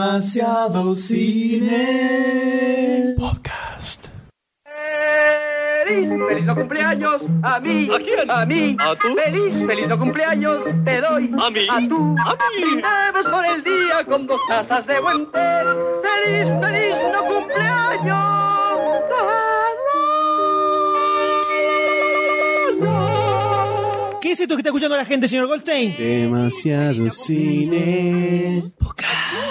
Demasiado cine. Podcast. Feliz, feliz no cumpleaños a mí. ¿A quién? A mí. ¿A tú? Feliz, feliz no cumpleaños te doy. ¿A mí? A tú. A mí. Brindemos por el día con dos tazas de buen té. Feliz, feliz no cumpleaños. ¿Qué es esto que está escuchando la gente, señor Goldstein? Demasiado cine.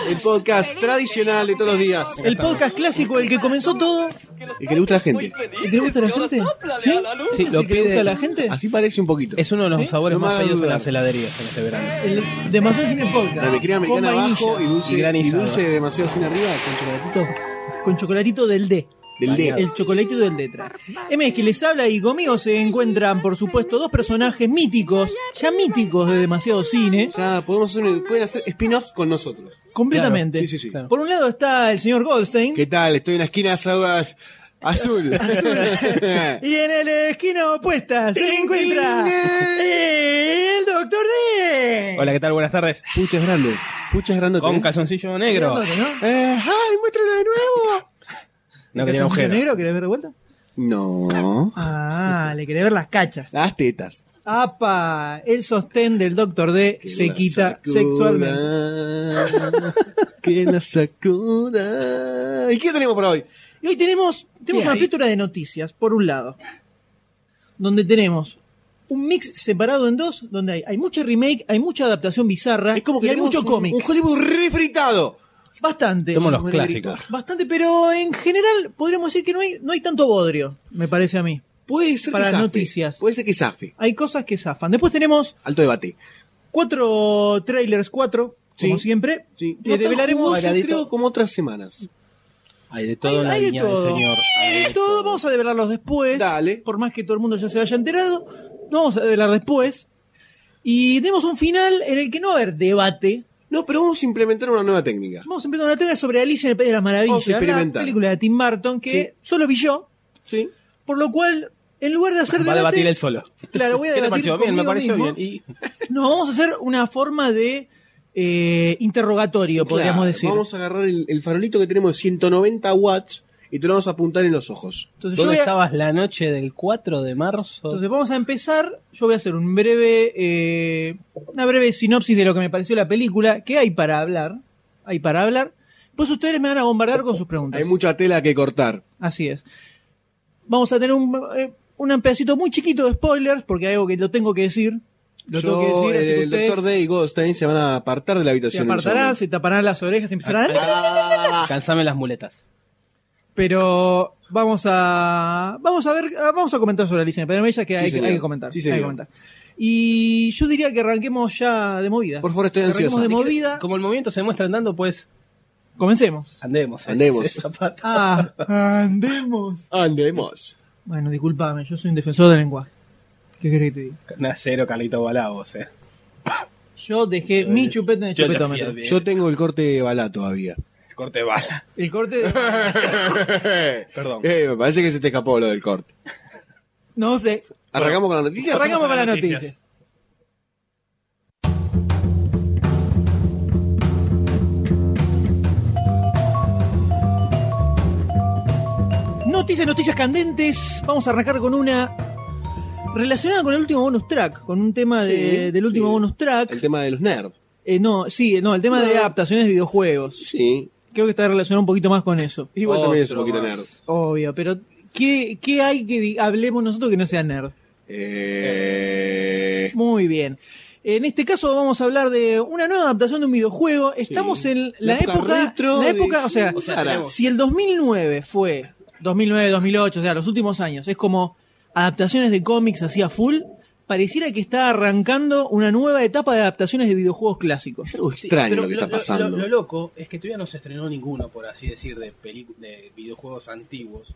El podcast tradicional de todos los días. El podcast clásico, el que comenzó todo. El que le gusta a la gente. ¿El que le gusta a la gente? ¿Sí? Sí, ¿El lo que le gusta a pide. la gente? Así parece un poquito. Es uno de los ¿Sí? Eh. sabores No me más hagas pedidos en dudar. las heladerías en este verano. El Demasiado Cine Podcast. La recrea Con americana vainilla, abajo y dulce, y y granizado. dulce demasiado sin arriba con chocolatito Con chocolatito del D. del D. El chocolatito del D. trae. M es que les habla y conmigo se encuentran, por supuesto, dos personajes míticos, ya míticos de Demasiado Cine. Ya podemos hacer, un- pueden hacer spin-off con nosotros. Completamente. Claro, sí, sí, sí. Por un lado está el señor Goldstein. ¿Qué tal? Estoy en la esquina azul. Azul. Y en el esquina opuesta se Ding, encuentra ding, ding. el Doctor D. Hola, ¿qué tal? Buenas tardes. Puchas grande. Puchas grande. Con calzoncillo negro. Grandote, ¿no? Eh, ¡Ay, muéstralo de nuevo! No tenía ¿Calzoncillo agujero. negro? ¿Querés ver de vuelta? No. Ah, le querés ver las cachas. Las tetas. Apa, el sostén del Doctor D se la quita sacuda, sexualmente. Que la sacuda. ¿Y qué tenemos para hoy? Y hoy tenemos, tenemos ¿Qué una hay? apertura de noticias, por un lado, donde tenemos un mix separado en dos, donde hay, hay mucho remake, hay mucha adaptación bizarra y hay tenemos mucho un- cómic. Un Hollywood refritado. Bastante. Somos los Como negrito. clásicos. Bastante, pero en general podríamos decir que no hay, no hay tanto bodrio, me parece a mí. Puede ser Para que zafe. noticias. Puede ser que zafe. Hay cosas que zafan. Después tenemos Alto debate. cuatro trailers, cuatro, como Sí. siempre, que No tan develaremos. jugoso, Bailadito. creo, como otras semanas. Hay de todo Hay, en la hay de viña del todo. señor. Hay Hay de todo. Vamos a develarlos después. Dale. Por más que todo el mundo ya se haya enterado, lo vamos a develar después. Y tenemos un final en el que no va a haber debate. No, pero vamos a implementar una nueva técnica. Vamos a empezar una tarea sobre Alicia en el País de las Maravillas, Vamos a la experimentar. película de Tim Burton que solo vi yo, Sí. por lo cual, en lugar de hacer Va a debate, debatir él solo. Claro, voy a ¿Qué te debatir pareció? Bien, me conmigo pareció mismo. bien. Y No, vamos a hacer una forma de eh, interrogatorio, podríamos Claro, decir. Vamos a agarrar el, el farolito que tenemos de 190 watts y te lo vamos a apuntar en los ojos. Entonces, yo voy ¿Dónde a- estabas la noche del 4 de marzo? entonces vamos a empezar. Yo voy a hacer un breve, eh, una breve sinopsis de lo que me pareció la película. ¿Qué hay para hablar? Hay para hablar. Pues ustedes me van a bombardear con sus preguntas. Hay mucha tela que cortar. Así es. Vamos a tener un, eh, un pedacito muy chiquito de spoilers, porque hay algo que lo tengo que decir. Lo Yo, tengo que decir. así que el, ustedes doctor Day y Goldstein se van a apartar de la se habitación. en un apartarán, segundo. se taparán las orejas y empezarán. Ah, Cansame las muletas. Pero vamos a vamos a ver ah, vamos a comentar sobre Alicia en el País de las Maravillas, que hay, que- señor. hay que comentar, Sí, hay señor. que comentar. Y yo diría que arranquemos ya de movida. Por favor, estoy Arranquemos ansiosa. de movida. Como el movimiento se muestra andando, pues Comencemos. andemos. eh. Andemos. Esa pata. Ah, andemos. andemos. Bueno, discúlpame, yo soy un defensor del lenguaje. ¿Qué querés que te diga? Nah, Cero Carlito Balabos, eh. Yo dejé mi chupete en el Yo te chupetómetro. fui a- Yo tengo el corte de bala todavía. Corte de bala. El corte de- Perdón. Eh, me parece que se te escapó lo del corte. No sé. ¿Arrancamos con la noticia? Arrancamos con a la las noticia. noticias. Noticias, noticias candentes. Vamos a arrancar con una relacionada con el último bonus track, con un tema de- Sí, del último sí. bonus track. El tema de los nerds. Eh, no, sí, no, el tema de adaptaciones de videojuegos. Sí. Creo que está relacionado un poquito más con eso. Oh, Igual Otro también es un poquito más. nerd. Obvio, pero ¿qué, qué hay que di- hablemos nosotros que no sea nerd? Eh, Muy bien. En este caso vamos a hablar de una nueva adaptación de un videojuego. Estamos en la, época, retro la de- época, o sea, sí, sea, cara. tenemos- si el 2009 fue 2009, 2008, o sea, los últimos años, es como adaptaciones de cómics así a full, pareciera que está arrancando una nueva etapa de adaptaciones de videojuegos clásicos. es algo Sí, extraño pero lo que está Lo, pasando. lo loco es que todavía no se estrenó ninguno, por así decir, de, pelicu- de videojuegos antiguos.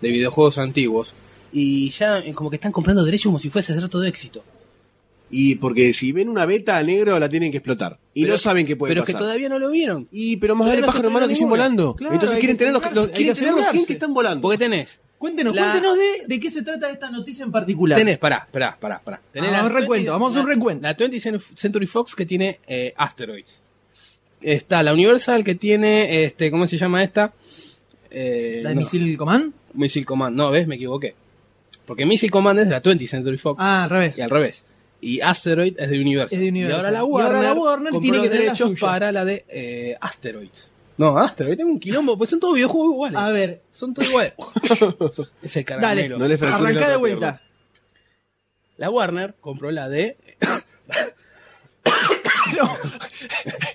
De videojuegos antiguos. Y ya eh, como que están comprando derechos como si fuese ser todo éxito. Y porque si ven una beta al negro la tienen que explotar. Y Pero- no saben qué puede Pero pasar. es que todavía no lo vieron. Y pero más Pero vale no se pájaro hermano que 100 estrenó ninguna. volando. Claro, Entonces hay quieren que tener los, los- asegurarse, hay quieren que tener los 100 asegurarse. que están volando. Porque tenés... Cuéntenos, La- cuéntenos de, de qué se trata esta noticia en particular. Tenés, pará, pará, pará. pará. Tenés Ah, la un recuento, vamos a hacer un la- recuento. La 20th Century Fox que tiene eh, Asteroids. está la Universal que tiene, este, ¿cómo se llama esta? Eh, ¿La de no, Missile Command? Missile Command. No, ves, me equivoqué. Porque Missile Command es de la 20th Century Fox. Ah, al revés. Y al revés. Y Asteroid es de Universal. Es de Universal. Y ahora Y la ahora Warner, la Warner compró tiene que los tener la derechos suya. para la de eh, Asteroid. No, Asteroid, tengo un quilombo, pues son todos videojuegos iguales. A ver, Son todos iguales. es el dale. caramelo. No le fracturé la Arrancá de otra vuelta. La Warner compró la de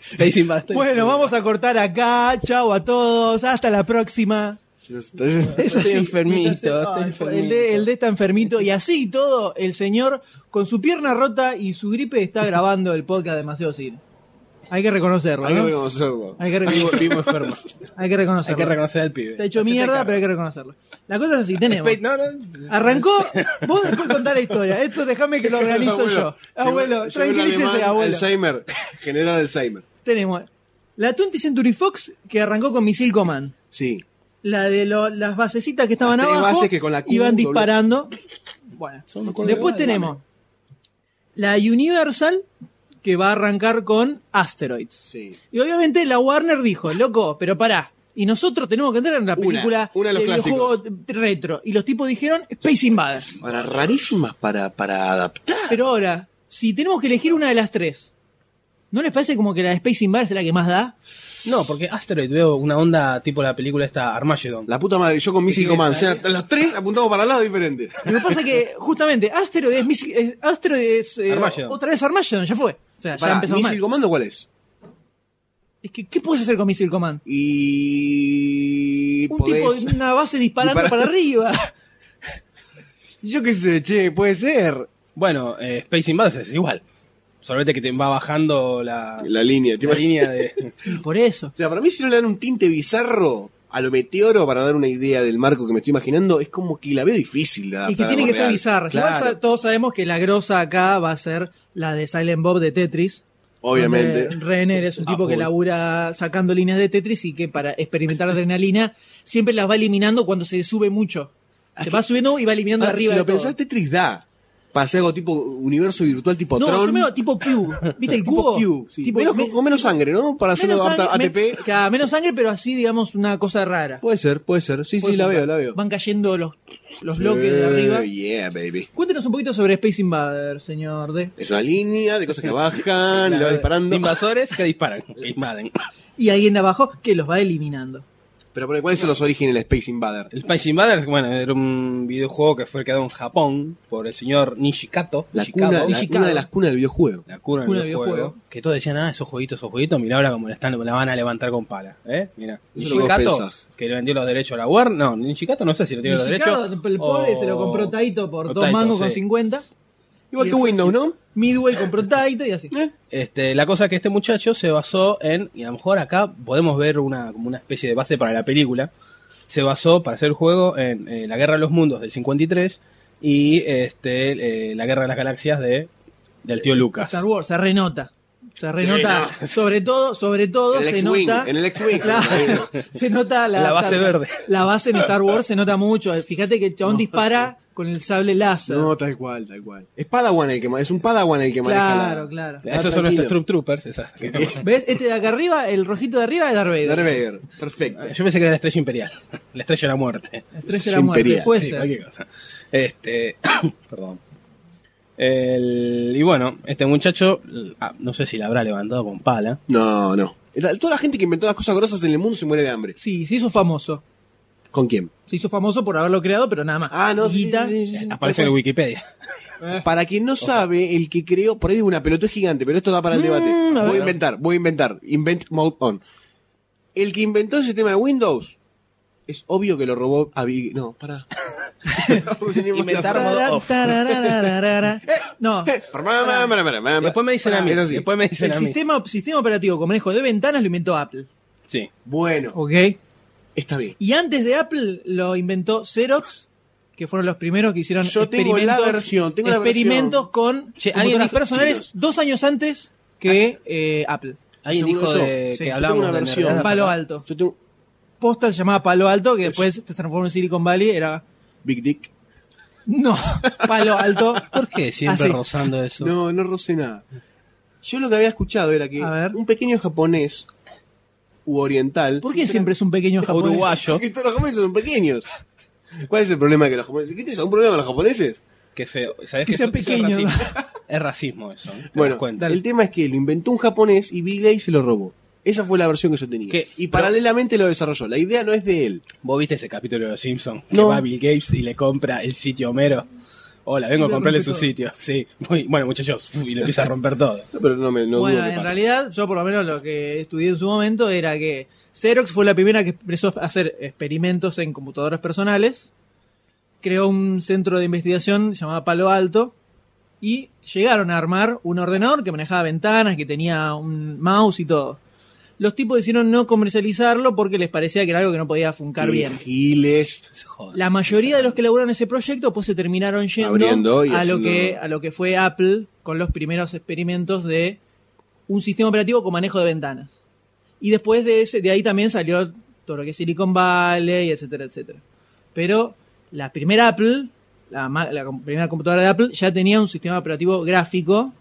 Space Invaders. Bueno, vamos a cortar acá. Chao a todos. Hasta la próxima. Se nos está yendo. Estoy Sí, enfermito, mientras- Ay, estoy enfermito. El de, el de está enfermito. Y así y todo, el señor, con su pierna rota y su gripe, está grabando el podcast demasiado cine. Hay que reconocerlo. Hay que ¿no? reconocerlo. Hay que, Vivo, reconocerlo. vivo enfermo. Hay que Hay reconocerlo. que reconocer al pibe. Está hecho Hacete mierda, cargo. pero hay que reconocerlo. La cosa es así, tenemos. Space- no, no. Arrancó, vos después contá la historia. Esto déjame que lo organizo yo. Abuelo, Llegó- llegó el tranquilícese, alemán, abuelo. Alzheimer. General Alzheimer. Tenemos la 20 Century Fox que arrancó con Missile Command. Sí. La de lo- las basecitas que estaban Las tres abajo bases que con la Q iban doble- disparando. Bueno, Son los colores después de tenemos la Universal que va a arrancar con Asteroids. Sí. Y obviamente la Warner dijo, loco, pero pará. Y nosotros tenemos que entrar en la Una, película una de los videojuego retro. Y los tipos dijeron Space Invaders. Ahora, rarísimas para, para adaptar. Pero ahora, si tenemos que elegir una de las tres, ¿no les parece como que la de Space Invaders es la que más da? No, porque Asteroid veo una onda tipo la película esta Armageddon. La puta madre, yo con Missile ¿Qué Command. O querés, sea, eh. los tres apuntamos para lados diferentes. Lo que pasa es que, justamente, Asteroid es, misi- es- Asteroid es, eh, Armageddon. otra vez Armageddon, ya fue. O sea, ya Para, empezamos ¿Missile mal. Commando cuál es? Es que, ¿qué puedes hacer con Missile Command? Y. Un podés- tipo de una base disparando Disparar. para arriba. Yo qué sé, che, puede ser. Bueno, eh, Space Invaders es igual. Solamente que te va bajando la, La línea, ¿te la imaginas? línea de. Y por eso. O sea, para mí, si no le dan un tinte bizarro a lo meteoro para dar una idea del marco que me estoy imaginando, es como que la veo difícil. Y que de adaptar a tiene algo que ser real. bizarra. Ya Claro, sa- todos sabemos que la grosa acá va a ser la de Silent Bob de Tetris. obviamente. Donde Renner es un Ah, tipo que full. labura sacando líneas de Tetris y que para experimentar adrenalina siempre las va eliminando cuando se sube mucho. Se va subiendo y va eliminando Ahora, arriba. Ah, si de lo todo. pensás, Tetris da. Para hacer algo tipo universo virtual, tipo no, Tron. yo me veo tipo Cube. ¿Viste el tipo cubo? Q. sí. Tipo- menos, me- con menos sangre, ¿no? Para hacerlo menos adaptar a sangre, ATP. me- claro, menos sangre, pero así, digamos, una cosa rara. Puede ser, puede ser. Sí, sí, la veo, la veo. Van cayendo los, los bloques de arriba. Sí, Yeah, baby. Cuéntenos un poquito sobre Space Invader, señor D. Es una línea de cosas que bajan, le va disparando. de Invasores que disparan, que invaden. Y alguien de abajo que los va eliminando. Pero por ¿cuáles son los orígenes del Space Invader? El Space Invaders, bueno, era un videojuego que fue creado en Japón por el señor Nishikato. La Chicago. cuna, la Nishi- cuna de las cunas del videojuego. la cuna del cuna del videojuego. videojuego. Que todos decían, ah, esos jueguitos, esos jueguitos, mirá ahora como la, están, la van a levantar con pala. ¿Eh? Mira, Eso es lo que vos Nishikato, pensás. que le vendió los derechos a la Warner. No, Nishikato no sé si le tiene los Chicago, derechos. el pobre o- se lo compró Taito por o dos Taito, mangos con sí. 50. Igual que Windows, ¿no? Midway compró Taito y así. Este, la cosa es que este muchacho se basó en, y a lo mejor acá podemos ver una, como una especie de base para la película, se basó para hacer el juego en eh, La Guerra de los Mundos del 53 y este, eh, La Guerra de las Galaxias de, del tío Lucas. Star Wars se renota. Se renota, sobre todo, sobre todo En el se X-Wing, nota. en el X-Wing. Claro, se nota la, La base verde. La base en Star Wars se nota mucho. Fíjate que el chabón dispara con el sable láser. No, tal cual, tal cual. Es Padawan el que ma- es un Padawan el que maneja claro, la- claro. Ah, Esos tranquilo. son nuestros Stormtroopers. esas que- ¿Ves? Este de acá arriba, el rojito de arriba es Darth Vader. Darth Vader. Perfecto. Yo pensé que era la estrella imperial, la estrella de la muerte. La Estrella de la muerte. Imperial, Puede Sí, ser. cualquier cosa. Este, perdón. El- y bueno, este muchacho, ah, no sé si la habrá levantado con pala. No, no. La- Toda la gente que inventó las cosas grosas en el mundo se muere de hambre. Sí, se hizo famoso. ¿Con quién? Se hizo famoso por haberlo creado, pero nada más. Ah, no. sí, Guita. sí, sí, sí. Aparece en Wikipedia. Para quien no sabe, el que creó, por ahí digo una pelota gigante, pero esto da para el debate. Mm, a Voy a ver. inventar, voy a inventar. Invent mode on. El que inventó el sistema de Windows, es obvio que lo robó a Big. No, para. Inventar Pará, mode off. Tarararararara. No, pará, pará, pará, pará, pará. Después me dicen a mí. Es así. Después me dicen el a mí. sistema, sistema operativo con manejo de ventanas lo inventó Apple. Sí. Bueno, ¿Ok? está bien. Y antes de Apple lo inventó Xerox, que fueron los primeros que hicieron Yo tengo la experimentos- versión, tengo la experimentos versión. con Che, computadoras alguien dijo Ah. personales chinos. dos años antes que eh, Apple. Alguien ¿Seguro dijo eso? de, Sí, que yo hablábamos tengo una de versión. nerdeadas Palo acá. Alto. Yo tengo Posta se llamaba Palo Alto, que después se transformó en Silicon Valley, era... Big Dick. No, Palo Alto. ¿Por qué siempre Así. rozando eso? No, no rocé nada. Yo lo que había escuchado era que A ver. un pequeño japonés u oriental. ¿Por qué siempre es un pequeño japonés? Uruguayo. Porque todos los japoneses son pequeños. ¿Cuál es el problema de que los japoneses? ¿Qué tienes? ¿Algún problema con los japoneses? Qué feo. ¿Sabés Que que sean eso- eso es pequeños. racismo? Es racismo eso. ¿eh? ¿Te Bueno, das cuenta? el tema es que lo inventó un japonés y Big Lay se lo robó. Esa fue la versión que yo tenía. ¿Qué? Y Pero- paralelamente lo desarrolló. La idea no es de él. ¿Vos viste ese capítulo de Los Simpsons? Que No. va Bill Gates y le compra el sitio a Homero. Hola, vengo a Le comprarle rompe su todo. sitio. Sí. Muy- bueno, muchachos. Y le empieza a romper todo. No, Pero no me no bueno, dudo que en pase. realidad, yo por lo menos lo que estudié en su momento era que Xerox fue la primera que empezó a hacer experimentos en computadoras personales. Creó un centro de investigación llamado Palo Alto y llegaron a armar un ordenador que manejaba ventanas, que tenía un mouse y todo. Los tipos decidieron no comercializarlo porque les parecía que era algo que no podía funcar Y bien. Giles. Se joda. La mayoría de los que elaboraron ese proyecto pues se terminaron yendo Abriendo y a lo haciendo- que a lo que fue Apple con los primeros experimentos de un sistema operativo con manejo de ventanas. Y después de ese, de ahí también salió todo lo que es Silicon Valley, etcétera, etcétera. Pero la primera Apple, la, ma- la com- primera computadora de Apple ya tenía un sistema operativo gráfico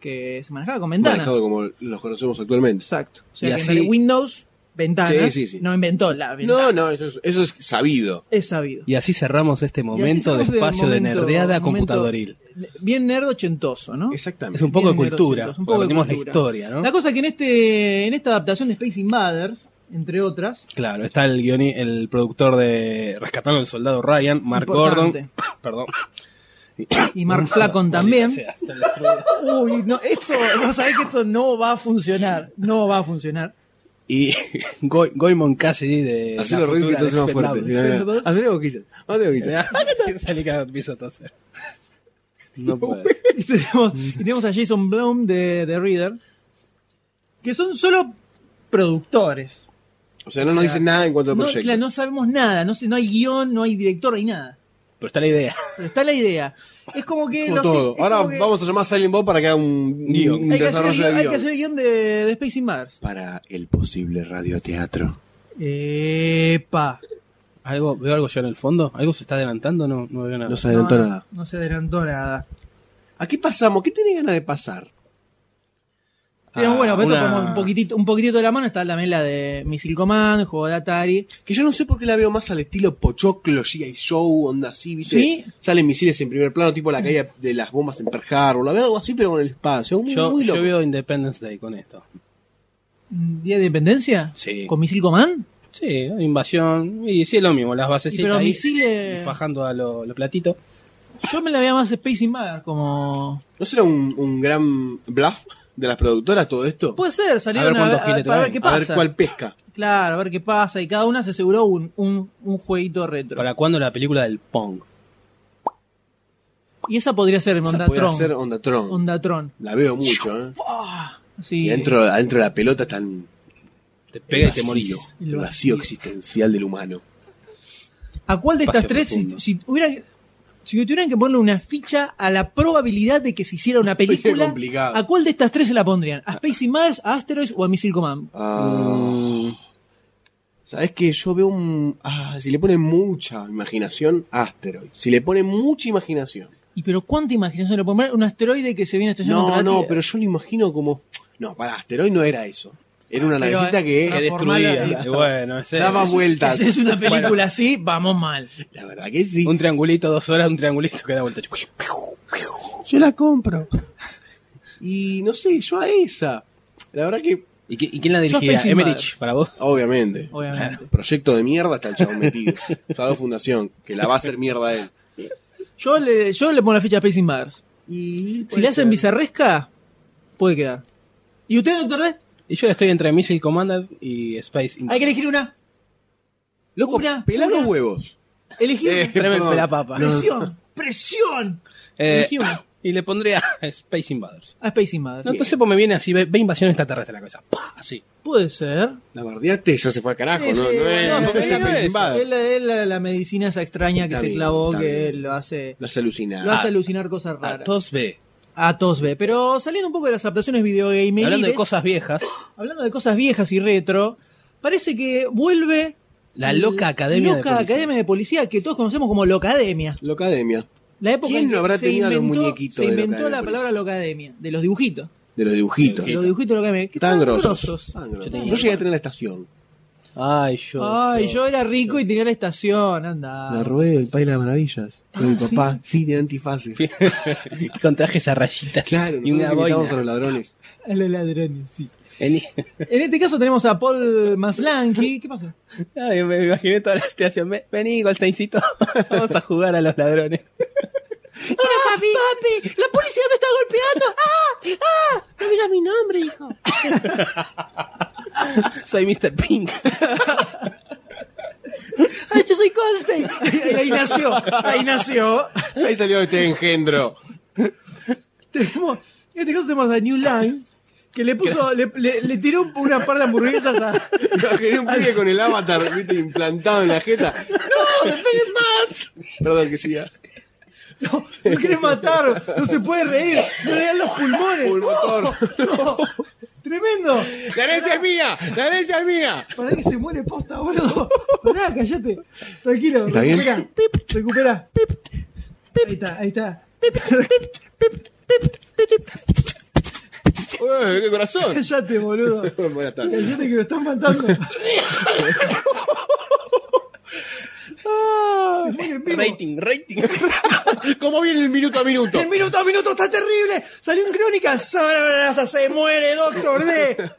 que se manejaba con ventanas. Manejado como los conocemos actualmente. Exacto. O sea Y que en así- Windows ventanas Sí, sí, sí. no inventó la ventana. No, no, eso es, eso es sabido. Es sabido. Y así cerramos este momento de cerramos el espacio de momento- nerdeada momento- computadoril. Bien nerd ochentoso, ¿no? Es Exactamente. un poco de Bien nerd cultura. ochentoso, un poco de Repetimos la cultura. historia, ¿no? La cosa que en este en esta adaptación de Space Invaders, entre otras, Claro, está el guioni, el productor de Rescatando al Soldado Ryan, Mark Importante. Gordon. Perdón. y Mark Flacon Maldita también. sea, hasta el otro- Uy, no, esto, vos sabés que esto no va a funcionar, no va a funcionar. Y Goy- Goymon Cassidy de. Hacelo la reír que futura todo sea más fuerte. Expendables. Mira, mira. Expendables. Hacelo boquilla. Hacelo boquilla. Salí cada empiezo a toser. No puedo. Y tenemos, y tenemos a Jason Blum de, de Reader, que son solo productores. O sea, no nos dicen nada en cuanto al No, proyecto. claro, no sabemos nada, no, sé, no hay guión, no hay director, no hay nada. Pero está la idea. Pero está la idea. Es como que. Como los- todo. es Ahora como que vamos a llamar a Silent Bob para que haga un, Guión. un Hay que, hacer el, desarrollo guión- de hay que guión. hacer el guión de, de Space Invaders. Para el posible radioteatro. Epa. ¿Algo, ¿Veo algo ya en el fondo? ¿Algo se está adelantando? No, no veo nada. No se adelantó No, no, nada. No se adelantó nada. ¿A qué pasamos? ¿Qué tenés ganas de pasar? Pero Ah, bueno, pero esto una- como un poquitito, un poquitito de la mano está también la de Missile Command, el juego de Atari. Que yo no sé por qué la veo más al estilo Pochoclo, G.I. Show, onda así, ¿viste? Sí. Salen misiles en primer plano, tipo la caída de las bombas en Pearl Harbor. La veo algo así, pero con el espacio. Muy, Yo, muy yo loco. veo Independence Day con esto. ¿Día de Independencia? Sí. ¿Con Missile Command? Sí, invasión. Y sí, es lo mismo. Las Y basecitas pero ahí. misiles- y Fajando a los platitos. Yo me la veía más Space Invaders como... ¿No será un, un gran bluff de las productoras todo esto? Puede ser, salieron ver cuántos giles para ver traen, qué a pasa. ver cuál pesca. Claro, a ver qué pasa. Y cada una se aseguró un, un, un jueguito retro. ¿Para cuándo la película del Pong? Y esa podría ser Esa Onda puede Tron. ser Onda Tron. Onda Tron. La veo mucho, ¿eh? Sí. Y adentro, adentro de la pelota están Te el pega y te vacío, morís. El el vacío. vacío existencial del humano. ¿A cuál de estas Espacio tres, si, profundo. si hubiera, si tuvieran que ponerle una ficha a la probabilidad de que se hiciera una película, complicado. ¿a cuál de estas tres se la pondrían? ¿A Space Invaders, a Asteroids o a Missile Command? ¿Sabes Ah. que Yo veo un. Ah, si le ponen mucha imaginación, Asteroid. Si le ponen mucha imaginación. Y pero cuánta imaginación le pueden poner un asteroide que se viene estrellando No, contra la no, Tierra? pero yo lo imagino como. No, para Asteroid no era eso. Era una Pero, navecita eh, que Que Transformala- destruía. Y bueno, ese- daba vueltas. Si haces una película así, vamos mal. La verdad que sí. un triangulito, dos horas, un triangulito que da vueltas. Yo la compro. Y no sé, yo a esa. La verdad que. ¿Y, qui- y quién la Yo dirigía? estoy sin Emerich, para vos. Obviamente. Obviamente. Proyecto de mierda está el chabón metido. Salvo Fundación, que la va a hacer mierda a él. Yo le, yo le pongo la ficha a Space Invaders. Y Si le hacen bizarresca, puede quedar. ¿Y usted, doctor D? Y yo estoy entre Missile Commander y Space Hay que Invaders. elegir una. Loco, Una, pelá una. los huevos. Elegir Eh, una. Tráeme el perdón. pelapapa. Presión, presión. Eh, Elegí una. y le pondría Space Invaders. A Space Invaders. No, entonces pues me viene así, ve, ve invasión extraterrestre en la cabeza. ¡Pah! Así. Puede ser. La bardeaste, ya se fue al carajo. Sí, no, no, sí, es, no, no pero es no Space es. Invaders. Es la, es la- la medicina esa extraña que Está se bien, clavó está que bien. Ah. lo hace, Las lo hace alucinadas. alucinar cosas raras. A todos ve. A tos B. Pero saliendo un poco de las adaptaciones videogameriles, Hablando de cosas viejas, hablando de cosas viejas y retro, parece que vuelve la loca academia de loca policía. academia de policía que todos conocemos como locademia. Locademia. La época ¿Quién en que no habrá se tenido los inventó- muñequitos Se de inventó Locademia la de palabra locademia, de los dibujitos. de los dibujitos. Los dibujitos lo que me. que Tan grosos. grosos. Tan grosos. Yo tenía- Yo llegué a tener la estación. Ay, yo. Ay, yo era rico y tenía la estación, anda. La robé del País de las Maravillas. Con mi papá. Sí, de antifaces. Con trajes a rayitas. Claro, y una nosotros boina. invitamos a los ladrones. A los ladrones, sí. El- En este caso tenemos a Paul Maslansky. ¿Qué pasa? Ay, me imaginé toda la situación. Ve- Vení, Goldsteincito. Vamos a jugar a los ladrones. ¡Ah, papi! ¡La policía me está golpeando! ¡Ah! ¡Ah! No digas mi nombre, hijo. Soy Mr. Pink. ¡Ay, ¡Ah, yo soy Constein! Ahí nació, ahí nació. Ahí salió este engendro. Tenemos, en este caso tenemos a New Line, que le puso, le, le- le tiró un- una par de hamburguesas a... Imaginé un pibe con el avatar ¿viste? implantado en la jeta. ¡No! ¡No pegues más! Perdón que siga. No, lo quiere matar, no se puede reír, no le dan los pulmones. Un motor. No, ¡Tremendo! ¡La herencia es mía! ¡La herencia es mía! Pará que se muere posta, boludo. Pará, callate. Tranquilo, ¿Está bien? recupera. Recupera. Ahí está, ahí está. ¡Uy, ¡Qué corazón! Callate, boludo. Buenas tardes. Callate que lo están matando. Ah, se muere en vivo. Rating, rating. ¿Cómo viene el minuto a minuto? El minuto a minuto está terrible. Salió en crónica. Se muere, doctor D.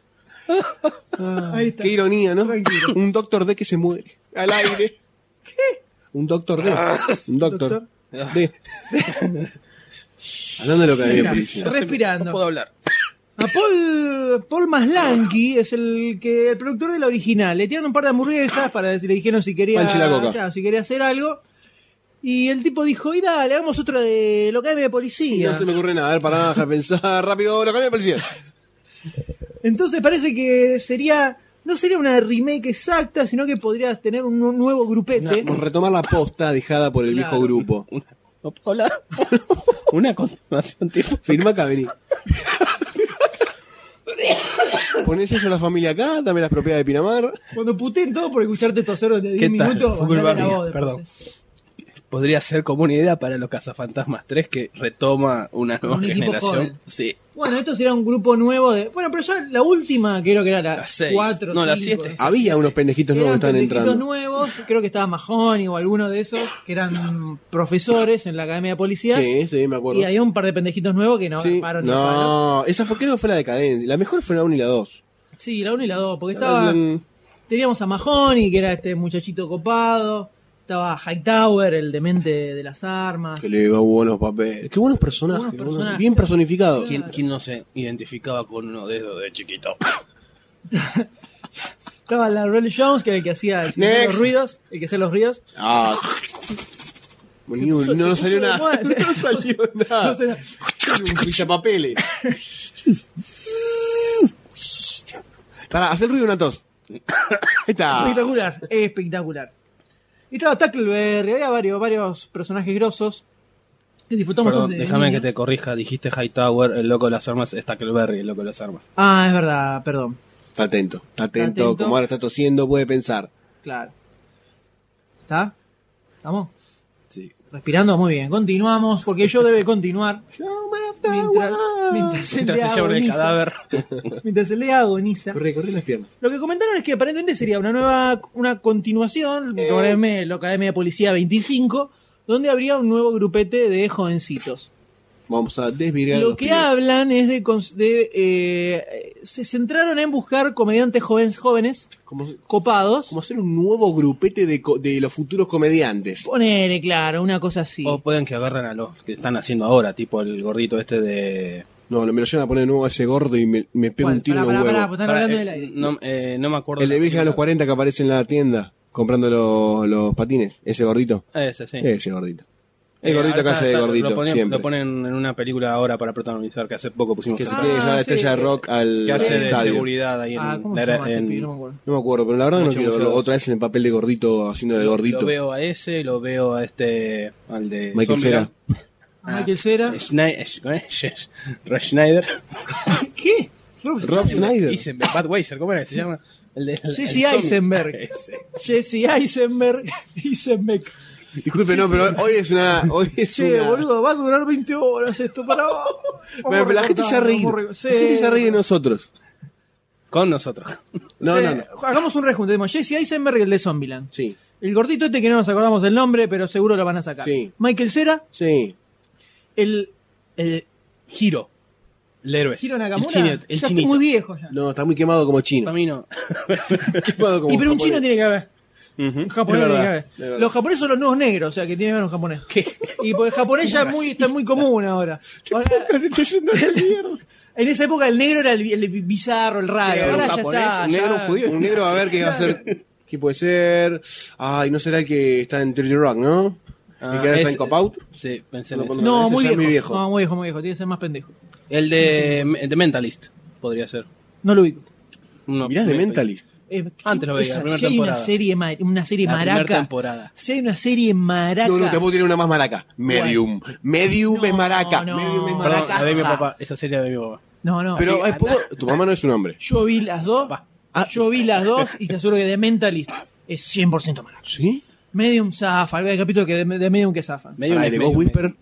Ah, ahí está. Qué ironía, ¿no? Tranquilo. Un doctor D que se muere. Al aire. ¿Qué? Un doctor D. Un doctor, D. Hablando de lo que había Mira, policía. respirando. No puedo hablar. A Paul, Paul Maslansky es el que el productor de la original. Le tiraron un par de hamburguesas para decir, le dijeron si quería, Panche la coca. claro, si quería hacer algo. Y el tipo dijo, y dale, hagamos otra de lo que hay de policía. No se me ocurre nada. A ver, pará, deja pensar. Rápido, lo cambia de policía. Entonces parece que sería, no sería una remake exacta, sino que podrías tener un nu- nuevo grupete. Vamos a retomar la posta dejada por el ¿Eh? Claro. viejo grupo. Una- no puedo hablar. Una continuación, tipo. Firma acá, vení. Ponés eso a la familia acá, dame las propiedades de Pinamar. Cuando puteen todo por escucharte toser durante 10 ¿Qué tal? minutos, Fue culpa mandale la mía, voz, perdón. después. eh. Podría ser como una idea para los Cazafantasmas 3 que retoma una nueva Un equipo generación. joven. Sí. Bueno, esto sería un grupo nuevo de. Bueno, pero ya la última, creo que era la Las seis. 4. No, la siete. Había unos pendejitos nuevos que Eran estaban pendejitos entrando. nuevos, creo que estaba Mahoney o alguno de esos, que eran profesores en la academia de policía. Sí, sí, me acuerdo. Y había un par de pendejitos nuevos que no Sí. armaron ni palo. No, esa fue, creo que fue la decadencia. La mejor fue la 1 y la 2. Sí, la 1 y la 2, porque estaba. Teníamos a Mahoney, que era este muchachito copado. Estaba Hightower, el demente de las armas. Que le dio buenos papeles. Qué buenos personajes. Buenos buenos- personajes. bien personificados. ¿Quién, quién no se identificaba con uno de esos de chiquito? Estaba la Rel Jones, que era el que hacía el que hacía los Next. ruidos, el que hacía los ruidos. Ah. Ni un- puso- no nos se salió puso de nada. moda, se- No salió nada. No sé, no. Un pisapapeles. Pará, haz el ruido de una tos. Ahí está. Espectacular, espectacular. Y estaba Tackleberry, había varios, varios personajes grosos que disfrutamos Perdón, de- de déjame que niño. te corrija. Dijiste Hightower, el loco de las armas, es Tackleberry, el loco de las armas. Ah, es verdad, perdón. Está atento, está atento. Está atento. Como ahora está tosiendo, puede pensar. Claro. ¿Está? ¿Estamos? Sí. Respirando muy bien. Continuamos, porque yo debe continuar. Mientras, mientras el Mientras día se llevan el agoniza. cadáver. Mientras el día agoniza. Corre, corre las piernas. Lo que comentaron es que aparentemente sería una nueva, una continuación, lo academia- lo Academia de Policía 25, donde habría un nuevo grupete de jovencitos. Vamos a desvirar. Lo los que pibes. hablan es de, cons- de, eh, se centraron en buscar comediantes jóvenes, jóvenes Como, copados. como hacer un nuevo grupete de, co- de los futuros comediantes. Ponele, claro, una cosa así. O pueden que agarren a los que están haciendo ahora, tipo el gordito este de. No, me lo llevan a poner de nuevo a ese gordo y me, me pego ¿Cuál? un tiro en Pará, los pará, huevos. pará, están Pará, hablando eh, del aire. No, eh, no me acuerdo. El de Virgen a los película. 40 que aparece en la tienda comprando los, los patines. Ese gordito. Ese, sí. Ese gordito. Eh, El gordito que ahora hace de está- gordito. Lo ponen, siempre. lo ponen en una película ahora para protagonizar que hace poco pusimos. que se acá. tiene que llevar Ah, la estrella de sí. rock al, que hace al de estadio. seguridad ahí en Ah, ¿cómo la se era- llama este en- pibe? No me acuerdo. No me acuerdo, pero la verdad no Mucho, quiero mucho verlo gusto. otra vez en el papel de gordito haciendo de gordito. Lo veo a ese, lo veo a este, al de Michael Zombieland. A Ah. Michael Cera. Schneid- Schneid- Rob Schneider. ¿Qué? Rob Rob Snyder. Eisenberg, Budweiser, ¿cómo era que se llama? El de, el- Jesse el zombie. Eisenberg. Ese. Jesse Eisenberg. Eisenberg. Disculpe, no, pero hoy es una. Hoy es Che, una- boludo, va a durar 20 horas esto para abajo. Bueno, pero la gente se ríe. La gente se ríe de nosotros. Con nosotros. No, no, no. Hagamos un rejunte. Tenemos Jesse Eisenberg y el de Zombieland. Sí, El gordito este que no nos acordamos el nombre, pero seguro lo van a sacar. Sí. Michael Cera, sí. el, el Giro. El héroe. Hiro Nakamura. El chinito. El ya está chinito. muy viejo ya. No, está muy quemado como chino. Para mí no. Quemado como y pero un japonés. chino tiene que haber. Ujú. Un japonés Es tiene que verdad, haber. es verdad. Los japoneses son los nuevos negros, o sea, que tiene que haber un japonés. Y porque el japonés ya es muy, está muy común ahora. Ahora, en esa época el negro era el, el bizarro, el raro. Sí, ahora un ya japonés, está. un negro, ya- un judío. Un negro, a ver qué va a ser. ¿Qué puede ser? Ay, no será el que está en Dirty Rock, ¿no? Ah, el que ahora está en Cop Out. Sí, pensé No, en eso. No, no, ese muy ya es viejo. muy viejo. No, muy viejo, muy viejo. Tiene que ser más pendejo. El de, el de Mentalist podría ser. No lo ubico. No, Mirás de Mentalist. Eh, Antes lo veía, esa- la primera si hay una temporada. serie, ma- una serie La primera maraca. temporada. Si hay una serie maraca. No, no, te puedo tirar una más maraca. Medium. Medium es No, maraca. no. Medium es Perdón, maraca. la de mi papá. Esa serie la de mi papá. No, no. Pero Sí, eh, ¿puedo- tu mamá no es un hombre. yo vi las dos. Va. Ah. Yo vi las dos y te aseguro que The Mentalist es 100% maraca. ¿Sí? Medium zafa, hay capítulos que de, de Medium que zafan. Medio Pará, ¿y un- de medio Ghost un- Whisper.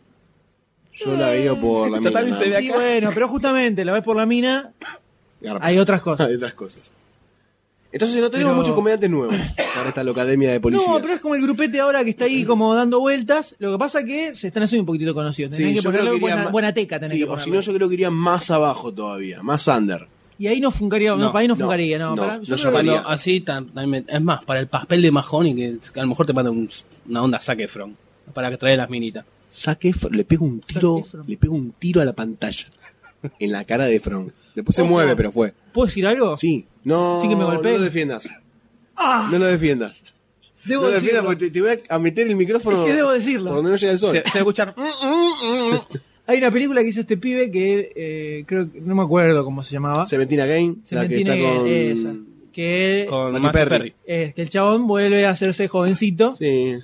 Yo la veo por la Esa mina. también se ve nada Y bueno, pero justamente la ves por la mina, más. Garpa. hay otras cosas. Hay otras cosas. Entonces no tenemos Pero- muchos comediantes nuevos para esta academia de policías. No, pero es como el grupete ahora que está ahí como dando vueltas. Lo que pasa es que se están haciendo un poquitito conocidos. Tenés Sí, que yo creo ponerle que iría buena, ma- buena teca. Tenés Sí, que o si ponerle. no, yo creo que iría más abajo todavía, más under. Y ahí no funcaría, no, No, para ahí no, no, funcaría. No, no, para- yo no creo que- llamaría. Cuando así, tan- tan- es más, para el papel de Mahoney, que a lo mejor te manda un- una onda saque from para que trae las minitas. Saque, le pego un tiro, Zac Efron. le pego un tiro a la pantalla en la cara de Efron. Después se Ojo. mueve, pero fue. ¿Puedo decir algo? Sí, no, Sí que me no golpeé. lo defiendas. Ah, No lo defiendas. debo No lo decirlo. defiendas porque te, te voy a meter el micrófono Es que debo decirlo. por donde no llega el sol. Se, se va a escuchar. Hay una película que hizo este pibe que eh, creo que no me acuerdo cómo se llamaba. Cementina Game, la que Cementine está con... esa. Que, con Matthew Matthew Perry. Perry. eh, que el chabón vuelve a hacerse jovencito. Sí,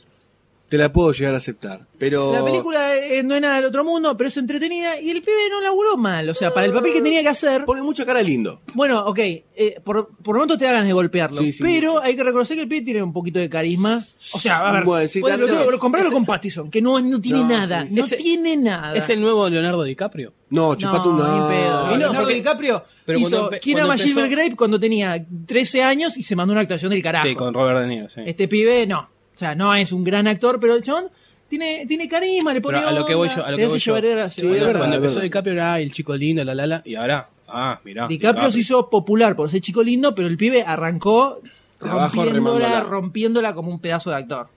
te la puedo llegar a aceptar. Pero... La película eh, no es nada del otro mundo, pero es entretenida y el pibe no laburó mal. O sea, para el papel que tenía que hacer. Pone mucha cara lindo. Bueno, ok, eh, por, por momentos te hagan de golpearlo. Sí, sí, pero hay que reconocer que el pibe tiene un poquito de carisma. O sea, a ver, Bueno, sí, vos claro. lo- lo- lo- comprarlo con Pattinson, que no, no tiene No, nada. sí, sí. No Ese- tiene nada. ¿Es el nuevo Leonardo DiCaprio? No, chupate un... ni pedo. Y no, Leonardo porque- DiCaprio pero cuando hizo empe- ¿Quién cuando ama a empezó- Gilbert Grape cuando tenía 13 años y se mandó una actuación del carajo? Sí, con Robert De Niro. sí. Este pibe no. O sea, no es un gran actor, pero el chabón tiene, tiene carisma, le pone Pero a lo que voy yo. onda, A lo te que hace voy yo. llevar a- Sí, llevar es a- Cuando- verdad, Cuando es empezó verdad. DiCaprio era "Ay, el chico lindo, la la la, y ahora. Ah, mirá. DiCaprio se hizo popular por ser chico lindo, pero el pibe arrancó De abajo, rompiéndola, remándola. rompiéndola como un pedazo de actor.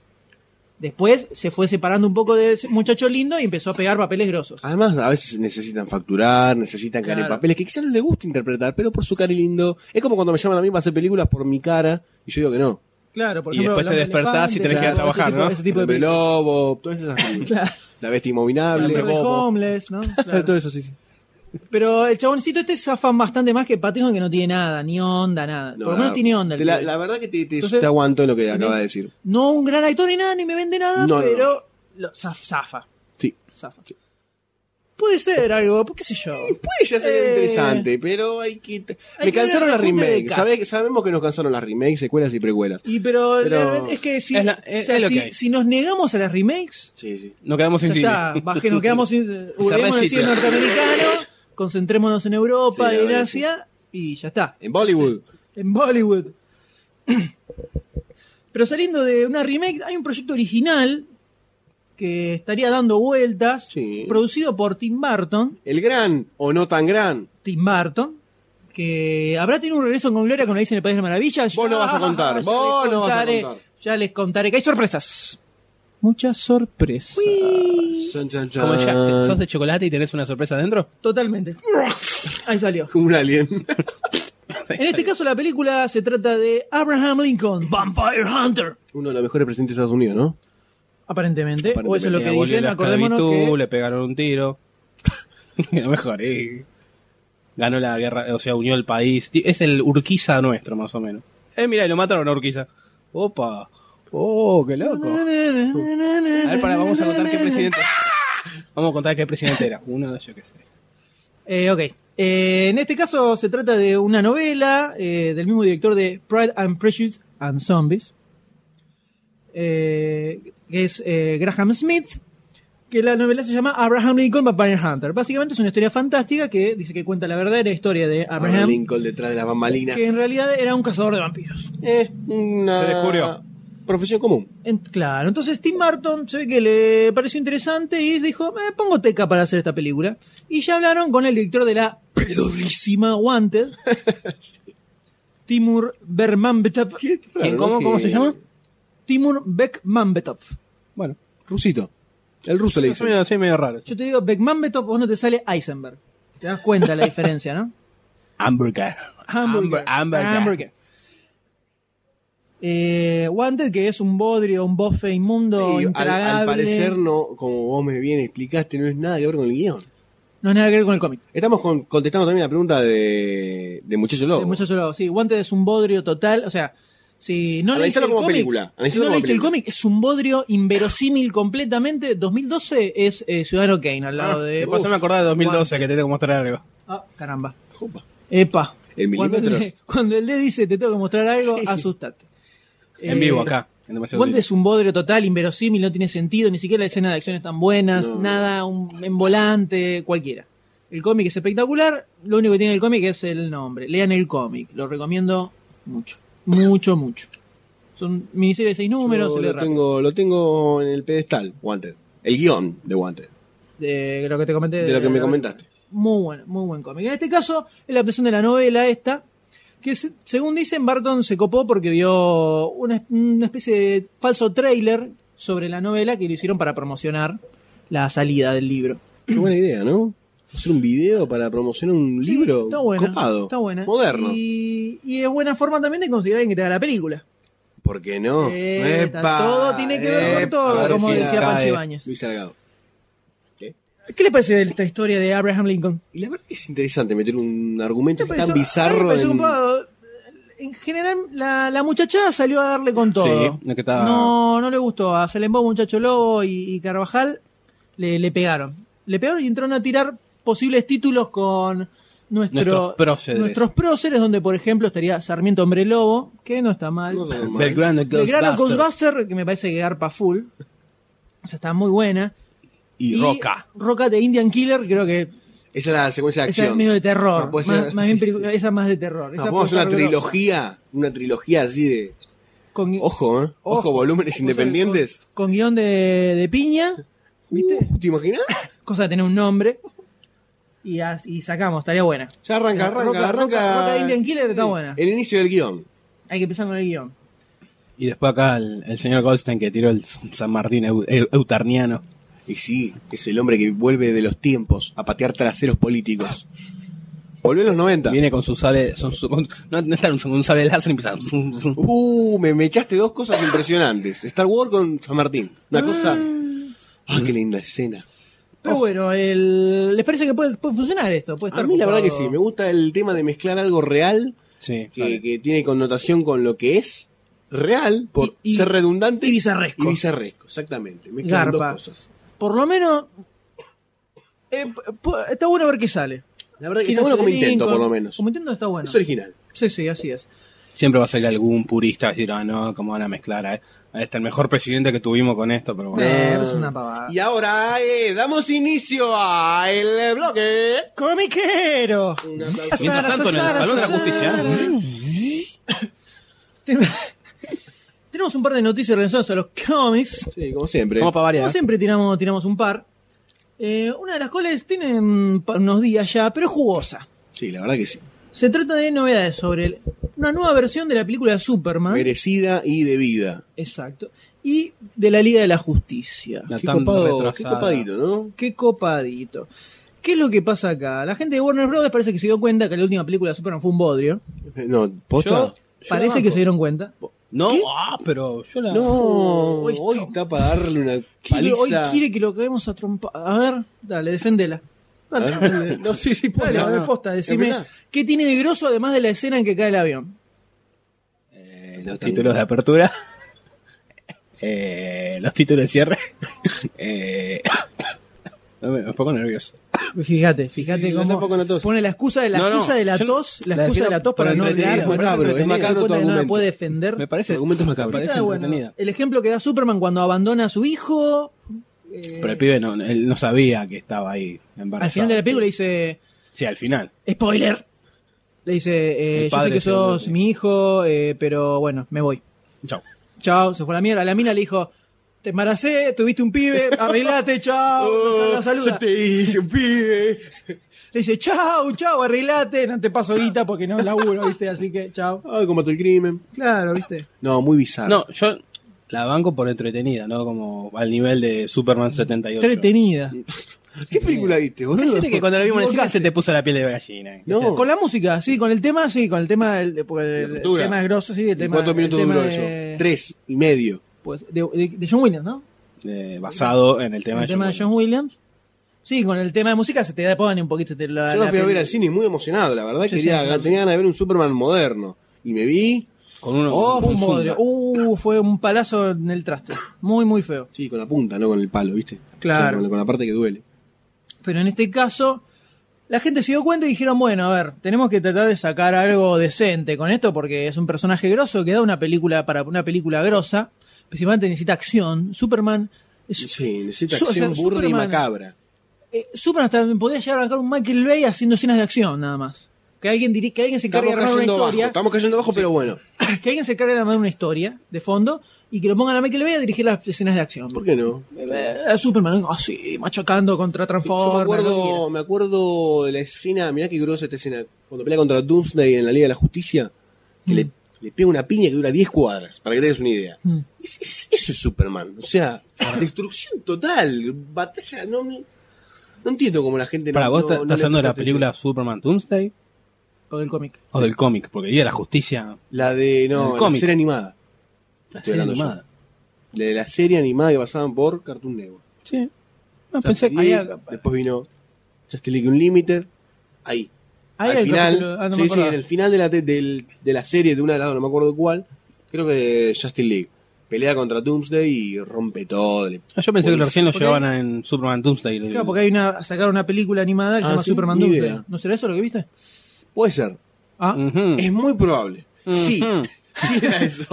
Después se fue separando un poco de ese muchacho lindo y empezó a pegar papeles grosos. Ah. Además, a veces necesitan facturar, necesitan caer en Claro. papeles que quizás no les gusta interpretar, pero por su cara lindo. Es como cuando me llaman a mí para hacer películas por mi cara y yo digo que no. Claro, por Y ejemplo, después te El hombre despertás y elefante, tenés que ir claro, a trabajar, ese tipo- ¿no? ese tipo de el hombre películas. lobo, todas esas películas. La bestia El abominable. hombre Bobo. homeless, ¿no? Claro. Todo eso, sí, sí. Pero el chaboncito este zafan bastante más que Pattinson que no tiene nada, ni onda, nada. No, Por lo menos la- tiene onda. el te la, pibe. la verdad que te, te- Entonces- te aguanto en lo que Tiene- acaba de decir. No un gran actor ni nada, ni me vende nada, No, no, pero lo- zaf- zafa, Sí. zafa. Puede ser algo, pues qué sé yo. Puede ya ser Eh, interesante, pero hay que. t- hay Me que ver cansaron el las rejunte de remakes. Cat. Sabe- sabemos que nos cansaron las remakes, secuelas y precuelas. Y pero, Pero- la- es que si, Es la- o es- sea, es lo si, que hay. si nos negamos a las remakes, Sí, sí. No quedamos ya sin cine. está, bajé, nos quedamos sin volvemos al sitio. cine norteamericano, concentrémonos en Europa Sí, la y en verdad que Asia y ya está, En Bollywood. en Bollywood. Pero saliendo de una remake, hay un proyecto original que estaría dando vueltas, Sí. producido por Tim Burton, El gran o no tan gran. Tim Burton, que habrá tenido un regreso con gloria, como le dicen en el País de las Maravillas. Ah, Vos no vas a contar, Ya les vos no vas a contaré, contar. Ya les contaré que hay sorpresas. Muchas sorpresas. Chan, chan, chan. Como ya te- sos de chocolate y tenés una sorpresa adentro. Totalmente. Ahí salió. Como un alien. En este caso la película se trata de Abraham Lincoln, Vampire Hunter. Uno de los mejores presidentes de Estados Unidos, ¿no? Aparentemente, o eso es lo que Le abolió dicen, la acordémonos esclavitud, que... le pegaron un tiro. Y lo mejor, eh. Ganó la guerra, o sea, unió el país. Ti- Es el Urquiza nuestro, más o menos. Eh, mira, y lo mataron a Urquiza. Opa. Oh, qué loco. A ver, para, vamos a contar qué presidente. Vamos a contar qué presidente era. Uno de yo qué sé. Eh, ok. Eh, en este caso se trata de una novela eh, del mismo director de Pride and Prejudice and Zombies. eh, que es eh, Graham Smith, que la novela se llama Abraham Lincoln Vampire Hunter. Básicamente es una historia fantástica que dice que cuenta la verdadera historia de Abraham Abraham, Lincoln detrás de la bambalina. que en realidad era un cazador de vampiros. Es una Se descubrió. profesión común. En- claro, entonces Tim Burton se ve que le pareció interesante y dijo, me pongo teca para hacer esta película. Y ya hablaron con el director de la pedorísima Wanted, Timur Bermanbetov. Claro, cómo- que- cómo se llama? Timur Bekmambetov. Bueno, Rusito. El ruso le soy dice. medio, soy medio raro. Yo te digo Bekmambetov, vos no te sale Eisenberg. Te das cuenta la diferencia, ¿no? Hamburger. Hamburger. Hamburger. Hamburger. Eh, Wanted, que es un bodrio, un bofe inmundo, Sí, al, intragable. al parecer, no, como vos me bien explicaste, no es nada que ver con el guión. No es nada que ver con el cómic. Estamos con- contestando también la pregunta de, de Muchacho Lobo. De Muchacho Lobo, sí. Wanted es un bodrio total. O sea, si no leíste Analizalo el como cómic, película, si no analizalo como leíste el película. cómic, es un bodrio inverosímil completamente. 2012 es eh, Ciudadano Kane al lado Ah, de. después se me acordaba de 2012 que te tengo que mostrar algo. Ah, caramba. Opa. Epa. ¿En cuando, el milímetros? D, cuando el D dice te tengo que mostrar algo, Sí. asustate. En Eh, vivo acá. En demasiado Wanted Vivo. es un bodrio total, inverosímil, no tiene sentido, ni siquiera la escena de acciones tan buenas, No. nada, un, en volante, cualquiera. El cómic es espectacular, lo único que tiene el cómic es el nombre. Lean el cómic, lo recomiendo mucho, mucho, mucho. Son miniseries de seis números, Yo se lee lo, rápido. tengo, lo tengo en el pedestal, Wanted. El guión de Wanted. De lo que te comenté. De lo que me comentaste. Muy bueno, muy buen cómic. En este caso, es la versión de la novela esta, que se- según dicen, Barton se copó porque vio una, es- una especie de falso trailer sobre la novela que lo hicieron para promocionar la salida del libro. Qué buena idea, ¿no? Hacer un video para promocionar un Sí, libro está buena, copado, está buena. moderno. Y, y es buena forma también de conseguir a alguien que te haga la película. ¿Por qué no? Eh, todo tiene que ver con todo, a ver como si decía cae Pancho Ibáñez. Luis Salgado. ¿Qué? ¿Qué le parece de esta historia de Abraham Lincoln? Y la verdad que es interesante meter un argumento Me tan pareció- me bizarro pareció en... copado. eh, En general, la, la muchachada salió a darle con todo. lo que estaba- No, no le gustó. A Salem Bob, Muchacho Lobo y, y Carvajal le, le pegaron. Le pegaron y entraron a tirar posibles títulos con nuestro- Nuestros próceres. nuestros próceres, donde por ejemplo estaría Sarmiento Hombre Lobo, que no está mal. No, no, no. Belgrano Belgrano Ghostbusters. Ghostbuster, que me parece que garpa full. O sea, está muy buena. Y Roca. Roca de Indian Killer, creo que Esa es la secuencia de esa acción. es medio de terror. No, puede más, ser- más bien sí, película- esa más de terror. No, Esa podemos hacer puede una estar grosa. trilogía, una trilogía así de... Con- Ojo, ¿eh? Ojo, volúmenes Vamos a ver, independientes. Con, con guión de, de piña, ¿viste? Uh, ¿Te imaginas? Cosa de tener un nombre. Y, as- y sacamos, estaría buena. Ya arranca, Mira, arranca, Roca- arranca. Roca- Roca de Indian Killer está Sí, buena. El inicio del guión. Hay que empezar con el guión. Y después acá el, el señor Goldstein que tiró el San Martín eu- eu- eutarniano. Y sí, es el hombre que vuelve de los tiempos a patear traseros políticos. Volvió a los 90. Viene con su sable. Son su- con- no, no está un, un sable láser y empieza. zum, zum. Uh, me, me echaste dos cosas impresionantes. Star Wars con San Martín. Una cosa... Ah, qué linda escena. Pero bueno, el- ¿les parece que puede, puede funcionar esto? Puede A estar mí la verdad que ocupado. sí, me gusta el tema de mezclar algo real Sí, que, sale. que tiene connotación con lo que es real, por Y- y- ser redundante. y bizarresco. Y bizarresco, exactamente. Mezclan dos Garpa. cosas. Por lo menos. eh, pu- está bueno ver qué sale. La verdad que ¿Quién está bueno hace como de intento, Lincoln? por lo menos. Como intento está bueno. Es original. Sí, sí, así es. Siempre va a salir algún purista a decir, ah, no, ¿cómo van a mezclar a, a este, el mejor presidente que tuvimos con esto? Pero bueno. Eh, Ah. es una pavada. Y ahora eh, damos inicio a el bloque. ¡Comiquero! Mientras tanto, en el Salón de la Justicia. Tenemos un par de noticias relacionadas a los cómics. Sí, como siempre. Como para Como variar. siempre tiramos, tiramos un par. Eh, una de las cuales tiene mm, pa- unos días ya, pero es jugosa. Sí, la verdad que sí. Se trata de novedades sobre el- una nueva versión de la película de Superman. Merecida y debida. Exacto. Y de la Liga de la Justicia. La Qué, tan copado, qué retrasada. copadito, ¿no? Qué copadito. ¿Qué es lo que pasa acá? La gente de Warner Bros. parece que se dio cuenta que la última película de Superman fue un bodrio. No, posta. Yo- Parece que se dieron cuenta. No, ah, pero yo la. No, Hoy hoy, está- está para darle una Quiere- paliza. hoy quiere que lo caemos a trompa. A ver, dale, defendela. A Dale, ver, No, sí, sí, posta. dale, a ver, No. posta, decime. Empezá. ¿Qué tiene de grosso además de la escena en que cae el avión? Eh, los títulos de apertura. Eh, los títulos de cierre. Eh, no me, me pongo nervioso. Fíjate, fíjate Sí, yo cómo tampoco noto eso. pone la excusa de la No, no, excusa de la yo no- tos, la la excusa de defiendo la tos para por no el hablar, sentido, es para no macabro, es entretener, macabro se da cuenta que tu no la argumento. puede defender. Me Ese parece. argumento es macabro. parece Está bueno. entretenida. El ejemplo que da Superman cuando abandona a su hijo, Pero el pibe no, él no sabía que estaba ahí embarazado. al final de la película dice, Sí, al final. spoiler, le dice, eh, El yo sé padre que se vuelve, sos sí. mi hijo, eh, pero bueno, me voy. Chau. Chao, se fue a la mierda. La mina le dijo, te embaracé, tuviste un pibe, arreglate, Ah, chao. no Oh, sal- no saluda. yo te hice un pibe. Le dice, chao, chao, arreglate, no te paso guita porque no laburo, viste, así que chao. Ay, Ah, combato el crimen. Claro, viste. No, muy bizarro. No, yo la banco por entretenida, ¿no? Como al nivel de Superman 78. Entretenida. ¿Qué película viste, boludo? Fíjate que cuando la vimos en el cine Equivocaste. se te puso la piel de gallina. No. O sea, Con la música, sí, con el tema, sí, con el tema del porque el, ruptura. tema es grosso, sí, el tema. ¿Cuántos minutos el tema duró de- eso? Tres y medio. Pues, de, de- de John Williams, ¿no? eh, basado en el tema, el tema de John Williams. Sí, con el tema de música se te da pone un poquito. Te Ah, la, Yo la la fui a peli. ver al cine muy emocionado, la verdad. Sí, quería, sí, sí. tenía ganas de ver un Superman moderno. Y me vi, Con uno, Oh, con Un un bodrio. Zunda. Uh, fue un palazo en el traste. Muy, muy feo. sí, con la punta, no con el palo, ¿viste? Claro. O sea, con, la, con la parte que duele. Pero en este caso, la gente se dio cuenta y dijeron, bueno, a ver, tenemos que tratar de sacar algo decente con esto porque es un personaje grosso que da una película para una película grosa. Principalmente necesita acción. Superman es- Sí, necesita Su- o sea, acción burda y Superman- macabra. eh, Superman hasta podría llegar a arrancar un Michael Bay haciendo escenas de acción nada más. Que alguien, diri- que alguien se encargue Estamos de armar una cayendo abajo, historia. estamos cayendo abajo, pero bueno. que alguien se encargue de armar una historia de fondo y que lo pongan a Michael Bay a dirigir las escenas de acción. ¿Por qué no? Eh, a Superman así, machacando contra Yo me Transformers. lo que acuerdo, quiera. me acuerdo de la escena, mirá qué grosa esta escena, cuando pelea contra Doomsday en la Liga de la Justicia, que Mm. le, le pega una piña que dura 10 cuadras, para que te des una idea. Mm. Es- es- eso es Superman, o sea, destrucción total, batalla, no, no, no entiendo cómo la gente no- Para no... vos, ¿estás no le hablando de la presta atención. película Superman Doomsday O del cómic. o del cómic? Porque Día de la Justicia, La de, del no, la cómic. serie animada, la Estoy serie hablando yo. animada. la de la serie animada que pasaban por Cartoon Network. Sí. No, Justice pensé League, había- después vino Justice League Unlimited, ahí. Ahí al hay final, capítulo- ah, no me sí, sí, acordaba. en el final de la, te- del- de la serie de una de las dos, no me acuerdo cuál, creo que Justin League. Pelea contra Doomsday y rompe todo. le- Ah, Yo pensé que buenísimo. recién lo Porque- llevaban a- en Superman Doomsday. Claro, porque hay una, sacaron una película animada que se Ah, llama sí, Superman ni Doomsday. idea. ¿No será eso lo que viste? Puede ser. Ah, Ujú. Es muy probable. Mm. Sí, Ujú. sí era eso.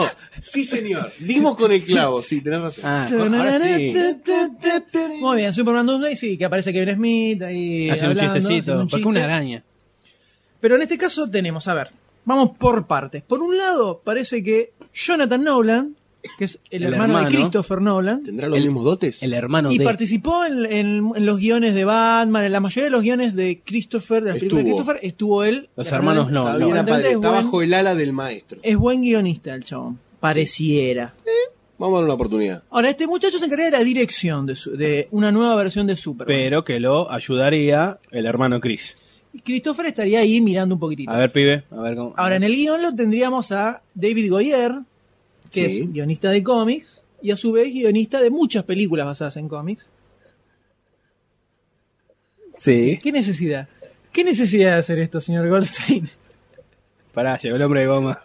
Sí, señor. Dimos con el clavo, sí, tenés razón. Ah, ahora sí. Muy bien, Superman Doomsday, sí, que aparece Kevin Smith ahí Hace un hablando, chistecito. haciendo un ¿Por qué chiste. una araña? Pero en este caso tenemos, a ver, vamos por partes. Por un lado, parece que Jonathan Nolan, que es el, El hermano, de hermano. Christopher Nolan, ¿Tendrá los El- mismos dotes? El hermano y de... participó en, en- en los guiones de Batman, en la mayoría de los guiones de Christopher, de las películas de Estuvo. Christopher, estuvo él. Los hermanos no está no, bien apadre- es, está bajo buen, el ala del maestro. es buen guionista el chabón, pareciera. Vamos a dar una oportunidad. Ahora, este muchacho se encarga de la dirección de, su- de una nueva versión de Superman. Pero que lo ayudaría el hermano Chris. Y Christopher estaría ahí mirando un poquitito. A ver, pibe. A ver cómo... Ahora, en el guión lo tendríamos a David Goyer, que Sí. es guionista de cómics, y a su vez guionista de muchas películas basadas en cómics. Sí. ¿Qué necesidad? ¿Qué necesidad de hacer esto, señor Goldstein? Pará, llegó el hombre de goma.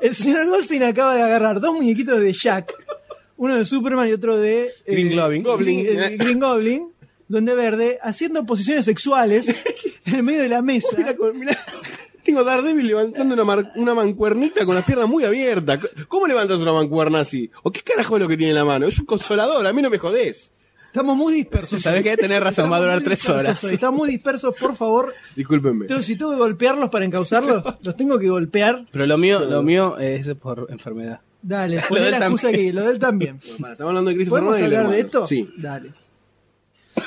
El señor Goldstein acaba de agarrar dos muñequitos de Jack, uno de Superman y otro de... eh, Green Goblin. Goblin. Green, eh, Green Goblin, Duende Verde, haciendo posiciones sexuales en el medio de la mesa. Mirá, con- mirá. Tengo Daredevil levantando una, mar- una mancuernita con las piernas muy abiertas. ¿Cómo levantas una mancuerna así? ¿O qué carajo es lo que tiene en la mano? Es un consolador, a mí no me jodés. Estamos muy dispersos. Sabés que tenés razón, va a durar Muy tres dispersos horas. hoy, Estamos muy dispersos, por favor. Discúlpenme. Entonces, si tengo que golpearlos para encauzarlos, los tengo que golpear. Pero lo mío, lo mío es por enfermedad. Dale, poné del la excusa que lo del también. Pará, Estamos hablando de Christopher ¿Podemos Nolan y el hablar de hermano. esto? Sí. Dale.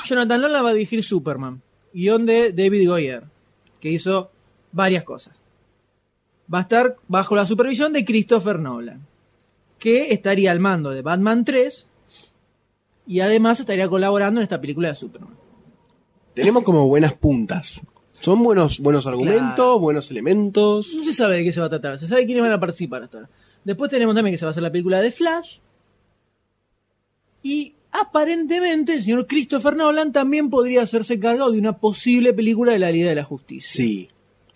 Jonathan Nolan va a dirigir Superman, guión de David Goyer, que hizo varias cosas. Va a estar bajo la supervisión de Christopher Nolan, que estaría al mando de Batman 3 y además estaría colaborando en esta película de Superman. Tenemos como buenas puntas. Son buenos, buenos argumentos, Claro. buenos elementos. No se sabe de qué se va a tratar, se sabe quiénes van a participar hasta ahora. Después tenemos también que se va a hacer la película de Flash. Y aparentemente el señor Christopher Nolan también podría hacerse cargo de una posible película de la Liga de la Justicia. Sí.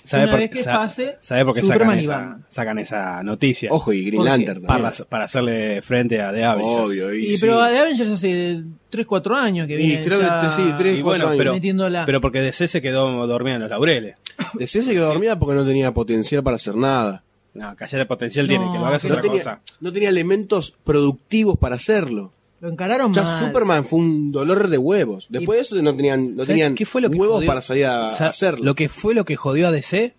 ¿Sabe una por, vez que sa- pase, sabe por qué sacan Superman y esa, Batman. sacan esa noticia? Ojo, y Green ¿Por qué? Lantern. para, también. las- para hacerle frente a The Avengers. Obvio, y, Y, sí. pero de Avengers hace 3, 4 años que Y viene. creo que ya sí, tres, Y bueno, cuatro pero, años. metiéndola. pero porque DC se quedó dormida en los laureles. Decía ese que dormía porque no tenía potencial para hacer nada. No, callate de potencial No, tiene, que lo hagas que No otra tenía, cosa. no tenía elementos productivos para hacerlo. lo encararon Ya mal. Superman fue un dolor de huevos. Después de eso no tenían, no ¿Sabés tenían qué fue lo que huevos jodió? para salir a, O sea, a hacerlo. Lo que fue lo que jodió a DC,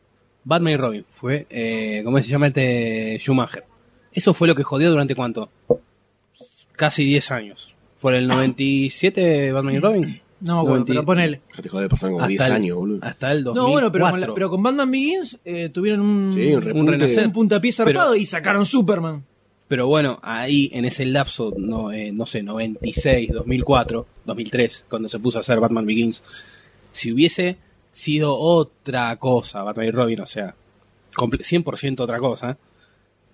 Batman y Robin, fue, eh, ¿cómo se llama este Schumacher? Eso fue lo que jodió durante cuánto? Casi 10 años. ¿Por el 97 Batman y Robin? No, bueno, 90. pero ponele. Ya te joder, pasaron como Hasta 10 el- años, boludo. Hasta el 2004. No, bueno, pero con, la- pero con Batman Begins eh, tuvieron un, Sí, un re- repunte. renacer. un puntapié zarpado y sacaron Superman. Pero bueno, ahí en ese lapso, no, eh, no sé, 96, 2004, 2003, cuando se puso a hacer Batman Begins, si hubiese sido otra cosa Batman y Robin, o sea, comple- 100% otra cosa,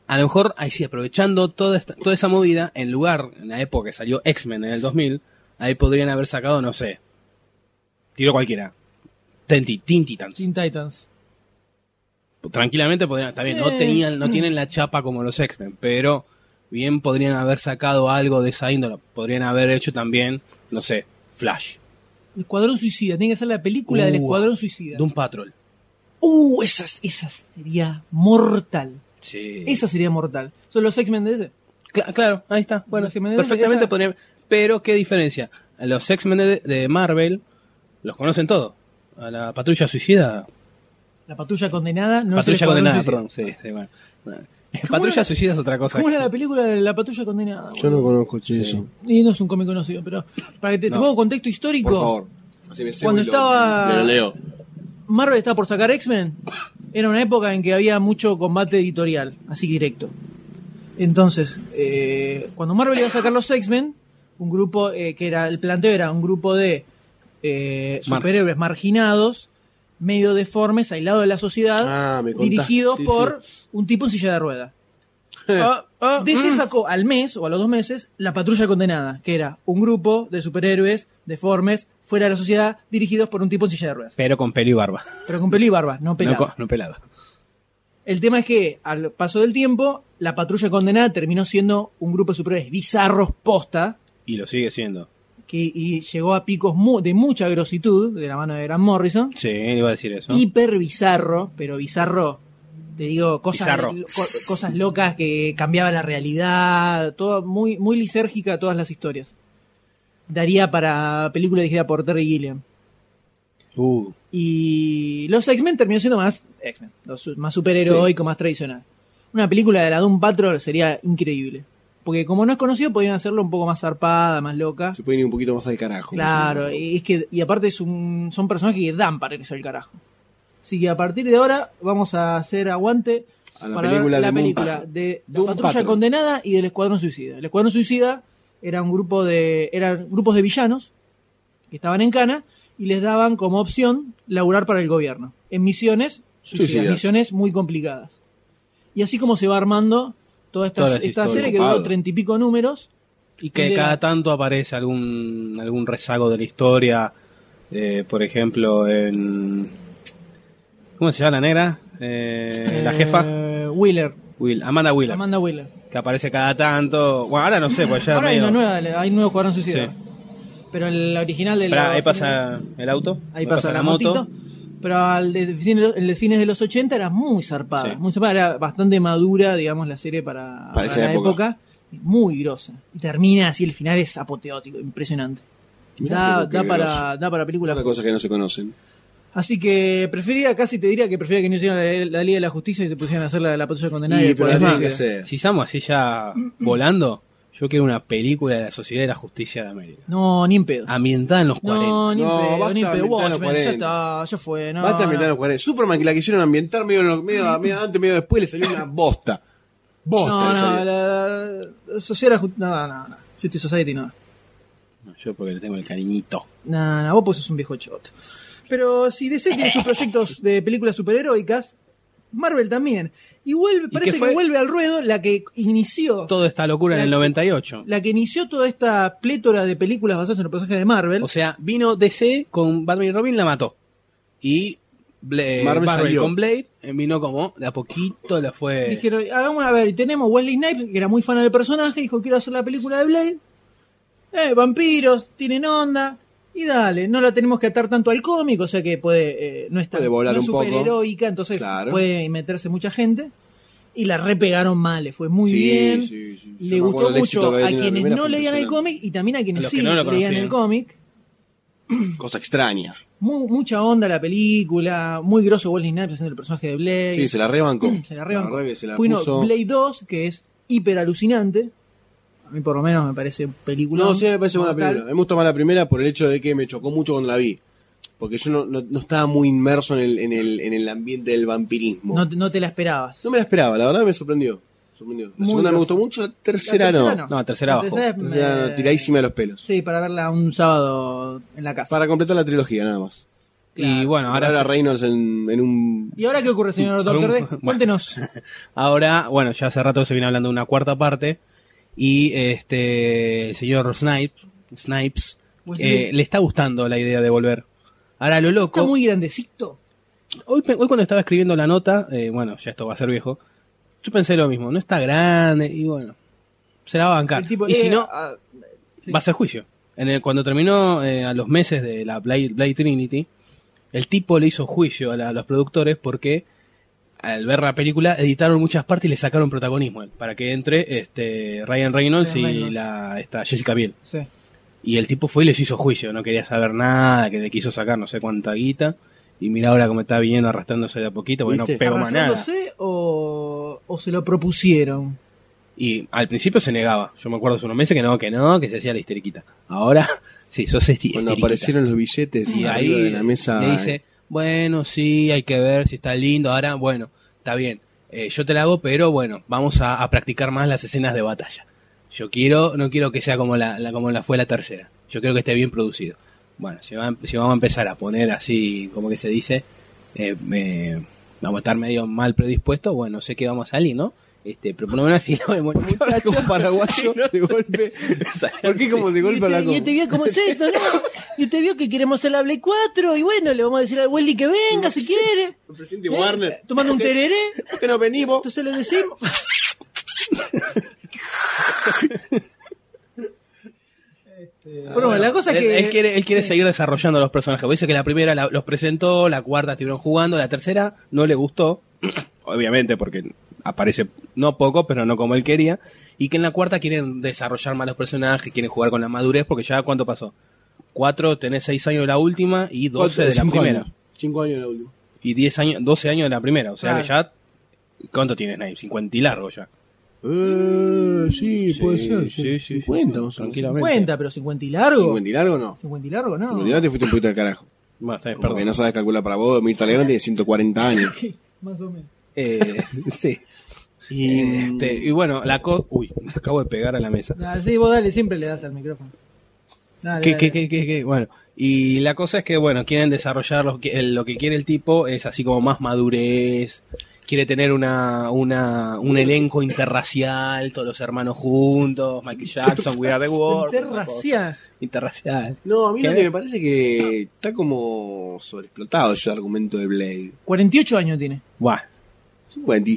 a lo mejor ahí sí, aprovechando toda, esta- toda esa movida, en lugar, en la época que salió X-Men en el 2000, ahí podrían haber sacado, no sé, tiro cualquiera, Tenti, Teen Titans. Sin Titans. tranquilamente podrían, también Eh. no tenían, no tienen la chapa como los X-Men, pero bien podrían haber sacado algo de esa índole, podrían haber hecho también, no sé, Flash, Escuadrón Suicida. Tiene que ser la película del Uh, Escuadrón Suicida. Doom Patrol. Uh, esas, esas sería mortal. Sí. Esa sería mortal. Son los X-Men de ese. Cla- claro, ahí está. Bueno, Los X-Men de- perfectamente esa- podrían, pero qué diferencia. A Los X-Men de, de Marvel los conocen todos. A la Patrulla Suicida, La patrulla condenada. No es el Patrulla Escuadrón Condenada, Suicida. perdón, sí, sí, bueno. Patrulla era- Suicida es otra cosa. ¿Cómo era la película de la patrulla condenada? Yo no conozco che, eso. Y no es un cómic conocido, pero para que te, te No. ponga contexto histórico. Por favor. Así me sé Cuando muy lo- estaba- me lo leo. Marvel estaba por sacar X-Men. Era una época en que había mucho combate editorial, así directo. Entonces, eh, cuando Marvel iba a sacar los X-Men, un grupo eh, que era, el planteo era un grupo de eh, Mar- superhéroes marginados, medio deformes, aislados de la sociedad, Ah, me contás. dirigidos Sí, por un tipo en silla de rueda. Ah, ah, DC mm. sacó al mes o a los dos meses La Patrulla Condenada, que era un grupo de superhéroes deformes fuera de la sociedad dirigidos por un tipo en silla de ruedas. Pero con pelo y barba. Pero con pelo y barba, no No, pelado. con- no pelado. El tema es que al paso del tiempo, La Patrulla Condenada terminó siendo un grupo de superhéroes bizarros posta, Y lo sigue siendo. que y llegó a picos mu- de mucha grositud de la mano de Grant Morrison. Sí, iba a decir eso. Hiper bizarro, pero bizarro, te digo, cosas, Bizarro. lo- co- cosas locas que cambiaba la realidad, todo muy, muy lisérgica todas las historias. Daría para película dirigida por Terry Gilliam. Uh. Y los X-Men terminó siendo más X-Men, los su- más superheroico, más tradicional. Una película de la Doom Patrol sería increíble. Porque como no es conocido, podrían hacerlo un poco más zarpada, más loca. Se puede ir un poquito más al carajo. Claro, y es que y aparte es un, son personajes que dan para irse al carajo. Así que a partir de ahora vamos a hacer aguante A la para película ver la de Doom película Patrol. de la Doom Patrulla Patrol. Condenada y del Escuadrón Suicida. El Escuadrón Suicida era un grupo de eran grupos de villanos que estaban en Cana y les daban como opción laburar para el gobierno en misiones suicidas, Suicidas. misiones muy complicadas. Y así como se va armando toda esta, Todas las esta historias. serie que duró Copado. treinta y pico números Y que Donde cada la- tanto aparece algún, algún rezago de la historia. eh, por ejemplo, en. ¿Cómo se llama la negra? Eh, la Eh, jefa. Wheeler, Will, Amanda Wheeler. Amanda Wheeler. Que aparece cada tanto. Bueno, ahora no sé, pues ya. Ahora hay medio- una nueva, hay un nuevo Escuadrón Suicida. Sí. Pero el original de Pará, la- ahí pasa el auto. ahí pasa la, motito. Pero al de fines- el de fines de los 80 era muy zarpada. Sí. Muy zarpada, era bastante madura, digamos, la serie para, Para esa la época. Muy grosa. Y termina así, el final es apoteótico, impresionante. Da, Mirá, pero da qué para, groso. da para película. Las cosas que no se conocen. Así que prefería, casi te diría que prefería que no hicieran la, la Liga de la Justicia y se pusieran a hacer la, la patrulla condenada. Y, el pero Escuadrón la tienen que Suicida. hacer. Si estamos así ya volando, yo quiero una película de la Sociedad de la Justicia de América. No, ni en pedo. Ambientada en los 40. No, ni en No, pedo, basta ni en pedo. de mitad de los Watchmen, ya 40. está, ya fue. No, Basta de no. ambientar los 40. Superman, que la quisieron ambientar medio, medio, medio antes, medio después, le salió una bosta. Bosta No, le no, salió. la, la sociedad era ju- No, no, no. Justice Society no. No, Yo porque le tengo el cariñito. No, no, vos pues sos un viejo chot. Pero si DC tiene sus proyectos de películas superheroicas, Marvel también. Y vuelve, qué parece que fue? vuelve al ruedo la que inició. Toda esta locura en el 98. La que inició toda esta plétora de películas basadas en los personajes de Marvel. O sea, vino DC con Batman y Robin, la mató. Y Bla- eh, Marvel Barry salió. con Blade eh, vino como de a poquito la fue. Eh, Dijeron, hagamos a ver, y tenemos Wesley Snipes, que era muy fan del personaje, dijo, quiero hacer la película de Blade. Eh, vampiros, tienen onda. Y dale, no la tenemos que atar tanto al cómic, o sea que puede, eh, no está Puede volar no es un poco. superheroica, entonces Claro. puede meterse mucha gente. Y la repegaron mal, le fue muy bien. sí, sí. Yo le me gustó acuerdo del éxito mucho que había a tenido la quienes primera, no fue leían el impresionante. cómic y también a A quienes los sí que no lo leían conocían. el cómic. Cosa extraña. Mu- mucha onda la película, muy grosso Wesley Snipes haciendo el personaje de Blade. Sí, se la rebancó. Se la rebancó. re- se la Pues no, puso. Blade 2, que es hiper alucinante. A mí por lo menos me parece película. No, sí, me parece buena película. A mí me gustó más la primera por el hecho de que me chocó mucho cuando la vi. Porque yo no, no- no estaba muy inmerso en el, en el, en el ambiente del vampirismo. No, No, te- no te la esperabas. me la esperaba, la verdad me sorprendió. sorprendió. La Muy segunda me groso. gustó mucho, la tercera, La tercera no. No, tercera abajo. Entonces, La tercera eh, no, tiradísima de los pelos. Sí, para verla un sábado en la casa. Para completar la trilogía, nada más. Y bueno, Ahora, ahora, ahora Reynolds en, en un. ¿Y ahora qué ocurre, señor Por un- Doctor D? bueno. Cuéntenos. ahora, bueno, ya hace rato se viene hablando de una cuarta parte. Y este el señor Snipes, Snipes Wesley. eh, le está gustando la idea de volver. Ahora lo loco. Está muy grandecito. hoy, pe- hoy cuando estaba escribiendo la nota, eh, bueno, ya esto va a ser viejo, yo pensé lo mismo, no está grande y bueno, se la va a bancar. El tipo, y eh, si no, ah, sí. va a ser juicio. En el- cuando terminó eh, a los meses de la Blade, Blade Trinity, el tipo le hizo juicio a, la- a los productores porque al ver la película editaron muchas partes y le sacaron protagonismo eh, para que entre este Ryan Reynolds Ryan y Reynolds. la esta Jessica Biel. Sí. Y el tipo fue y les hizo juicio, no quería saber nada, que le quiso sacar no sé cuánta guita. Y mira ahora cómo está viniendo arrastrándose de a poquito, porque ¿Viste? no pegó más nada. ¿Arrastrándose o, o se lo propusieron? Y al principio se negaba. Yo me acuerdo hace unos meses que no, que no, que se hacía la histeriquita. Ahora, sí, sos histi- Cuando histeriquita. aparecieron los billetes Y arriba ahí de la mesa. le dice, bueno, sí, hay que ver si está lindo. Ahora, bueno, está bien, eh, yo te la hago, pero bueno, vamos a, a practicar más las escenas de batalla. Yo quiero, no quiero que sea como la, la- como la fue la tercera. Yo quiero que esté bien producido. Bueno, si, va- si vamos a empezar a poner así, como que se dice, eh, eh, vamos a estar medio mal predispuesto, bueno, sé que vamos a salir, ¿no? Este, pero por lo menos así lo vemos. Como paraguayo, de golpe. ¿Por qué como de golpe y, la usted, y usted vio cómo es esto, ¿no? Y usted vio que queremos hacer la Blade 4 y bueno, le vamos a decir al Welly que venga si quiere. El presidente ¿Eh? Tomando un tereré. que no venimos? Entonces le decimos. Pero bueno, la cosa es él, que. él quiere, él quiere seguir desarrollando los personajes. Porque Dice que la primera la- los presentó, la cuarta estuvieron jugando, la tercera no le gustó. Obviamente, porque aparece no poco, pero no como él quería. Y que en la cuarta quieren desarrollar más los personajes, quieren jugar con la madurez, porque ya cuánto pasó. Cuatro, tenés seis años de la última y doce de la Cinco primera. años. Cinco años de la última. Y diez años, doce años de la primera. O sea Claro. que ya. ¿Cuánto tienes, Name? Cincuenta y largo ya. Eh, sí, puede Sí, ser. sí, sí, sí. Cincuenta, más o menos. Tranquilamente. 50, pero 50 y largo. 50 y largo no. 50 y largo, no. 50 y largo te fuiste un poquito al carajo. Bueno, está bien, Porque perdón. no sabes calcular para vos, Mirta Legrand tiene 140 años. Más o menos. Eh, sí. Y, Eh, este, y bueno, la co... Uy, me acabo de pegar a la mesa. Nah, sí, vos dale, siempre le das al micrófono. Dale, Que- dale. que- que- que- que- Bueno, y la cosa es que, bueno, quieren desarrollar lo que, lo que quiere el tipo, es así como más madurez, quiere tener una, una, un elenco interracial, todos los hermanos juntos, Michael Jackson, We Are The World. Interracial. Interracial. no, a mí lo ¿Qué? que me parece que está como sobreexplotado yo el argumento de Blade. 48 años tiene. Buah, 50.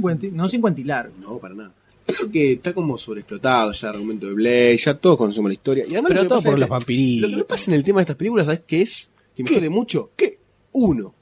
50, no 50 y largo. No, para nada. Creo que está como sobreexplotado ya el argumento de Blade, ya todos conocemos la historia. Y además Pero lo que todo pasa por es los que- vampiritos. Lo que me pasa en el tema de estas películas, ¿sabes qué es? Que me duele mucho. Que uno.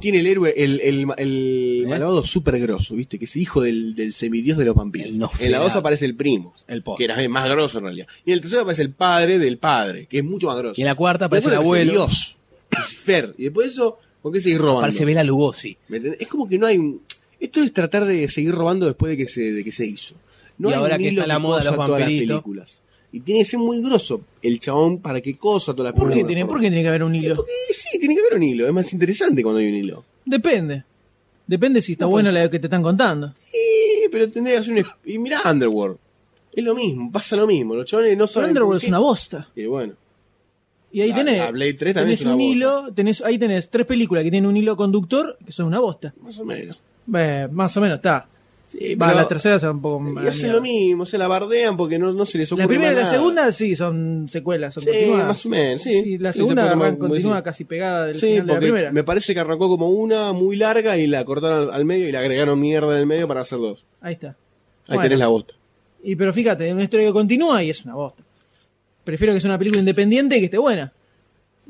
Tiene el héroe, el, el, el Uh. ¿Eh? malvado súper grosso, ¿viste? Que es hijo del, del semidios de los vampiros. El Nosferatu. en la dos aparece el primo, El post. que era el más grosso en realidad. Y en el tercero aparece el padre del padre, que es mucho más grosso. Y en la cuarta aparece el Después abuelo. Dios, Lucifer. Y después de eso, ¿con qué seguir robando? Parece Bela Lugosi. ¿Me entendés? Es como que no hay. un- Esto es tratar de seguir robando después de que se, de que se hizo. No Y hay ahora un que hilo está la moda de los cosa todas las vampiritos. películas. Y tiene que ser muy grosso el chabón para que cosa todas las ¿Por qué, películas. tiene, ¿Por qué tiene que haber un hilo? Porque sí, tiene que haber un hilo. Es más interesante cuando hay un hilo. Depende. Depende si está buena la que te están contando. Sí, pero tendría que ser un. Y mirá Underworld. Es lo mismo, pasa lo mismo. Los chabones no saben. por Underworld qué. es una bosta. Y bueno. Y ahí La- tenés, la Blade 3 también tenés es una un bosta. hilo, tenés, ahí tenés tres películas que tienen un hilo conductor que son una bosta. Más o menos. Eh, más o menos está. Sí, Va, pero- la tercera se va un poco más Y hacen mierda. lo mismo, se la bardean porque no, no se les ocurre La primera y más la nada. segunda sí son secuelas, son Sí, continuadas. más o menos, sí. Sí, la Sí, se puede segunda tomar arran- como continúa decir. casi pegada del Sí, final de la porque primera. me parece que arrancó como una muy larga y la cortaron al, al medio y le agregaron mierda en el medio para hacer dos. Ahí está. Ahí Bueno. tenés la bosta. Y pero fíjate, es una historia que continúa y es una bosta. Prefiero que sea una película independiente y que esté buena.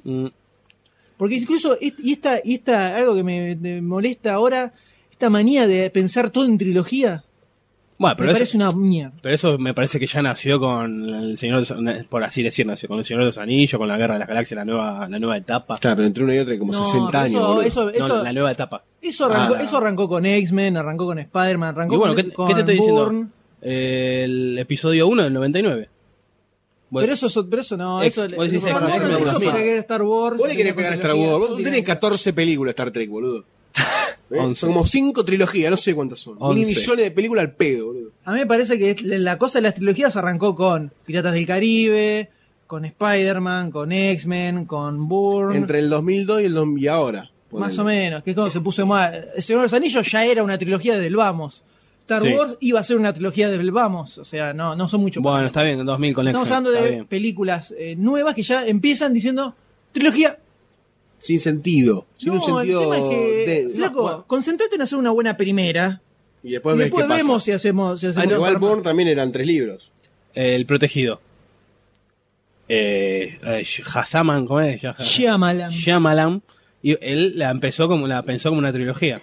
Mm, Porque incluso, est- y esta, y esta, algo que me, me molesta ahora, esta manía de pensar todo en trilogía, Ah, Bueno, pero me eso, parece una mierda. pero eso me parece que ya nació con el Señor, de los- por así decir, nació con el Señor de los Anillos, con la Guerra de las Galaxias, la nueva, la nueva etapa. Claro, pero entre una y otra hay como No, 60 pero años. eso- boludo. eso- No, la- la nueva etapa. Eso arrancó, Ah. eso arrancó con X-Men, arrancó con Spider-Man, arrancó Y bueno, con, ¿qué, con qué te estoy Bourne. diciendo? El episodio 1 del 99. Bueno, pero, eso, es- pero eso no, Ex- eso, vos decís eso- X-Men, eso X-Men. para que era Star Wars. Vos le querés tenía pegar a Star trilogías, Wars. Vos tenía- tenés 14 películas Star Trek, boludo. ¿Eh? Once. Son como 5 trilogías, no sé cuántas son. Mil Once. millones de películas al pedo, boludo. A mí me parece que la la cosa de las trilogías arrancó con Piratas del Caribe, con Spider-Man, con X-Men, con Bourne. Entre el 2002 y el 2000 y ahora. Más ponele. o menos, que es cuando se puso mal. El Señor de los Anillos ya era una trilogía del vamos. Star Sí. Wars iba a ser una trilogía del vamos. O sea, no, no son mucho. para bueno, mí. está bien, en 2000 con Estamos X-Men, hablando está de bien. películas eh, nuevas que ya empiezan diciendo trilogía. Sin sentido. Sin no, un sentido. el tema es que, de- flaco, Bueno, concentrate en hacer una buena primera. y después, y ves después qué pasa. vemos si hacemos. Si Ah, hacemos no, igual otra más. Bourne también eran tres libros. El protegido. Eh, eh, Hassaman, ¿cómo es? Ya- Shyamalan. Shyamalan. Y él la empezó como la pensó como una trilogía.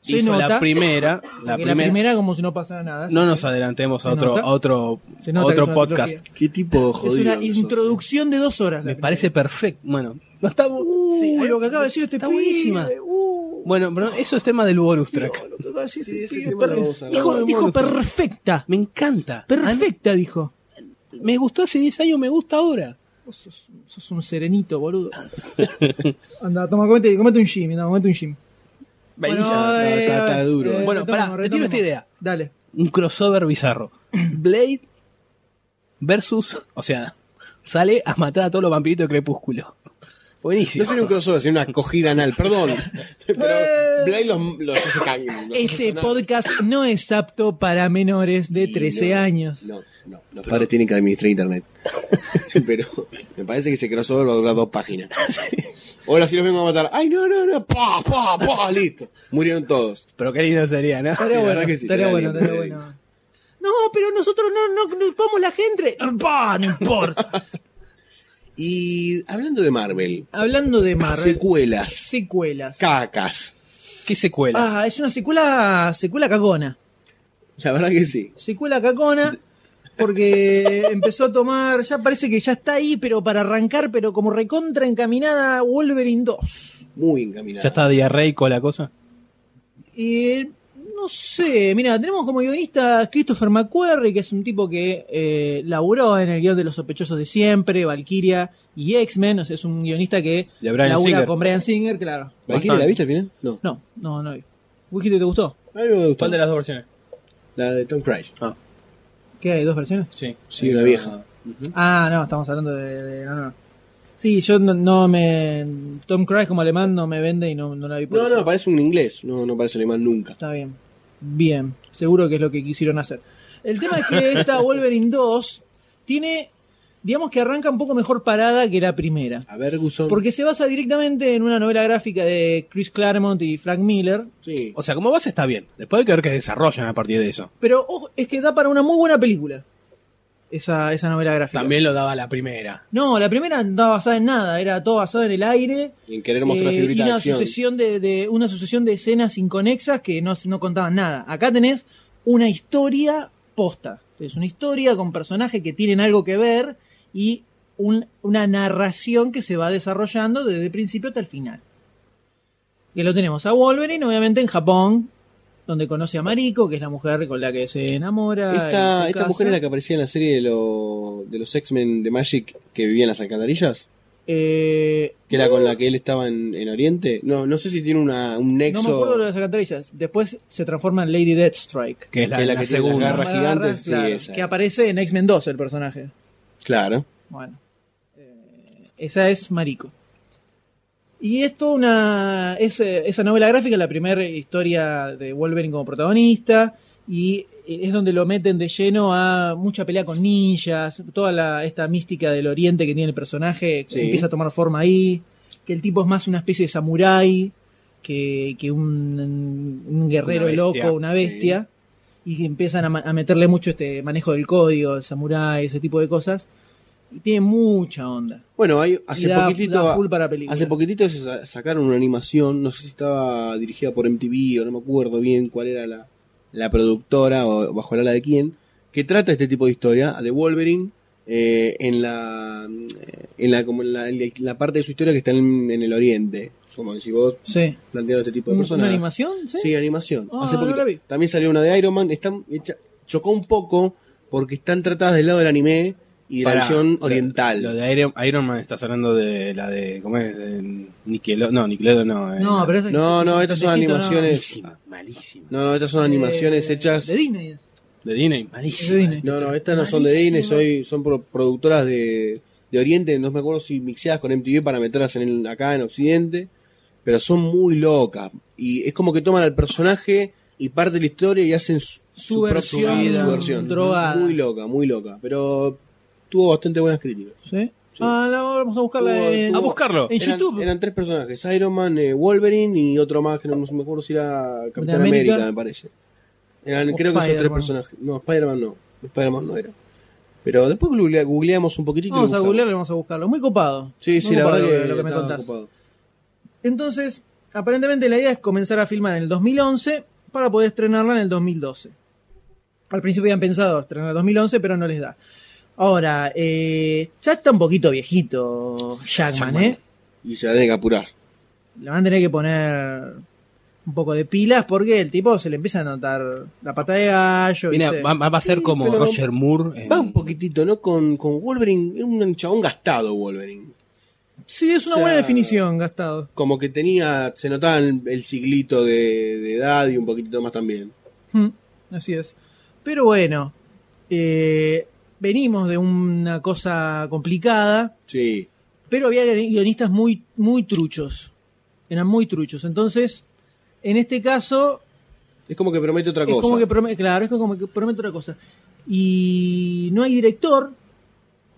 Se Hizo nota la primera, la que la primera. primera como si no pasara nada. No nos adelantemos Se a otro, nota. a otro, Se a nota que es otro una podcast. trilogía. Qué tipo jodido. es una que sos, introducción de dos horas. la Me primera. parece perfecto. Bueno, no estamos. Uh, sí, lo que acaba de decir este está buenísima. pibe, uh. Bueno, pero eso es tema del bonus Tío, track. lo que acaba de decir este Sí, ese pibe, tema lo per- vamos a hablar. dijo, Vamos, dijo vamos, vamos. perfecta. Me encanta. Perfecta, dijo. A mí Me gustó hace 10 años, me gusta ahora. Vos sos, sos un serenito, boludo. Anda, toma, comete, comete un gym, anda, comete un gym. Bueno, está- está- está duro, eh. Bueno, pará, retomemos, te tiro esta retomemos. idea. Dale. Un crossover bizarro. Blade versus. O sea, sale a matar a todos los vampiritos de Crepúsculo. Buenísimo. No sería un crossover, sería una cogida anal, perdón. Pero Blade los, los hace cangre. los hace Este sonar. podcast no es apto para menores de Y 13 no, años. No, no. Los padres tienen que administrar internet. Pero me parece que ese crossover va a durar dos páginas. Hola, si los vengo a matar. Ay, no, no, no. Pa, pa, pa, listo. Murieron todos. Pero qué lindo sería, ¿no? Sí, Estaría la bueno, verdad que sí, estaría estaría bueno, lindo, estaría estaría bueno. No, pero nosotros no, no, no vamos la gente. ¡Pah! No importa. Y hablando de Marvel, Hablando de Marvel. secuelas, Secuelas. cacas. ¿Qué secuela? Ah, es una secuela, secuela cagona. La verdad que sí. Secuela cacona porque empezó a tomar, ya parece que ya está ahí, pero para arrancar, pero como recontra encaminada Wolverine 2. Muy encaminada. ¿Ya está diarreico la cosa? Y Eh, no sé, mira, tenemos como guionista a Christopher McQuarrie, que es un tipo que eh, laburó en el guión de Los sospechosos de siempre, Valkyria y X-Men, o sea, es un guionista que De Bryan labura Singer. con Brian Singer, claro. ¿Valkyrie la viste al final? No. No, no, no. Wiki, ¿te gustó? A mí me gustó. ¿Cuál de las dos versiones? La de Tom Cruise. Ah, ¿Qué hay? ¿Dos versiones? sí. Sí, una vieja. Ah, no, estamos hablando de. de- no, no. Sí, yo no, no me. Tom Cruise como alemán no me vende y no, no la vi por No, eso. no, parece un inglés. No, no parece alemán nunca. Está bien. Bien. Seguro que es lo que quisieron hacer. El tema es que esta Wolverine 2 tiene. Digamos que arranca un poco mejor parada que la primera. A ver, Guzón. Porque se basa directamente en una novela gráfica de Chris Claremont y Frank Miller. Sí. O sea, como base está bien. Después hay que ver qué desarrollan a partir de eso. Pero ojo, es que da para una muy buena película. Esa, esa novela gráfica. También lo daba la primera. No, la primera no estaba basada en nada, era todo basado en el aire. En querer mostrar eh, figuritas y de una acción. sucesión de, de- una sucesión de escenas inconexas que no, no contaban nada. Acá tenés una historia posta. Es una historia con personajes que tienen algo que ver y un- una narración que se va desarrollando desde el principio hasta el final. Que lo tenemos a Wolverine, obviamente en Japón, donde conoce a Mariko, que es la mujer con la que se enamora. y Esta, se esta mujer casa. es la que aparecía en la serie de, lo- de los X-Men de Magic que vivía en las alcantarillas, Eh, que era con la que él estaba en, en Oriente. No, no sé si tiene una, un No me nexo. acuerdo de las alcantarillas. Después se transforma en Lady Deathstrike. Que es la, Que es la la que tiene las segunda. garras. Una garra, gigantes, sí, claro, esa. Que aparece en X-Men 2 el personaje. Claro. Bueno. Eh, esa es Mariko. Y esto una, es, eh, esa novela gráfica es la primera historia de Wolverine como protagonista y eh, es donde lo meten de lleno a mucha pelea con ninjas, toda la, esta mística del oriente que tiene el personaje Sí. empieza a tomar forma ahí, que el tipo es más una especie de samurái que, que un, un guerrero Una bestia. loco, una bestia, y empiezan a, ma- a meterle mucho este manejo del código, el samurái, ese tipo de cosas, y tiene mucha onda. Bueno, hay, hace Y da- poquitito. da full para película. Hace poquitito se sa- sacaron una animación, no sé si estaba dirigida por MTV o no me acuerdo bien cuál era la, la productora o bajo el ala de quién, que trata este tipo de historia de Wolverine eh, en la eh, en la, como en la, en la parte de su historia que está en, en el oriente, como si vos Sí. planteando este tipo de ¿Un- ¿Una personas. animación? Sí, animación. Ah, Hace no poquito. la vi. También salió una de Iron Man. Están hecha- chocó un poco porque están tratadas del lado del anime y de la Pará, visión lo- oriental. Lo de Iron, Iron Man estás hablando de la de. ¿Cómo es? De Nickelodeon. No, Nickelodeon no. eh, No, pero esa- No, no, estas son pendejito, no. animaciones. Malísima, malísima. No, no, estas son animaciones Eh, hechas. De Disney. es. De Disney, Es malísima. de Disney. No, no, estas no son de Malísima. Disney, soy, son pro- productoras de, de Oriente. No me acuerdo si mixeadas con MTV para meterlas en el- acá en Occidente. Pero son muy locas. Y es como que toman al personaje y parte de la historia y hacen su, Su su propia versión vida, su versión. drogada. Muy loca, muy loca. Pero tuvo bastante buenas críticas. ¿Sí? Ah, la vamos a buscarla Tuvo- en... tuvo- A buscarlo. En Eran- YouTube. Eran tres personajes: Iron Man, eh, Wolverine y otro más que no me acuerdo si era Capitán ¿De América? América, me parece. Eran, O creo que son tres Spider-Man. personajes. No, Spider-Man no. Spider-Man no era. Pero después googlea- googleamos un poquitito. y Vamos lo a buscamos. googlearlo y vamos a buscarlo. Muy copado. Sí, sí, Muy la copado verdad que, lo que me estaba contás. ocupado. Entonces, aparentemente la idea es comenzar a filmar en el 2011 para poder estrenarla en el 2012. Al principio habían pensado estrenar en 2011, pero no les da. Ahora, eh, ya está un poquito viejito Jackman, Jackman. ¿eh? Y se la tiene que apurar. Le van a tener que poner un poco de pilas porque el tipo se le empieza a notar la pata de gallo. Mira, ¿viste? va, va- va a ser Sí, como pero- Roger Moore. en- Va un poquitito, ¿no? Con, con Wolverine. Era un chabón gastado, Wolverine. sí, es una o sea, buena definición, gastado. Como que tenía. Se notaba el, el siglito de, de edad y un poquitito más también. Mm, así es. Pero bueno, eh, venimos de una cosa complicada, Sí. pero había guionistas muy, muy truchos. Eran muy truchos. Entonces, en este caso, Es como que promete otra es cosa. como que promete, claro, es como que promete otra cosa. Y no hay director,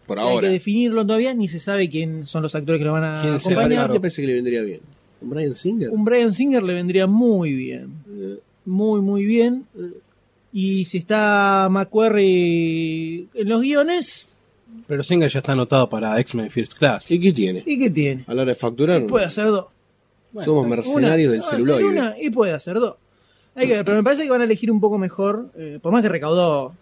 por hay que ahora. definirlo todavía, ni se sabe quién son los actores que lo van a ¿Quién se va a acompañar. llevar? me parece que le vendría bien. ¿Con Brian Singer? Un Brian Singer le vendría muy bien. Eh, muy muy bien y si está McQuarrie en los guiones Pero Singer ya está anotado para X-Men First Class. ¿Y qué tiene? y qué tiene A la hora de facturar, puede hacer dos somos Una, mercenarios del puede hacer celuloide. una y puede hacer dos Hay que ver, pero me parece que van a elegir un poco mejor eh, por más que recaudó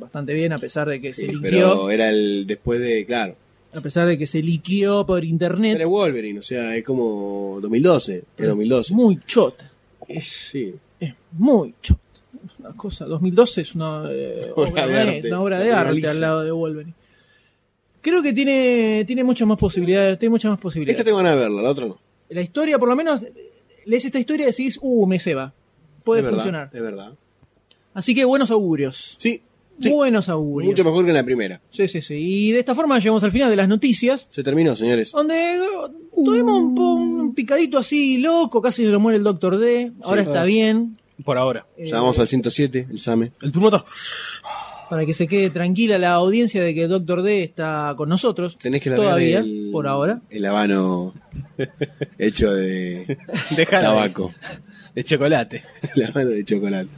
bastante bien a pesar de que Sí, se liquió pero era el después de, claro. a pesar de que se liquió por Era internet Wolverine, o sea, es como 2012. Es 2012. muy chota Eh, Sí. es muy chota una cosa 2012 es una eh, Obra obra, de de, arte, una obra de naturaliza. arte al lado de Wolverine creo que tiene tiene muchas más posibilidades tiene muchas más posibilidades Esta tengo ganas de verla, la otra no. la historia, por lo menos, lees esta historia y decís, uh, me ceba. Puede Es verdad, funcionar. Es verdad. Así que buenos augurios. Sí, sí. Buenos augurios. mucho mejor que en la primera. Sí, sí, sí. Y de esta forma llegamos al final de las noticias, Se terminó, señores. donde uh, tuvimos un, po- un picadito así loco, casi se lo muere el Doctor D. Ahora está bien, Por ahora. Eh, Ya vamos al 107, el SAME. El turmotor. para que se quede tranquila la audiencia de que Doctor D está con nosotros. Tenés que largar Todavía, el- por ahora. El habano hecho de Dejala. tabaco. De chocolate. El habano de chocolate.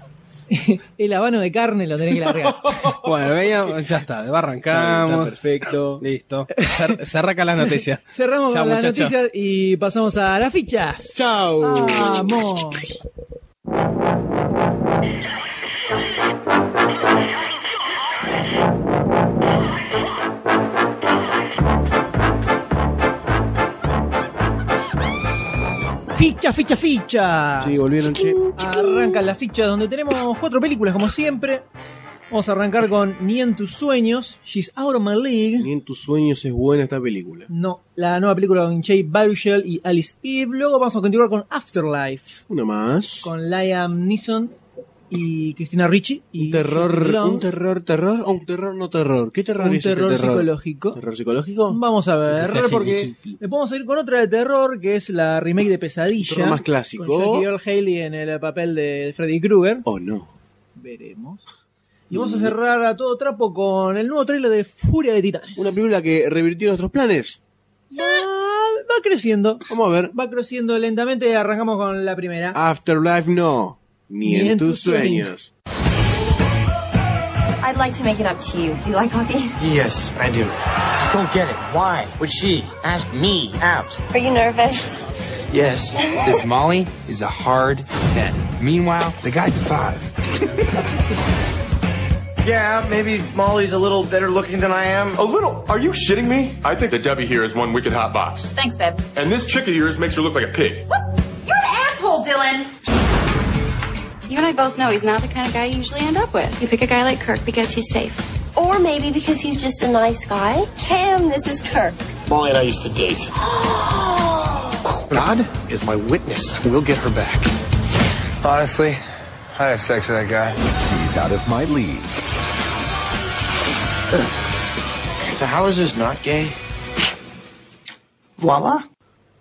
El habano de carne lo tenés que largar. Bueno, veía, ya está. Está, está Arrancamos. perfecto. Listo. Cer- Se arranca las noticias. Cerramos Chao, con las muchachos. noticias y pasamos a las fichas. Chau. Vamos. Ficha, ficha, ficha. Sí, volvieron, che. Arranca la ficha donde tenemos cuatro películas como siempre. Vamos a arrancar con Ni en tus sueños, She's Out of My League. Ni en tus sueños es buena esta película. No, la nueva película con Jay Baruchel y Alice Eve. Luego vamos a continuar con Afterlife Una más. con Liam Neeson y Cristina Ricci. Y un terror, Justin Long. un terror, terror o un terror no terror. ¿Qué terror Un es este terror terror? psicológico. ¿Terror psicológico? Vamos a ver, Está porque haciendo un- le podemos ir con otra de terror, que es la remake de Pesadilla. Terror más clásico. Con Jackie Earl Haley en el papel de Freddy Krueger. Oh no. Veremos. Y vamos Mm. a cerrar a todo trapo con el nuevo trailer de Furia de Titanes. Una película que revirtió nuestros planes. Ah, va creciendo. Vamos a ver. Va creciendo lentamente. Arrancamos con la primera. Afterlife no. Ni, en, tus sueños. I'd like to make it up to you. Do you like hockey? Yes, I do. Don't get it. Why would she ask me out? Are you nervous? Yes. This Molly is a hard 10. Meanwhile, the guy's a 5. Yeah, maybe Molly's a little better looking than I am. A little. Are you shitting me? I think that Debbie here is one wicked hot box. Thanks, babe. And this chick of yours makes her look like a pig. You're an asshole, Dylan. You and I both know he's not the kind of guy you usually end up with. You pick a guy like Kirk because he's safe. Or maybe because he's just a nice guy. Tim, this is Kirk. Molly and I used to date. God is my witness. We'll get her back. Honestly, I'd have sex with that guy. So how is this not gay? Voila.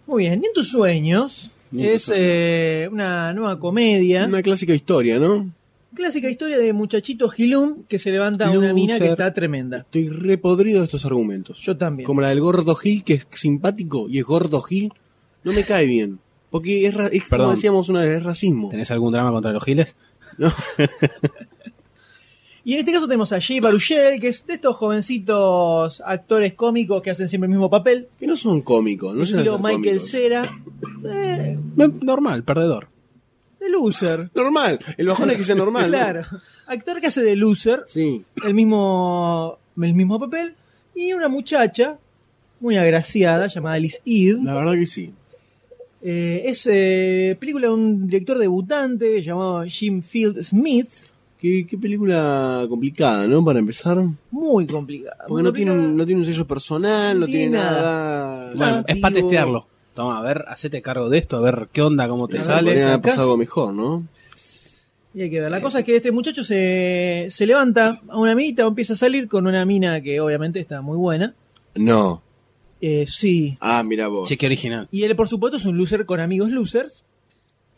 Muy bien, Ni en tus sueños. Ni en tus es eh, una nueva comedia. Una clásica historia, ¿no? Clásica historia de muchachito Gilum que se levanta a una mina que Loser. está tremenda. Estoy repodrido de estos argumentos. Yo también. Como la del gordo Gil, que es simpático y es gordo Gil, no me cae bien. Porque es, ra- es como Perdón. decíamos una vez, es racismo. ¿Tenés algún drama contra los giles? ¿no? Y en este caso tenemos a Jay Baruchel, que es de estos jovencitos actores cómicos que hacen siempre el mismo papel. que no son cómicos, no llegan a estilo ser Michael cómicos. Cera. Eh, Eh, Normal, perdedor. de loser. Normal, el bajón es que sea normal. ¿no? Claro. Actor que hace de loser, Sí. el mismo, el mismo papel. Y una muchacha muy agraciada llamada Liz Id. La verdad que sí. Eh, es eh, película de un director debutante llamado Jim Field Smith. Qué, qué película complicada, ¿no? Para empezar. Muy complicada. Porque no tiene, un, Complicada. no tiene un sello personal, no tiene, nada. Bueno, es llamativo. para testearlo. Toma, a ver, hacete cargo de esto, a ver qué onda, cómo te Claro, sale. podrían haber sacás. pasado algo mejor, ¿no? Y hay que Eh. ver. La cosa es que este muchacho se, se levanta a una amiguita o empieza a salir con una mina que obviamente está muy buena. No. Eh, sí. Ah, mira vos. Che, qué original. Y él, por supuesto, es un loser con amigos losers.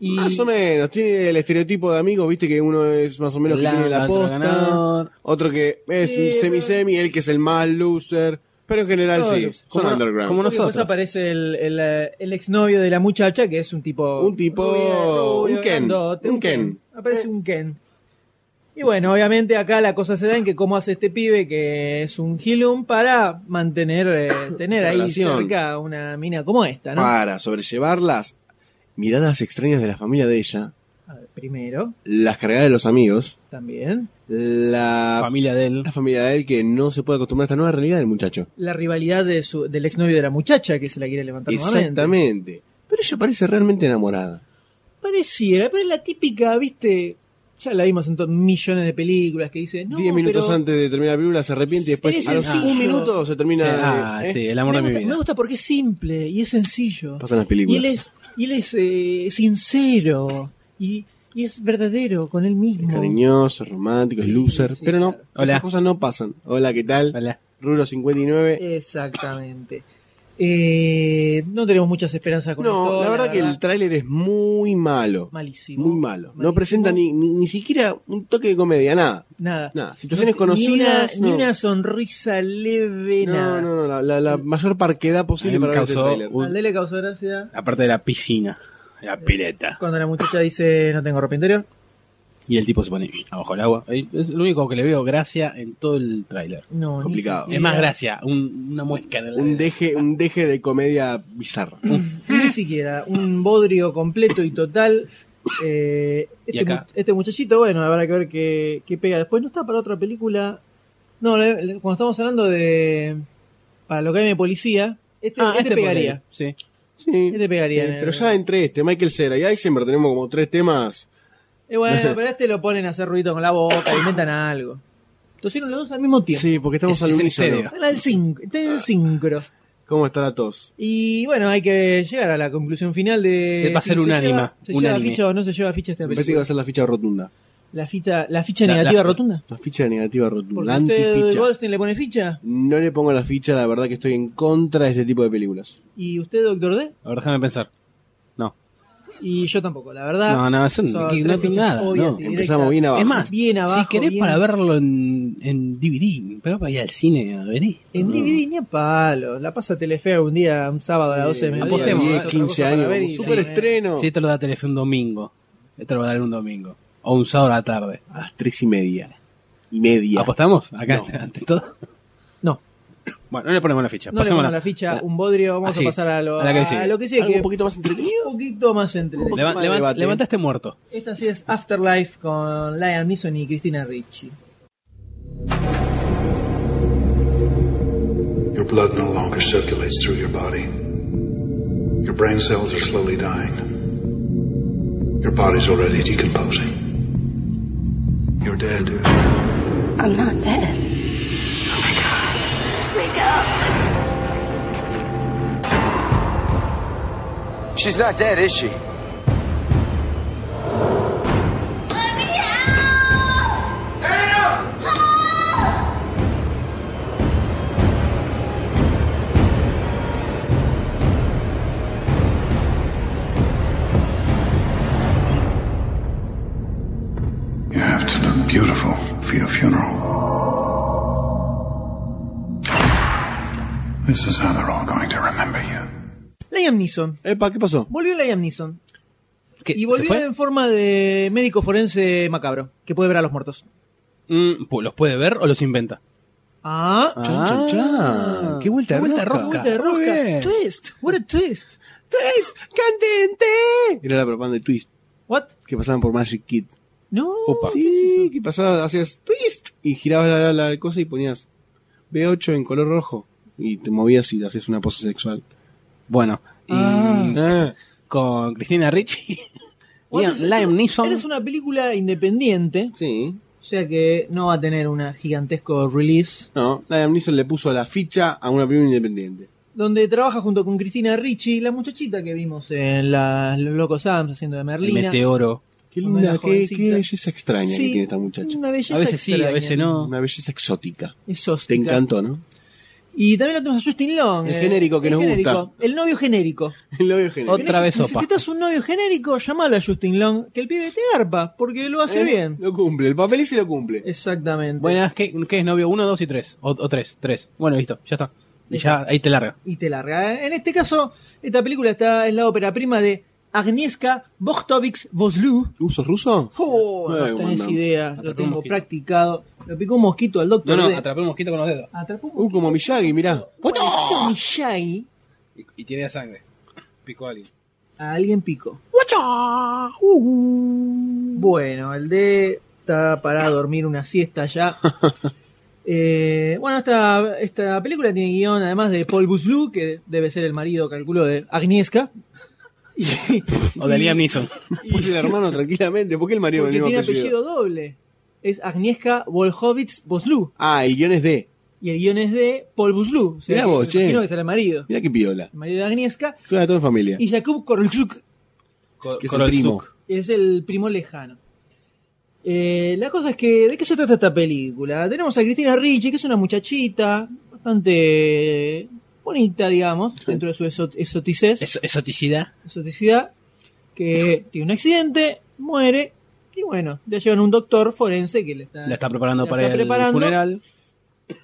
Y Más o menos, tiene el estereotipo de amigos, viste que uno es más o menos que Blanco, tiene la otro posta, ganador. otro que es Sí, semi-semi, el que es el mal loser, pero en general Todos sí, losers. son Como- underground. como no- después nosotros. aparece el, el, eh, el exnovio de la muchacha, que es un tipo. Un tipo- un Ken, grandote, un Ken. Eh. Aparece un Ken. Y bueno, obviamente acá la cosa se da en que cómo hace este pibe, que es un Gilum, para mantener, eh, tener ahí Relación. Ah. cerca una mina como esta, ¿no? Para sobrellevar las miradas extrañas de la familia de ella, A ver, primero, las cargadas de los amigos, también. Ah, la Familia de él. la familia de él que no se puede acostumbrar a esta nueva realidad del muchacho. la rivalidad de su, del exnovio de la muchacha que se la quiere levantar nuevamente. Exactamente. Pero ella parece realmente enamorada. Pareciera, pero es la típica, viste, ya la vimos en to- millones de películas que dice, no, Diez minutos pero antes de terminar la película se arrepiente y después Eres a los sencillo. un minuto se termina. Ah, eh, sí, el me amor de mi gusta, vida. me gusta porque es simple y es sencillo. Pasan las Y películas. él es, y él es eh, sincero y, y es verdadero con él mismo. cariñoso, romántico, es loser. sí, pero no, claro. Hola. esas cosas no pasan. Hola, ¿qué tal? Hola. Ruro Eh, 59. Exactamente. Eh, no tenemos muchas esperanzas con no, esto. la verdad que el tráiler es muy malo. malísimo. Muy malo. No Malísimo. presenta ni, ni, ni siquiera un toque de comedia, nada. nada. Nada. Situaciones No te- ni una- conocidas. Ni una, Mm. no. sonrisa leve, no, nada. no, no, la, la- la mayor parquedad posible A mí me para ver este causó tráiler. un- Al de le causó gracia Aparte de la piscina, la pileta. cuando la muchacha dice no tengo ropa interior. Y el tipo se pone abajo el agua. Ahí Es lo único que le veo gracia en todo el tráiler. No, ni Complicado. siquiera- Es más gracia, un- una muesca en el Un deje, un deje de comedia bizarra. Ni siquiera un bodrio completo y total. Eh, Y este, acá. mu- este muchachito, bueno, habrá que ver qué, qué pega. Después no está para otra película. No, le- le- cuando estamos hablando de. Para lo que hay de policía, este, Ah, este pegaría. podría. Sí. Sí. Este pegaría. Sí, en el- pero ya entre este, Michael Cera y Eisenberg tenemos como tres temas. Eh, bueno, pero a este lo ponen a hacer ruido con la boca, inventan algo. Entonces los dos al mismo tiempo. Sí, porque estamos Es- al es en unísono. serio. Están al sinc- están en sincro. ¿Cómo está la tos? Y bueno, hay que llegar a la conclusión final de. Va a ser se unánima, lleva- ¿Se unánime. lleva ficha o no se lleva ficha esta Me parece que película? va a ser la ficha rotunda. La, fita, la ficha La- la- negativa rotunda. La ficha negativa Porque rotunda. usted Antificha. Goldstein le pone ficha No le pongo la ficha, la verdad que estoy en contra de este tipo de películas. y usted Doctor D A ver, déjame pensar. No. y yo tampoco, la verdad. No, no, eso no- son que no tres tiene fichas nada, obvias no, y directas. empezamos bien abajo. Es más, bien abajo, si querés bien- para verlo en, en DVD, pero para ir al cine a ver. En DVD ni a palo. La pasa Telefea un día, un sábado a las 12 de mediodía. Apostemos, Es ¿eh? otra cosa 15 para años. ver y- como Super sí, estreno. Si esto lo da Telefe un domingo, esto lo va a dar un domingo. O un sábado a la tarde. A las tres y media. Y media. ¿Apostamos? Acá, ante todo. eh. No, Bueno, no le ponemos la ficha. no le pasémosla. ponemos la ficha, La- un bodrio. Vamos Así, a pasar a lo, a la que a sigue. lo que sigue. Algo Que un poquito más entretenido. un poquito más entretenido. poquito Leva- más leva- debate. levanta este muerto. Esta sí es Afterlife con Liam Neeson y Cristina Ricci. Your blood no longer circulates through your body. Your brain cells are slowly dying. Your body's already decomposing. You're dead. I'm not dead. Oh my gosh. Wake up. She's not dead, is she? You have to look beautiful for your funeral. This is how they're all going to remember you. Liam Neeson. Epa, ¿qué pasó? Volvió Liam Neeson. ¿Qué? Y ¿Se volvió fue? en forma de médico forense macabro, que puede ver a los muertos. Mm, pu- ¿Los puede ver o los inventa? Ah, Chan, chan, Ah. chan. Qué vuelta de rosca. vuelta de Muy rosca. bien. Twist. What a twist. ¡Twist! ¡Candente! Era la propaganda de Twist What? que pasaban por Magic Kid. No. sí, que pasaba, hacías Twist y girabas la, la- la cosa y ponías B8 en color rojo y te movías y hacías una pose sexual. Bueno, y Ah. con Cristina Ricci. What Liam, is- Liam Neeson. Es una película independiente, Sí. o sea que no va a tener un gigantesco release, No, Liam Neeson le puso la ficha a una prima independiente. donde trabaja junto con Cristina Ricci, la muchachita que vimos en la, Los Locos Adams haciendo de El Merlina. meteoro. Qué Una linda, qué, jovencita. qué belleza extraña Sí, que tiene esta muchacha. Una belleza A veces sí, a extraña. veces no. Una belleza exótica. Es Te hóstica. encantó, ¿no? Y también lo tenemos a Justin Long. eh, El genérico que el nos genérico, gusta. El novio genérico. Lo veo genial. Otra vez sopa. Necesitas un novio genérico, llamalo a Justin Long, que el pibe te garpa, porque lo hace Eh, bien. Lo cumple, el papel y se lo cumple. Exactamente. Buenas, ¿qué, qué es novio? ¿Uno, dos y tres? O, o tres, tres. Bueno, listo, ya está. Y Listo. ya ahí te larga. y te larga. En este caso, esta película está, es la ópera prima de Agnieszka Bochtovics Vosloo. ¿Uh, sos ruso? Oh, no Eh, tenés bueno. idea, Atrapé lo un tengo mosquito. practicado. Lo picó un mosquito al No, doctor. no, D. atrapé un mosquito con los dedos. Atrapó un Uh, mosquito. como Miyagi, mirá. Pareció Miyagi. Y, y tiene sangre. Picó a alguien. A alguien picó. Uh, Bueno, el D está para dormir una siesta ya. Eh, bueno, esta, esta película tiene guión además de Paul Buslu, que debe ser el marido, calculo, de Agnieszka. Y- O de Liam Neeson. Puse el hermano tranquilamente. ¿Por qué el marido con Porque el tiene mismo apellido. apellido? doble. Es Agnieszka Wolchowicz Boslu. Ah, el guión es de. Y el guión es de Paul Boslu. O sea, Mirá que vos, me che. imagino que será el marido. Mirá qué piola. El marido de Agnieszka. Suena todo en familia. Y Jakub Korolczuk Que es el primo. es el primo lejano. Eh, la cosa es que, ¿de qué se trata esta película? Tenemos a Cristina Ricci, que es una muchachita bastante bonita, digamos, dentro de su exot- exoticez. Es, esoticidad. exoticidad, que tiene un accidente, muere, y bueno, ya llevan un doctor forense que le está, La está preparando la para está el preparando, funeral.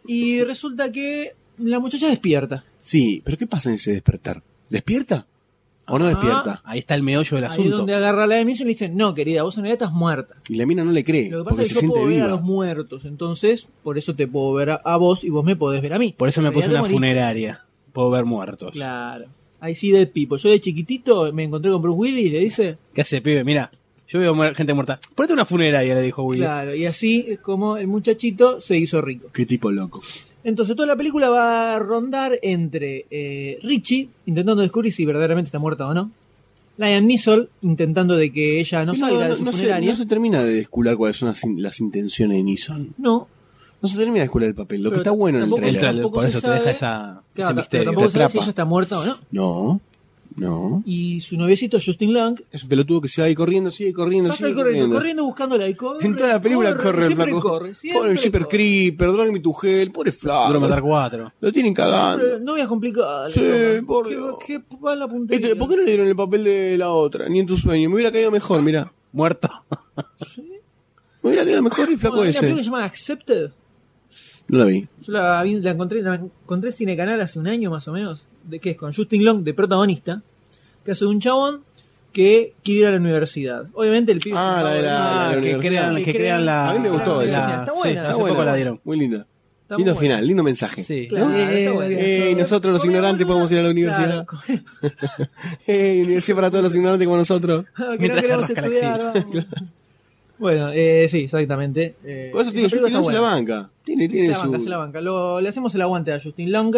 Y resulta que la muchacha despierta. Sí, pero ¿qué pasa en ese despertar? ¿Despierta? ¿O no despierta? Ahí está el meollo del Ahí es asunto. donde agarra la emisión y le dice, no, querida, vos en realidad estás muerta. Y la mina no le cree. Lo que pasa porque es se que yo siente puedo ver a viva. los muertos, entonces por eso te puedo ver a, a vos y vos me podés ver a mí. Por eso me En realidad puse una te moriste. funeraria. Puedo ver muertos. Claro. Ahí sí de pipo. Yo de chiquitito me encontré con Bruce Willis y le dice, ¿Qué hace, pibe? Mira, yo veo muer- gente muerta. Ponete una funeraria, le dijo Will. claro, y así es como el muchachito se hizo rico. Qué tipo loco. Entonces toda la película va a rondar entre eh, Richie intentando descubrir si verdaderamente está muerta o no, Liam Neeson intentando de que ella no Y salga de no- su no se- funeraria, no se termina de descular cuáles son las, in- las intenciones de Nixon. no, No se termina de descular el papel. Lo Pero que está bueno en el tampoco- El trailer. trailer, Tampoco por se eso te sabe. deja esa, Claro, ese ta- misterio. Pero tampoco sabes Te si atrapa. ella está muerta o no. No. No. y su noviecito Justin Lang. Es un pelotudo que se va ahí corriendo, sigue corriendo, Pasa sigue corriendo, corriendo, buscándola y corre. En toda la película corre, el siempre flaco. corre, siempre pobre Shipper corre. Creeper, Drag tu gel, pobre Duro matar flaco. cuatro. Lo tienen Siempre- cagando. Novias complicadas. Sí, loco. por Qué- Dios. Qué mala puntería. Este, ¿Por qué no le dieron el papel de la otra? Ni en tu sueño. Me hubiera caído mejor, mirá. Muerto. Me hubiera caído mejor el flaco Bueno, hay una película que se ese. llama Accepted. No la vi. Yo la, vi- la encontré, la encontré en Cinecanal hace un año más o menos, de que es con Justin Long de protagonista, que hace un chabón que quiere ir a la universidad. Obviamente el pibe es un Ah, la de la- pavo la de mierda. de que, la crean, universidad. que crean la. A mí me gustó la- esa. Está buena, sí, está hace buena. poco la dieron. Muy linda. Está lindo muy final, lindo mensaje. Sí. Claro, ¿No? está bueno. Eh, y nosotros los Porque, ignorantes boludo, podemos ir a la universidad. claro, Eh, universidad para todos los ignorantes como nosotros. Ah, que no Mientras se queremos rasca la estudiar. axila. vamos. Bueno, eh, sí, exactamente. Eh, Por eso te digo, esa yo película no se la está buena. banca. Tiene, Se tiene la banca, su. se la banca. Lo- le hacemos el aguante a Justin Long.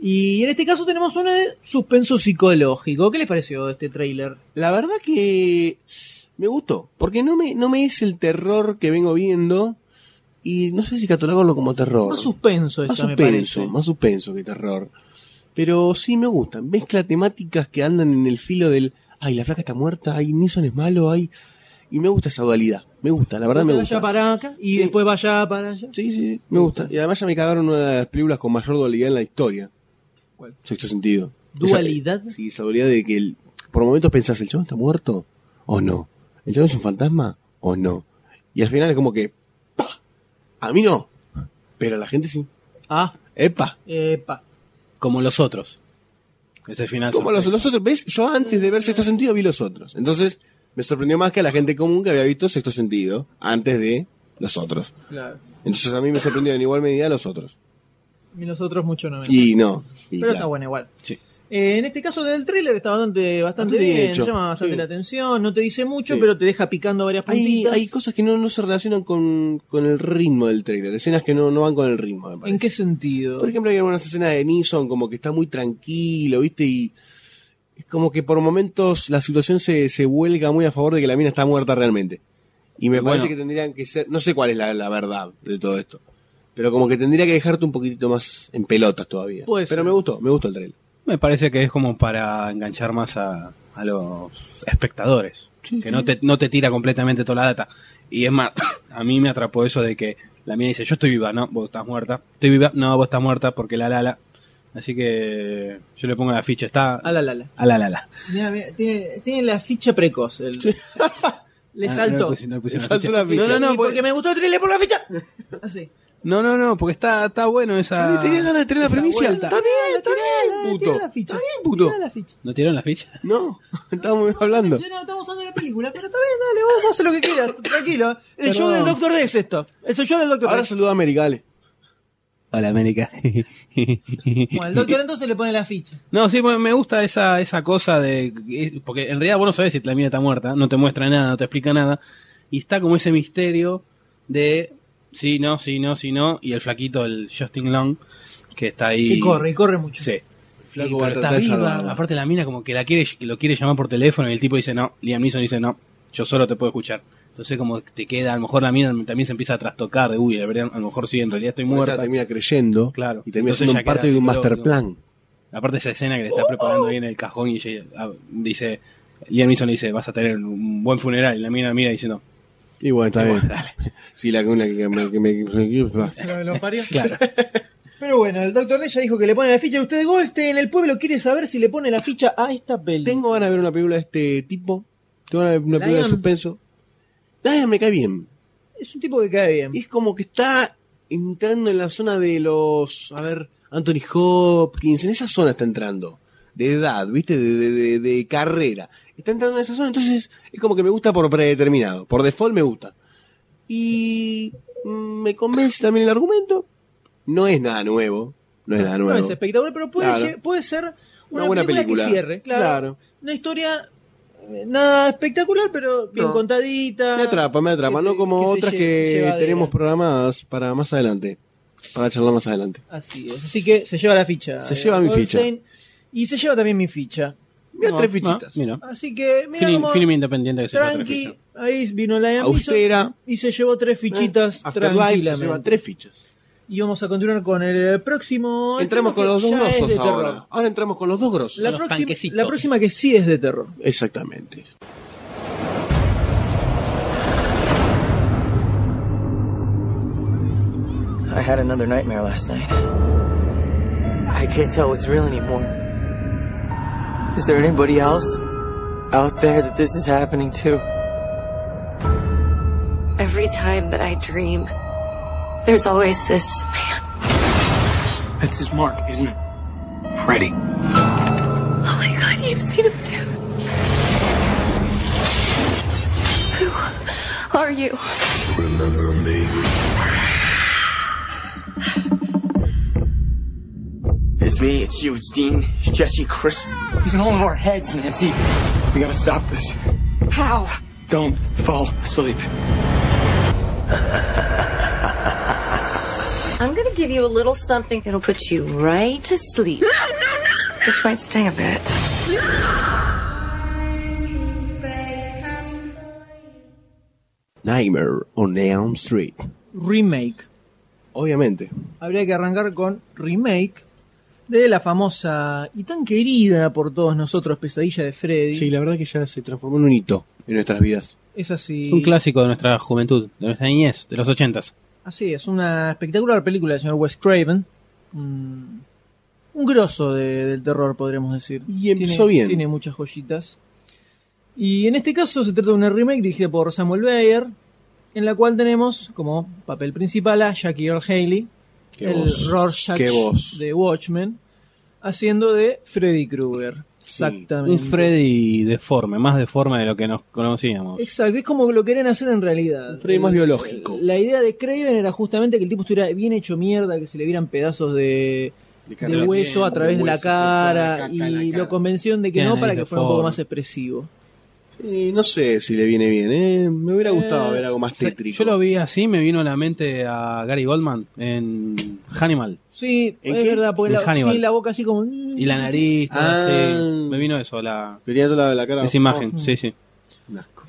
Y en este caso tenemos una de suspenso psicológico. ¿Qué les pareció este tráiler? La verdad que me gustó, porque no me, no me es el terror que vengo viendo y no sé si catalogarlo como terror. Más suspenso Más esta, me suspenso, parece. más suspenso que terror. Pero sí me gustan, mezcla temáticas que andan en el filo del, ay, la flaca está muerta, ay, Nixon es malo, ay... Y me gusta esa dualidad, me gusta, la verdad me vaya gusta. para acá y Sí. después vaya para allá. Sí, sí, me gusta. Y además ya me cagaron una de las películas con mayor dualidad en la historia. ¿Cuál? Sexto sentido. ¿Dualidad? Esa- sí, esa dualidad de que el- por momentos pensás, ¿el chabón está muerto o no? ¿El chabón es un fantasma o no? Y al final es como que, ¡pa! A mí no, pero a la gente sí. Ah, ¡Epa! Epa. como los otros. Ese final. Como los, los sorpresa. otros, ¿ves? Yo antes de ver Sexto Sentido vi los otros. Entonces me sorprendió más que a la gente común que había visto Sexto Sentido antes de los otros. Claro. Entonces a mí me sorprendió en igual medida a los otros. Y nosotros mucho no me Y no. y Pero está claro. bueno igual. Sí. Eh, en este caso del tráiler está bastante, bastante Bastante bien bien, hecho. llama bastante Sí. la atención, no te dice mucho, Sí. pero te deja picando varias Hay, puntitas. hay cosas que no, no se relacionan con, con el ritmo del trailer, escenas que no, no van con el ritmo, me parece. ¿En qué sentido? Por ejemplo, hay algunas escenas de Nixon como que está muy tranquilo, ¿viste? Y es como que por momentos la situación se, se vuelga muy a favor de que la mina está muerta realmente. Y me Bueno. parece que tendrían que ser, no sé cuál es la, la verdad de todo esto, pero como que tendría que dejarte un poquitito más en pelotas todavía. Puede pero ser. me gustó, me gustó el trailer. Me parece que es como para enganchar más a, a los espectadores. que No, te, no te tira completamente toda la data. Y es más, a mí me atrapó eso de que la mina dice, yo estoy viva, no, vos estás muerta. Estoy viva, no, vos estás muerta porque la la la. Así que yo le pongo la ficha, está... A la la la. A la la la. Mirá, mirá, tiene, tiene la ficha precoz. el- Le Ah, saltó. No, le puse- no le puse Le la saltó ficha. la ficha. No, no, Y no, porque porque, me gustó el trailer por la ficha. Así. no, no, no, porque está, está bueno esa... Tenía ganas de tener la Ah, esa premisa. vuelta. Está bien, está Tirá la- bien, puto. tirá la ficha. Está bien, puto. Tirá la ficha. ¿No tiraron la ficha? No, estábamos hablando. Yo no, estamos hablando de la película, pero está bien, dale, vos, vos haz lo que quieras, tranquilo. El show del Doctor D es esto. Es el show del Doctor D. Ahora saluda a Americale. Hola, América. Bueno, el Doctor entonces le pone la ficha. No, sí, me me gusta esa, esa cosa de. eh, Porque en realidad vos no sabés si la mina está muerta, no te muestra nada, no te explica nada. Y está como ese misterio de. Sí, no, sí, no, sí, no. Y el flaquito, el Justin Long, que está ahí. Y corre, y corre mucho. Sí. Flaco Y- va a pero está tratar de viva. salvarla. Aparte, la mina como que la quiere, que lo quiere llamar por teléfono. Y el tipo dice, no. Liam Neeson dice, no. Yo solo te puedo escuchar. Entonces, como te queda, a lo mejor la mina también se empieza a trastocar de, uy, la verdad, a lo mejor sí, en realidad estoy O sea, muerta. termina creyendo Claro. y termina Entonces siendo ya parte queda de un así, master pero- plan. Aparte esa escena que le está preparando ahí en el cajón y ella ah, dice, Liam Neeson le dice, vas a tener un buen funeral. Y la mina mira diciendo, Y bueno, está Y bien. bueno, Sí, la una que me. Que me, Se lo- lo parió. claro, Pero bueno, el Doctor D ya dijo que le pone la ficha. Usted, Golte, en el pueblo quiere saber si le pone la ficha a esta peli. Tengo ganas de ver una película de este tipo. Tengo ganas de ver una película Lion. de suspenso. Lion me cae bien. Es un tipo que cae bien. Es como que está entrando en la zona de los. A ver, Anthony Hopkins. En esa zona está entrando. De edad, ¿viste? De, de- de- de carrera. Está entrando en esa zona, entonces es como que me gusta por predeterminado. Por default me gusta. Y. mm, Me convence también el argumento. No es nada nuevo. No es nada No nuevo. es espectacular, pero puede, Claro. lle- puede ser una, Una buena película, que película. cierre. Claro. Claro. Una historia eh, nada espectacular, pero bien No. contadita. Me atrapa, me atrapa, que te- no como que se otras lle- se que lleva tenemos adelante. programadas para más adelante, para charlar más adelante. Así es. Así que se lleva la ficha. Se eh, lleva mi Goldstein. Y se lleva también mi ficha. Mira No, tres no, fichitas. mira. Así que, mira Film, cómo- film independiente que se llama Tres tranqui. Fichas. Ahí vino la Austera. y se llevó tres fichitas Afterlife se tranquilamente. lleva tres fichas. Y vamos a continuar con el eh, próximo. Entramos tema con este que los dos ya es grosos de terror. ahora. Ahora entramos con los dos grosos. La Los próxima, tanquecitos. la próxima que sí es de terror. Exactamente. I had another nightmare last night. I can't tell what's real anymore. Is there anybody else out there that this is happening to? Every time that I dream, there's always this man. That's his mark, isn't it? Freddy. Oh my god, you've seen him too. Who are you? Remember me. It's me, it's you, it's Dean, it's Jesse, Chris. He's in all of our heads, Nancy. We gotta stop this. How? Don't fall asleep. I'm gonna give you a little something that'll put you right to sleep. No, no, no! This might sting a bit. Nightmare on Elm Street. Remake. Obviamente. Habría que arrancar con remake de la famosa y tan querida por todos nosotros pesadilla de Freddy. Sí, la verdad que ya se transformó en un hito en nuestras vidas. Es así. Es un clásico de nuestra juventud, de nuestra niñez, de los ochentas. Así es, una espectacular película del señor Wes Craven. Mm, un grosso de- del terror, podríamos decir. Y empezó Tiene- bien. Tiene muchas joyitas. Y en este caso se trata de una remake dirigida por Samuel Bayer, en la cual tenemos como papel principal a Jackie Earl Haley, Qué el voz. Rorschach Qué voz. de Watchmen, haciendo de Freddy Krueger. Sí, Exactamente. Un Freddy deforme, más deforme de lo que nos conocíamos. Exacto, es como lo querían hacer en realidad. Un Freddy más biológico. La idea de Craven era justamente que el tipo estuviera bien hecho mierda, que se le vieran pedazos de, de hueso a través de la cara y lo convención de que Tiene no nariz para que de fuera un poco forma. más expresivo. Y no sé si le viene bien, ¿eh? Me hubiera gustado Eh, ver algo más Sí, tétrico. Yo lo vi así, me vino a la mente a Gary Goldman en Hannibal. Sí, ¿En es qué? verdad, porque En la, Hannibal. tiene la boca así como... Y la nariz, todo Ah. así. Me vino eso, la, Tenía toda la, la cara. esa imagen. Sí, sí. Oh, un asco.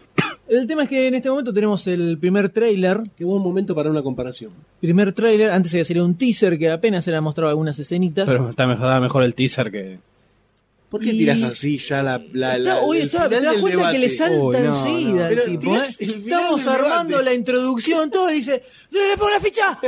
El tema es que en este momento tenemos el primer tráiler, Qué buen momento para una comparación. primer tráiler, antes había salido un teaser que apenas se le mostrado algunas escenitas. Pero está mejor, da mejor el teaser que. ¿Por qué Y- tirás así ya la. la, la Está- oye, el está- final te das del cuenta que le debate? salta Uy, no, enseguida no. el Pero tipo, tirás ¿eh? el final Estamos del armando debate. la introducción, todo y dice, ¡se le pone la ficha!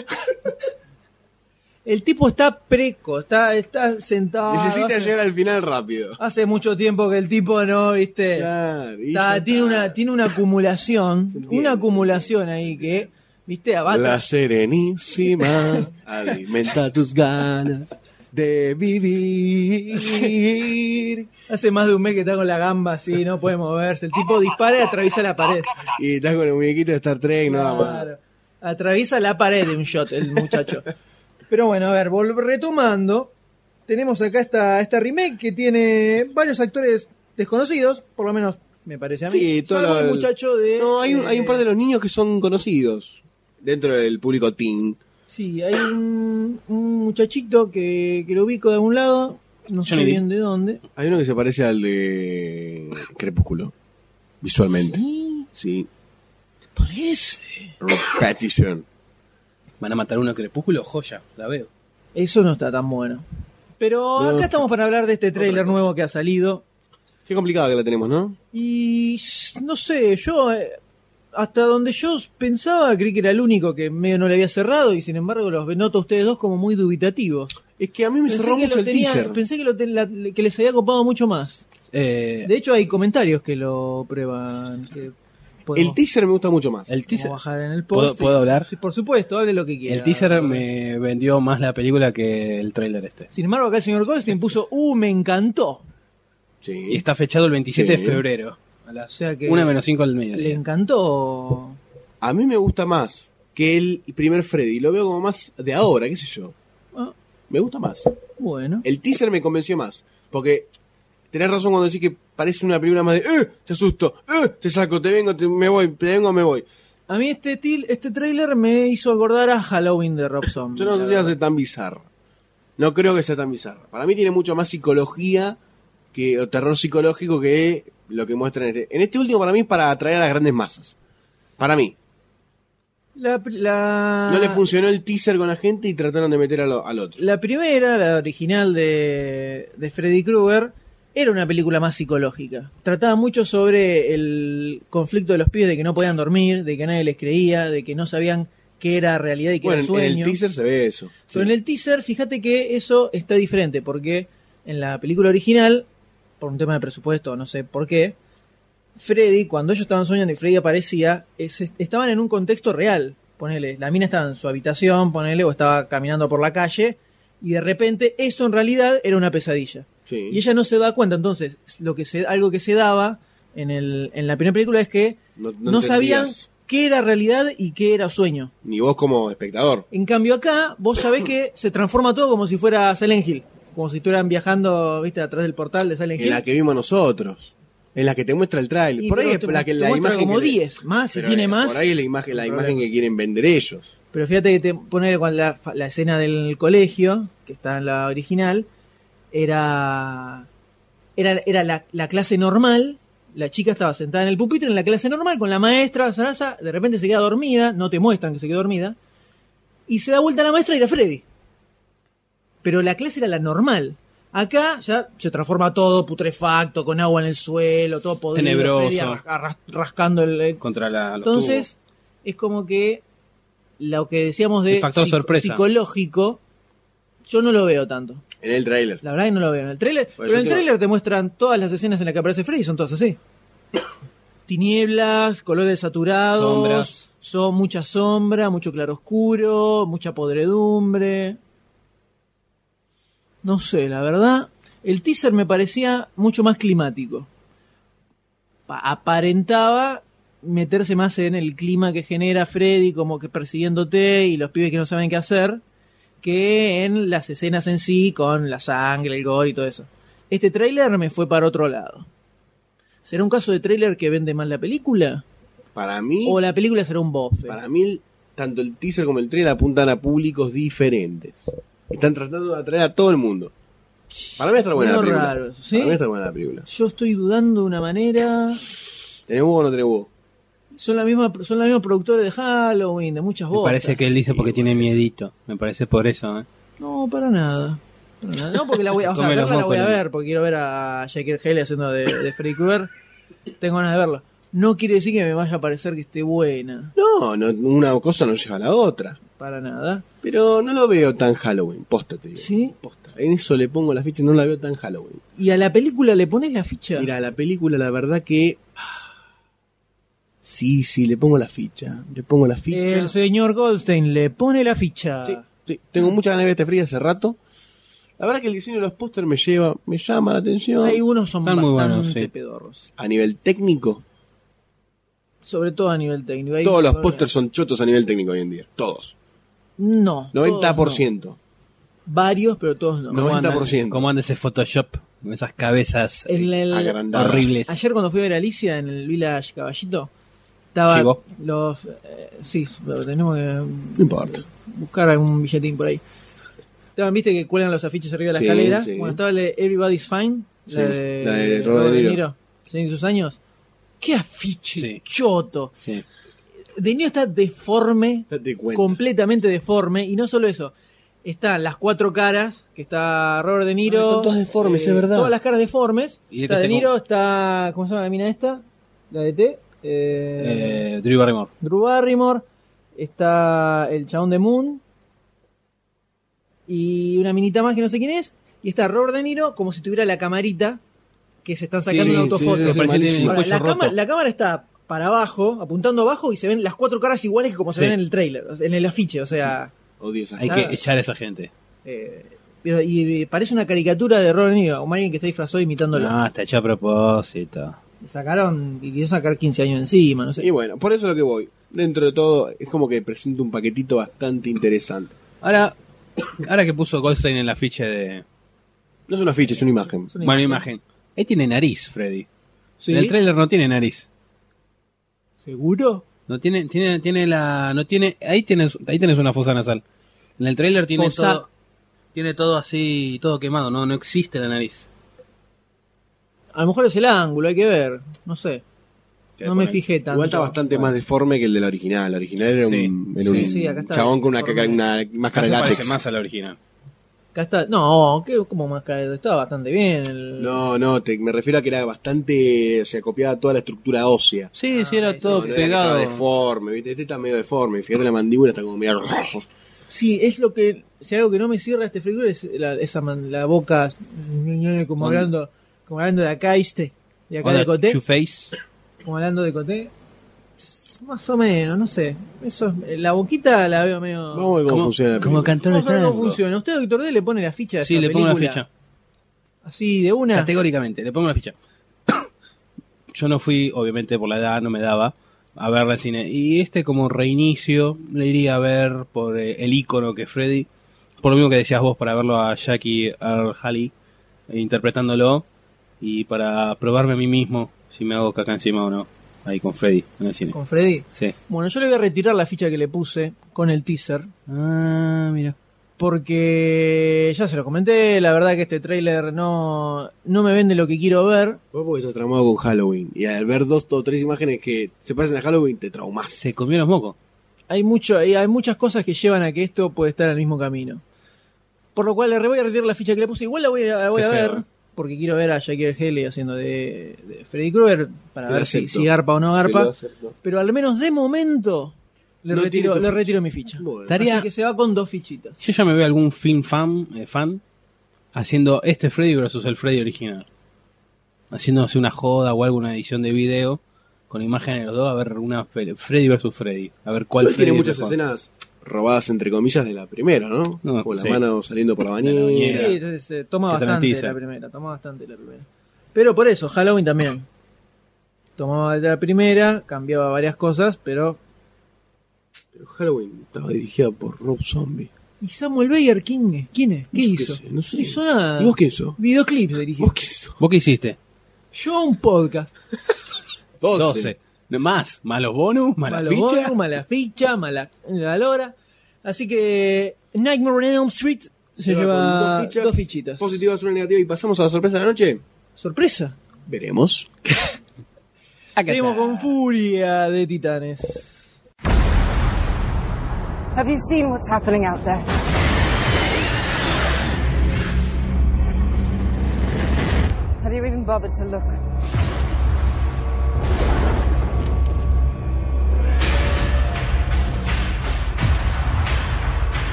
el tipo está preco, está, está sentado. Oh, Necesita hace, llegar al final rápido. hace mucho tiempo que el tipo no, viste. Claro, y Está- ya tiene, está. Una, tiene una acumulación, Se entiende, una se acumulación ahí que, viste, La abata. serenísima alimenta tus ganas de vivir. Hace más de un mes que está con la gamba así, no puede moverse. El tipo dispara y atraviesa la pared. Y estás con el muñequito de Star Trek, nada más. Claro. Atraviesa la pared de un shot el muchacho. Pero bueno, a ver, vol- retomando, tenemos acá esta, esta remake que tiene varios actores desconocidos, por lo menos me parece a mí. Sí, todo Salvo lo- el muchacho de... No, hay, un- hay un par de eh, los niños que son conocidos dentro del público teen. eh, Sí, hay un, un muchachito que, que lo ubico de algún lado, no sé Johnny Depp. bien de dónde. Hay uno que se parece al de Crepúsculo, visualmente. Sí. Parece. Petition. Van a matar uno a crepúsculo, joya, la veo. Eso no está tan bueno. Pero No, acá está- estamos para hablar de este tráiler nuevo que ha salido. Qué complicado que la tenemos, ¿no? Y s- no sé, yo eh, hasta donde yo s- pensaba creí que era el único que medio no le había cerrado y sin embargo los noto a ustedes dos como muy dubitativos. Es que a mí me cerró que mucho lo el tenía- teaser. Pensé que, lo ten- la- que les había copado mucho más. Eh, De hecho hay comentarios que lo prueban. que podemos El teaser me gusta mucho más. el como teaser, bajar en el ¿Puedo- post. puedo hablar? Sí, por supuesto, hable lo que quiera. el teaser me vendió más la película que el tráiler este. Sin embargo, acá el señor Goldstein puso, uh, me encantó. Sí. Y está fechado el 27 Sí. de febrero. A O las sea que 1 menos 5 del le medio. encantó. A mí me gusta más que el primer Freddy. Lo veo como más de ahora, qué sé yo. Ah. Me gusta más. Bueno. El teaser me convenció más. Porque tenés razón cuando decís que parece una película más de ¡Eh! Te asusto, ¡Eh! Te saco, te vengo, te- me voy, te vengo, me voy. A mí este, til- este trailer me hizo acordar a Halloween de Rob Zombie. Yo no la sé si va a verdad. ser tan bizarra. No creo que sea tan bizarra. Para mí tiene mucho más psicología que, o terror psicológico que lo que muestra en este. En este último, para mí, es para atraer a las grandes masas. Para mí. La, pri- la- No le funcionó el teaser con la gente y trataron de meter a lo- al otro. La primera, la original de, de Freddy Krueger, era una película más psicológica. Trataba mucho sobre el conflicto de los pibes de que no podían dormir, de que nadie les creía, de que no sabían qué era realidad y qué Bueno, era en- sueño. en el teaser se ve eso. Pero en el teaser, fíjate que eso está diferente, porque en la película original, por un tema de presupuesto, no sé por qué, Freddy, cuando ellos estaban soñando y Freddy aparecía, es- estaban en un contexto real. Ponele, la mina estaba en su habitación, ponele, o estaba caminando por la calle, y de repente eso en realidad era una pesadilla. Sí. Y ella no se da cuenta, entonces, lo que se, algo que se daba en, el, en la primera película es que No- no, no sabían entendías. qué era realidad y qué era sueño. Ni vos como espectador. En cambio acá, vos sabés que se transforma todo como si fuera Silent Hill. Como si estuvieran viajando, viste, atrás del portal de Silent En Hill. la que vimos nosotros. En la que te muestra el trailer. Y Por ahí pero es te la que mu- la te muestra imagen. como que le- 10 más, si Pero, tiene eh, más. eh. Por ahí es la imagen, la Problema. imagen que quieren vender ellos. Pero fíjate que te pone con la, fa- la escena del colegio, que está en la original, era era, era la, la clase normal. La chica estaba sentada en el pupitre en la clase normal con la maestra, Sarasa, de repente se queda dormida, no te muestran que se quedó dormida, y se da vuelta la maestra y era Freddy. Pero la clase era la normal. Acá ya se transforma todo putrefacto, con agua en el suelo, todo podrido, Tenebroso. Freddy arras- arras- rascando el, el Contra la, los entonces, es como que lo que decíamos de El factor sorpresa. psicológico, yo no lo veo tanto. En el trailer. La verdad que no lo veo en el trailer. Bueno, pero en el yo te- trailer te muestran todas las escenas en las que aparece Freddy, son todas así. Tinieblas, colores saturados, Sombras. son mucha sombra, mucho claroscuro, mucha podredumbre. No sé, la verdad, el teaser me parecía mucho más climático. Pa- aparentaba meterse más en el clima que genera Freddy, como que persiguiéndote y los pibes que no saben qué hacer, que en las escenas en sí, con la sangre, el gore y todo eso. Este tráiler me fue para otro lado. ¿Será un caso de tráiler que vende mal la película? Para mí, ¿O la película será un bofe? para mí, tanto el teaser como el trailer apuntan a públicos diferentes. Están tratando de atraer a todo el mundo. Para mí está buena la Medio película. raro eso, ¿sí? Para mí está buena la película. Yo estoy dudando de una manera... ¿Tenés vos o no tenés vos? Son la misma, son la misma productora de Halloween, de muchas tubos. Me voces. parece que él dice porque tiene miedito. Me parece por eso. ¿eh? No, para nada. Para nada. No, porque la voy a, o sea, Come los verla la voy a mocos, ver, porque quiero ver a Jackie Haley haciendo de, de Freddy Krueger. Tengo ganas de verla. No quiere decir que me vaya a parecer que esté buena, No, no, una cosa no lleva a la otra. para nada. Pero no lo veo tan Halloween, posta te digo. ¿Sí? Posta. En eso le pongo la ficha, no la veo tan Halloween. ¿Y a la película le pones la ficha? Mira, la película, la verdad que. ah, Sí, sí, le pongo la ficha. Le pongo la ficha. El señor Goldstein le pone la ficha. Sí, sí. Mm. Tengo muchas ganas de ver este fría hace rato. La verdad que el diseño de los póster me lleva, me llama la atención. Hay unos son Están bastante muy buenos, sí. pedorros. A nivel técnico, Sobre todo a nivel técnico. Hay- todos los pósters son chotos a nivel técnico hoy en día. Todos. No. todos no. 90%. Varios, pero todos no. No. ¿Cómo anda- 90%. ¿Cómo anda ese Photoshop? Con esas cabezas eh, En el- Agrandadas. horribles. Ayer cuando fui a ver a Alicia en el Village Caballito, estaba Chivo. los eh, sí, pero tenemos que No importa. buscar algún billetín por ahí. Estaban, viste que cuelgan los afiches arriba de la Sí, escalera. sí. Cuando estaba el de Everybody's Fine, la, Sí, de, la de Robert Robert De De Niro. Niro, que tiene sus años. Qué afiche Sí. choto. Sí. De Niro está deforme, Date cuenta. completamente deforme, y no solo eso. Están las cuatro caras, que está Robert De Ah, Niro. eh, están todas deformes, es verdad. Todas las caras deformes. Y el está que De tengo- Niro, está. ¿Cómo se llama la mina esta? La de T. Eh, Eh, Drew Barrymore. Drew Barrymore. Está el chabón de Moon. Y una minita más que no sé quién es. Y está Robert De Niro como si tuviera la camarita que se están sacando Sí, una sí, autofoto. sí, sí, Parece que tiene malísimo. el Ahora, cuello la, roto. cámara, la cámara está para abajo, apuntando abajo, y se ven las cuatro caras iguales que como se Sí. ven en el trailer, o sea, en el afiche, o sea. Odio esas Hay cosas. que echar a esa gente. eh, pero- y, y parece una caricatura de Robert De Niro, como alguien que está disfrazado imitándolo. No, está hecho a propósito. Le Sacaron y quiso sacar 15 años encima, no Y sé. bueno, por eso es lo que voy. Dentro de todo, es como que presenta un paquetito bastante interesante. Ahora, ahora que puso Goldstein en la ficha de. No es una ficha, es una imagen. Una Bueno, imagen. Ahí tiene nariz, Freddy. Sí. En el trailer no tiene nariz. ¿Seguro? No tiene, tiene, tiene la. No tiene. Ahí tienes, ahí tienes una fosa nasal. En el trailer tiene Fosa. todo. Tiene todo así, todo quemado, no, no existe la nariz. A lo mejor es el ángulo, hay que ver, no sé. No me fijé tanto. Igual está bastante más deforme que el de la original. La original era Sí. un, era Sí, un sí, acá está chabón con una, deforme. caca- una Acá máscara se de parece látex. más a la original. Acá está. No, que como más caído. Estaba bastante bien. el- No, no, te- me refiero a que era bastante. O sea, copiaba toda la estructura ósea. Sí, sí, Ah, era sí, No, todo no era que pegado. estaba deforme, ¿viste? Este está medio deforme. Fíjate la mandíbula, está como medio rojo. Sí, es lo que. Si algo que no me cierra este figura es la, esa man- la boca como hablando, como hablando de acá, ¿viste? De acá Hola, de Coté. Two-Face. Como hablando de Coté. S- Más o menos, no sé. Eso es- la boquita la veo medio. Vamos a ver cómo, funciona la película. cantor Vamos a ver cómo funciona. Usted, doctor D, le pone la ficha de Sí, esta le pongo la película? ficha. Así, de una. Categóricamente, le pongo la ficha. Yo no fui, obviamente por la edad no me daba a verla en cine. Y este como reinicio le iría a ver por eh, el icono que es Freddy. Por lo mismo que decías vos, para verlo a Jackie Earl Halley interpretándolo. Y para probarme a mí mismo si me hago caca encima o no. Ahí con Freddy en el cine. Con Freddy. Sí. Bueno, yo le voy a retirar la ficha que le puse con el teaser. Ah, mira. Porque ya se lo comenté, la verdad que este tráiler no, no me vende lo que quiero ver. Vos porque estás traumado con Halloween. Y al ver dos o tres imágenes que se parecen a Halloween, te traumás. Se comió los mocos. Hay, mucho, hay hay muchas cosas que llevan a que esto puede estar en el mismo camino. Por lo cual le re- voy a retirar la ficha que le puse. Igual la voy a, la voy Qué a feo, ver, eh. porque quiero ver a Jackie Haley haciendo de, de Freddy Krueger para Te la ver si, acepto. si garpa o no Te lo garpa. acepto. Pero al menos de momento le, No tiene retiro, tu le ficha. retiro mi ficha. Bueno. Tarea- Así que se va con dos fichitas. Yo ya me veo algún film fan, eh, fan haciendo este Freddy versus el Freddy original. Haciéndose una joda o alguna edición de video con imágenes de los dos, a ver una pe- Freddy versus Freddy. A ver cuál Igual tiene Freddy es muchas mejor. escenas robadas, entre comillas, de la primera, ¿no? No, Con las sí. manos saliendo por la bañera. bañera. Sí, Era. entonces, eh, toma Que te bastante metiza. la primera, toma bastante la primera. Pero por eso, Halloween también. Tomaba de la primera, cambiaba varias cosas, pero... Pero Halloween estaba dirigida por Rob Zombie. ¿Y Samuel Bayer quién es? ¿Quién es? ¿Qué Yo hizo? sé, no sé. No hizo nada. ¿Y vos qué sos? Videoclips dirigió. ¿Vos qué sos? ¿Vos qué hiciste? Yo un podcast. 12. 12. No, Más, malos bonus, malas Malo fichas. Bono, mala ficha, mala la lora. Así que Nightmare on Elm Street se va lleva con dos, fichitas. Positivas, una negativa. Y pasamos a la sorpresa de la noche. Sorpresa. Veremos. Seguimos con Furia de Titanes. Have you seen what's happening out there? Have you even bothered to look?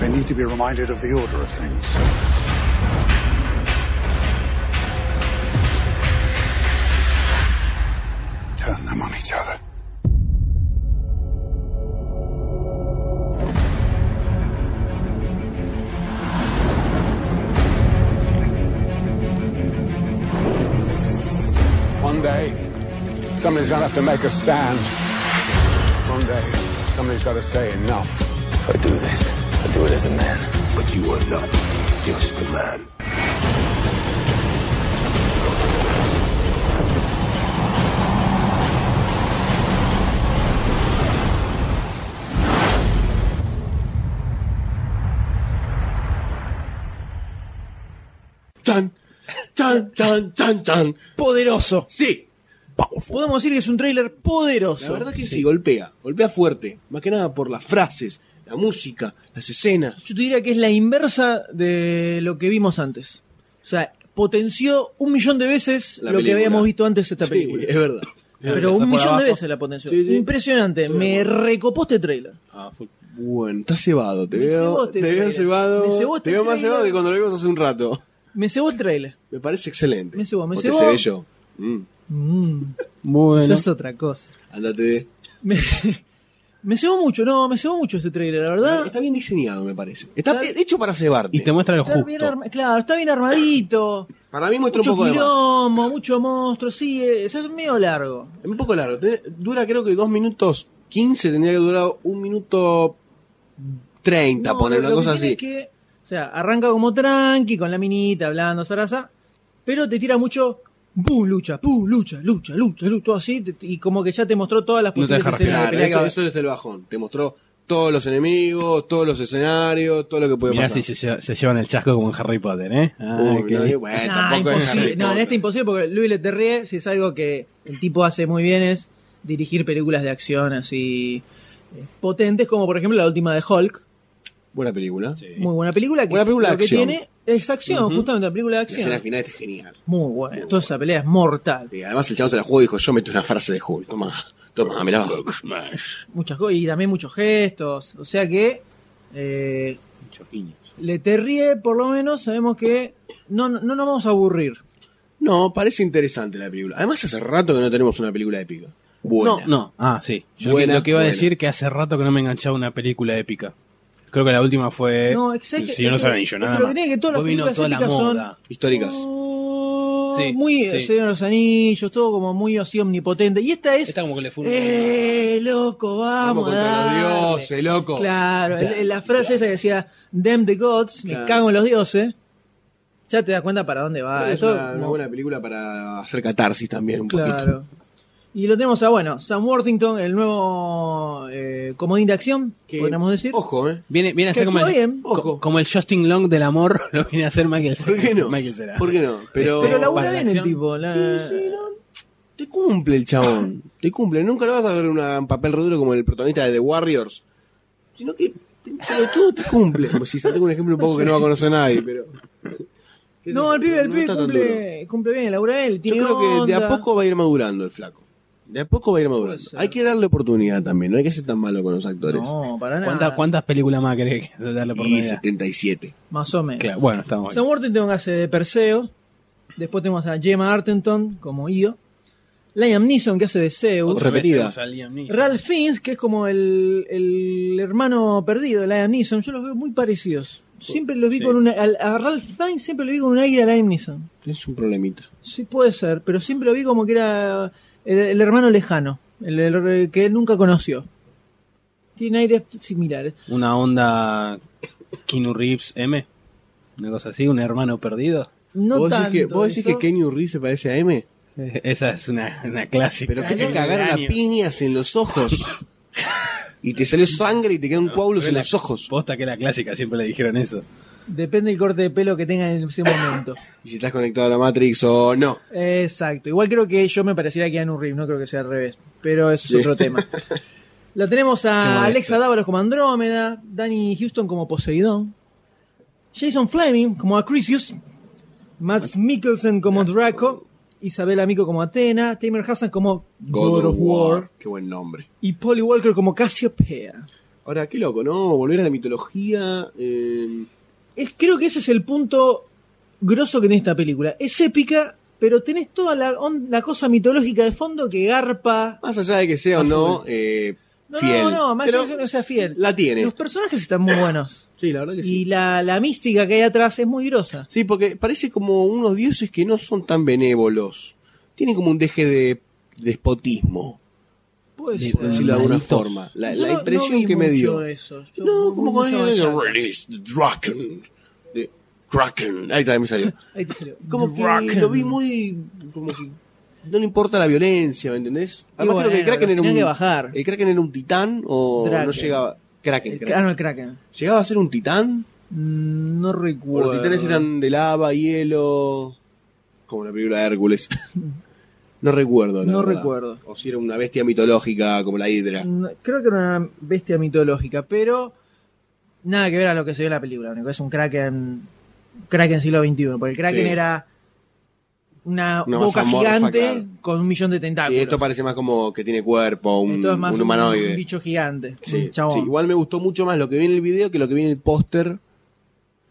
They need to be reminded of the order of things. Turn them on each other. One day, somebody's gonna have to make a stand. One day, somebody's gotta say enough. I do this. I do it as a man. But you are not just a man. Tan, tan, tan, tan, tan. poderoso. Sí. Podemos decir que es un tráiler poderoso. La verdad que sí. golpea. Golpea fuerte. Más que nada por las frases, la música, las escenas. Yo te diría que es la inversa de lo que vimos antes. O sea, potenció un millón de veces La lo que película. habíamos visto antes esta Sí, película. es verdad. Pero Empezó un por millón de abajo. veces la potenció. Sí, sí. Impresionante. Me recopó este tráiler. Ah, Bueno, estás cebado. Te Me cebó veo, este te veo trailer. Me cebó cebado. este Te veo más trailer. cebado que cuando lo vimos hace un rato. Me cebó el tráiler. Me parece excelente. Me cebó, me Vos cebó. Te cebé yo. Mm, Mm, Bueno, Eso es otra cosa. andate de... Me, me cebó mucho, no, me cebó mucho este tráiler, la verdad. Eh, Está bien diseñado, me parece. Está Está- hecho para cebarte. y te muestra lo Está bien justo. arma- claro, está bien armadito. Para mí muestra un Mucho poco de más. quilombo, mucho monstruo, sí, es, es medio largo. Es un poco largo. te- Dura creo que 2 minutos 15. Tendría que durar 1 minuto 30, No, poner lo- una lo que cosa tiene así. es que, o sea, arranca como tranqui, con la minita, hablando, zaraza, pero te tira mucho. ¡Bu, lucha! ¡Bu, lucha! ¡Lucha! ¡Lucha! lucha", todo así, te- y como que ya te mostró todas las No te posibles deja escenas de Claro, pelea que eso, va- eso es el bajón. Te mostró todos los enemigos, todos los escenarios, todo lo que puede Mirá pasar. si se, lleva- se llevan el chasco como en Harry Potter, ¿eh? Ah, Uy, qué- no, y bueno, Nah, Eh, tampoco es imposible. Harry No, en Potter. este imposible porque Louis Leterrier, si es algo que el tipo hace muy bien, es dirigir películas de acción así eh, potentes, como por ejemplo la última de Hulk. Buena película. Sí. Muy buena película. Que Una es- película lo de que acción. tiene es acción, justamente una película de La acción. escena final es genial. Muy buena. Toda esa pelea es mortal. Y además el chavo se la jugó y dijo, yo meto una frase de Hulk. Toma, toma, mirá. muchas cosas y también muchos gestos. O sea que eh, muchos guiños. Le Terrier, por lo menos, sabemos que no, no, no nos vamos a aburrir. No, parece interesante la película. Además hace rato que no tenemos una película épica. Buena. No, no. Ah, sí. Yo Buena, lo que iba a buena. decir que hace rato que no me enganchaba una película épica. Creo que la última fue No, El es que- Señor de es los que- Anillos, es nada que lo más. que tiene que todas las Después vino películas toda la épicas son- moda. Históricas. Oh, Sí, muy sí. el Señor de los Anillos, todo como muy así omnipotente. Y esta es. Esta como que le fue un- ¡Eh, loco, vamos! Vamos contra a los darle". dioses, loco. Claro, el- el- la frase esa que decía, Damn the gods, me cago en los dioses. Ya te das cuenta para dónde va. es Esto, una, una como- buena película para hacer catarsis también un poquito. Claro. Y lo tenemos a, bueno, Sam Worthington, el nuevo eh, comodín de acción, Que- podríamos decir. Ojo, ¿eh? Viene, viene a Que ser como actúa el, bien, co- ojo. como el Justin Long del amor, lo viene a hacer Michael Cera. ¿Por qué no? Michael Cera. ¿Por qué no? Pero, Pero la- labura para bien el acción. tipo. la- te cumple el chabón. Te cumple. Nunca lo vas a ver una- un papel re duro como el protagonista de The Warriors. Sino que pero todo te cumple. Como si salgo un ejemplo un poco que no va a conocer nadie, pero. No, el pibe, el pibe está tan duro. cumple, cumple bien, labura él. Yo Tiene creo que de a onda. poco va a ir madurando el flaco. De a poco va a ir madurando. ser. Hay que darle oportunidad también. No hay que ser tan malo con los actores. No, para nada. ¿Cuántas, ¿Cuántas películas más querés que- darle por y 77. Más o menos. Claro, bueno, estamos Sam bien. Worthington hace de Perseo. Después tenemos a Gemma Artenton como Io. Liam Neeson que hace de Zeus. Otra repetida. Tenemos a Liam Neeson. Ralph Fiennes, que es como el, el hermano perdido de Liam Neeson, yo los veo muy parecidos. Siempre los vi Sí. con una. al- A, Ralph Fiennes siempre lo vi con un aire a Liam Neeson. Es un problemita. Sí, puede ser, pero siempre lo vi como que era el, el hermano lejano, el, el que él nunca conoció. Tiene aires similares. Una onda Keanu Reeves M. Una cosa así, un hermano perdido. No ¿Vos, tanto decís que, vos decís que eso. Kenny Urri se parece a M? Eh, Esa es una, una clásica. Pero que Del te cagaron año. a piñas en los ojos. y te salió sangre y te quedan coágulos en la- los ojos. Posta que la clásica, siempre le dijeron eso. Depende del corte de pelo que tenga en ese momento. Y si estás conectado a la Matrix o no. Exacto. Igual creo que yo me pareciera que Keanu Reeves, no creo que sea al revés. Pero eso es otro tema. La tenemos Qué a molesto. Alexa Dávalos como Andrómeda, Danny Houston como Poseidón, Jason Fleming como Acrisius, Max Mikkelsen como Draco, Isabel Amico como Atena, Tamer Hassan como God, of War, Qué buen nombre. y Polly Walker como Cassiopeia. Ahora, qué loco, ¿no? Volver a la mitología. eh, Es, creo que ese es el punto grosso que tiene esta película. Es épica, pero tenés toda la, on- la cosa mitológica de fondo que garpa más allá de que sea o no, eh, No, fiel. no, no, más Pero que no sea fiel. La tiene. Los personajes están muy buenos. Sí, la verdad que Y la, la mística que hay atrás es muy grosa. Sí, porque parece como unos dioses que no son tan benévolos. Tienen como un deje de despotismo, Puede Bien, ser. por decirlo de alguna Malditos. forma. La, Pues, Yo la no- impresión no vi que me mucho dio. de eso. Yo No, vi como mucha cuando dice, bachata. "Release the Draken. The Kraken. Ahí también me salió. Ahí te salió. Como que Draken. lo vi muy. Como que no le importa la violencia, ¿me entendés? Además, bueno, creo que el Kraken era tenía un. que bajar. El Kraken era un titán o no Draken. llegaba. Kraken, El Kraken. cráneo del Kraken. ¿Llegaba a ser un titán? Mm, No O recuerdo. los titanes eran de lava, hielo. Como la película de Hércules. No recuerdo, la No verdad. recuerdo. Mm, O si era una bestia mitológica como la Hidra. No, Creo que era una bestia mitológica, pero nada que ver a lo que se ve en la película. Único. Es un Kraken. Kraken siglo XXI. Porque el Kraken Sí. era una, Una boca mazamorfa, gigante claro. con un millón de tentáculos. Sí, esto parece más como que tiene cuerpo, un, Esto es más un humanoide. Un bicho gigante. Sí, un chabón. sí, igual me gustó mucho más lo que vi en el video que lo que vi en el póster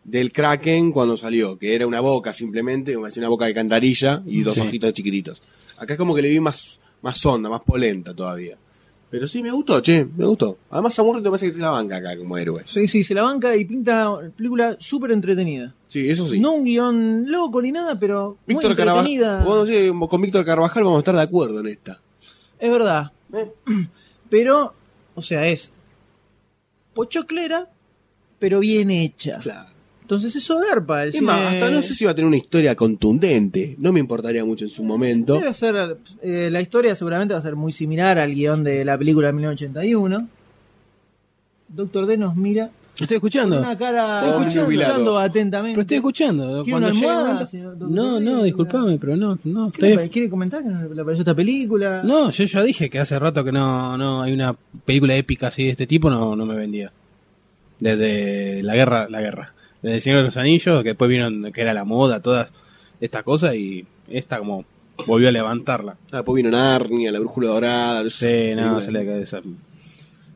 del Kraken cuando salió, que era una boca simplemente, como decía, una boca de cantarilla y dos Sí. ojitos chiquititos. Acá es como que le vi más, más onda, más polenta todavía. Pero sí, me gustó, che, me gustó. Además, Samurri te parece que se la banca acá como héroe. Sí, sí, se la banca y pinta una película súper entretenida. Sí, eso sí. No un guión loco ni nada, pero muy Víctor entretenida. Carvajal. Bueno, sí, con Víctor Carvajal vamos a estar de acuerdo en esta. Es verdad. ¿Eh? Pero, o sea, es pochoclera, pero bien hecha. Claro. Entonces eso garpa. el Es más, cine- hasta no sé si va a tener una historia contundente. No me importaría mucho en su momento. Debe ser, eh, la historia seguramente va a ser muy similar al guión de la película de 1981. Doctor D nos mira Estoy con escuchando. una cara Todo escuchando, nubilado. escuchando atentamente. Pero estoy escuchando. ¿Quiere una Cuando llegue el almohada, momento- señor doctor? No, no, disculpame, pero no, no. ¿Qué le Estoy... pare- ¿Quiere comentar que nos- le pareció esta película? No, yo ya dije que hace rato que no, no hay una película épica así de este tipo, no, no me vendía. Desde la guerra, la guerra. Desde el Señor de los Anillos, que después vieron que era la moda, todas estas cosas, y esta como volvió a levantarla. Ah, después vino Narnia, la brújula dorada. no sé, Sí, no, película. se le cae esa.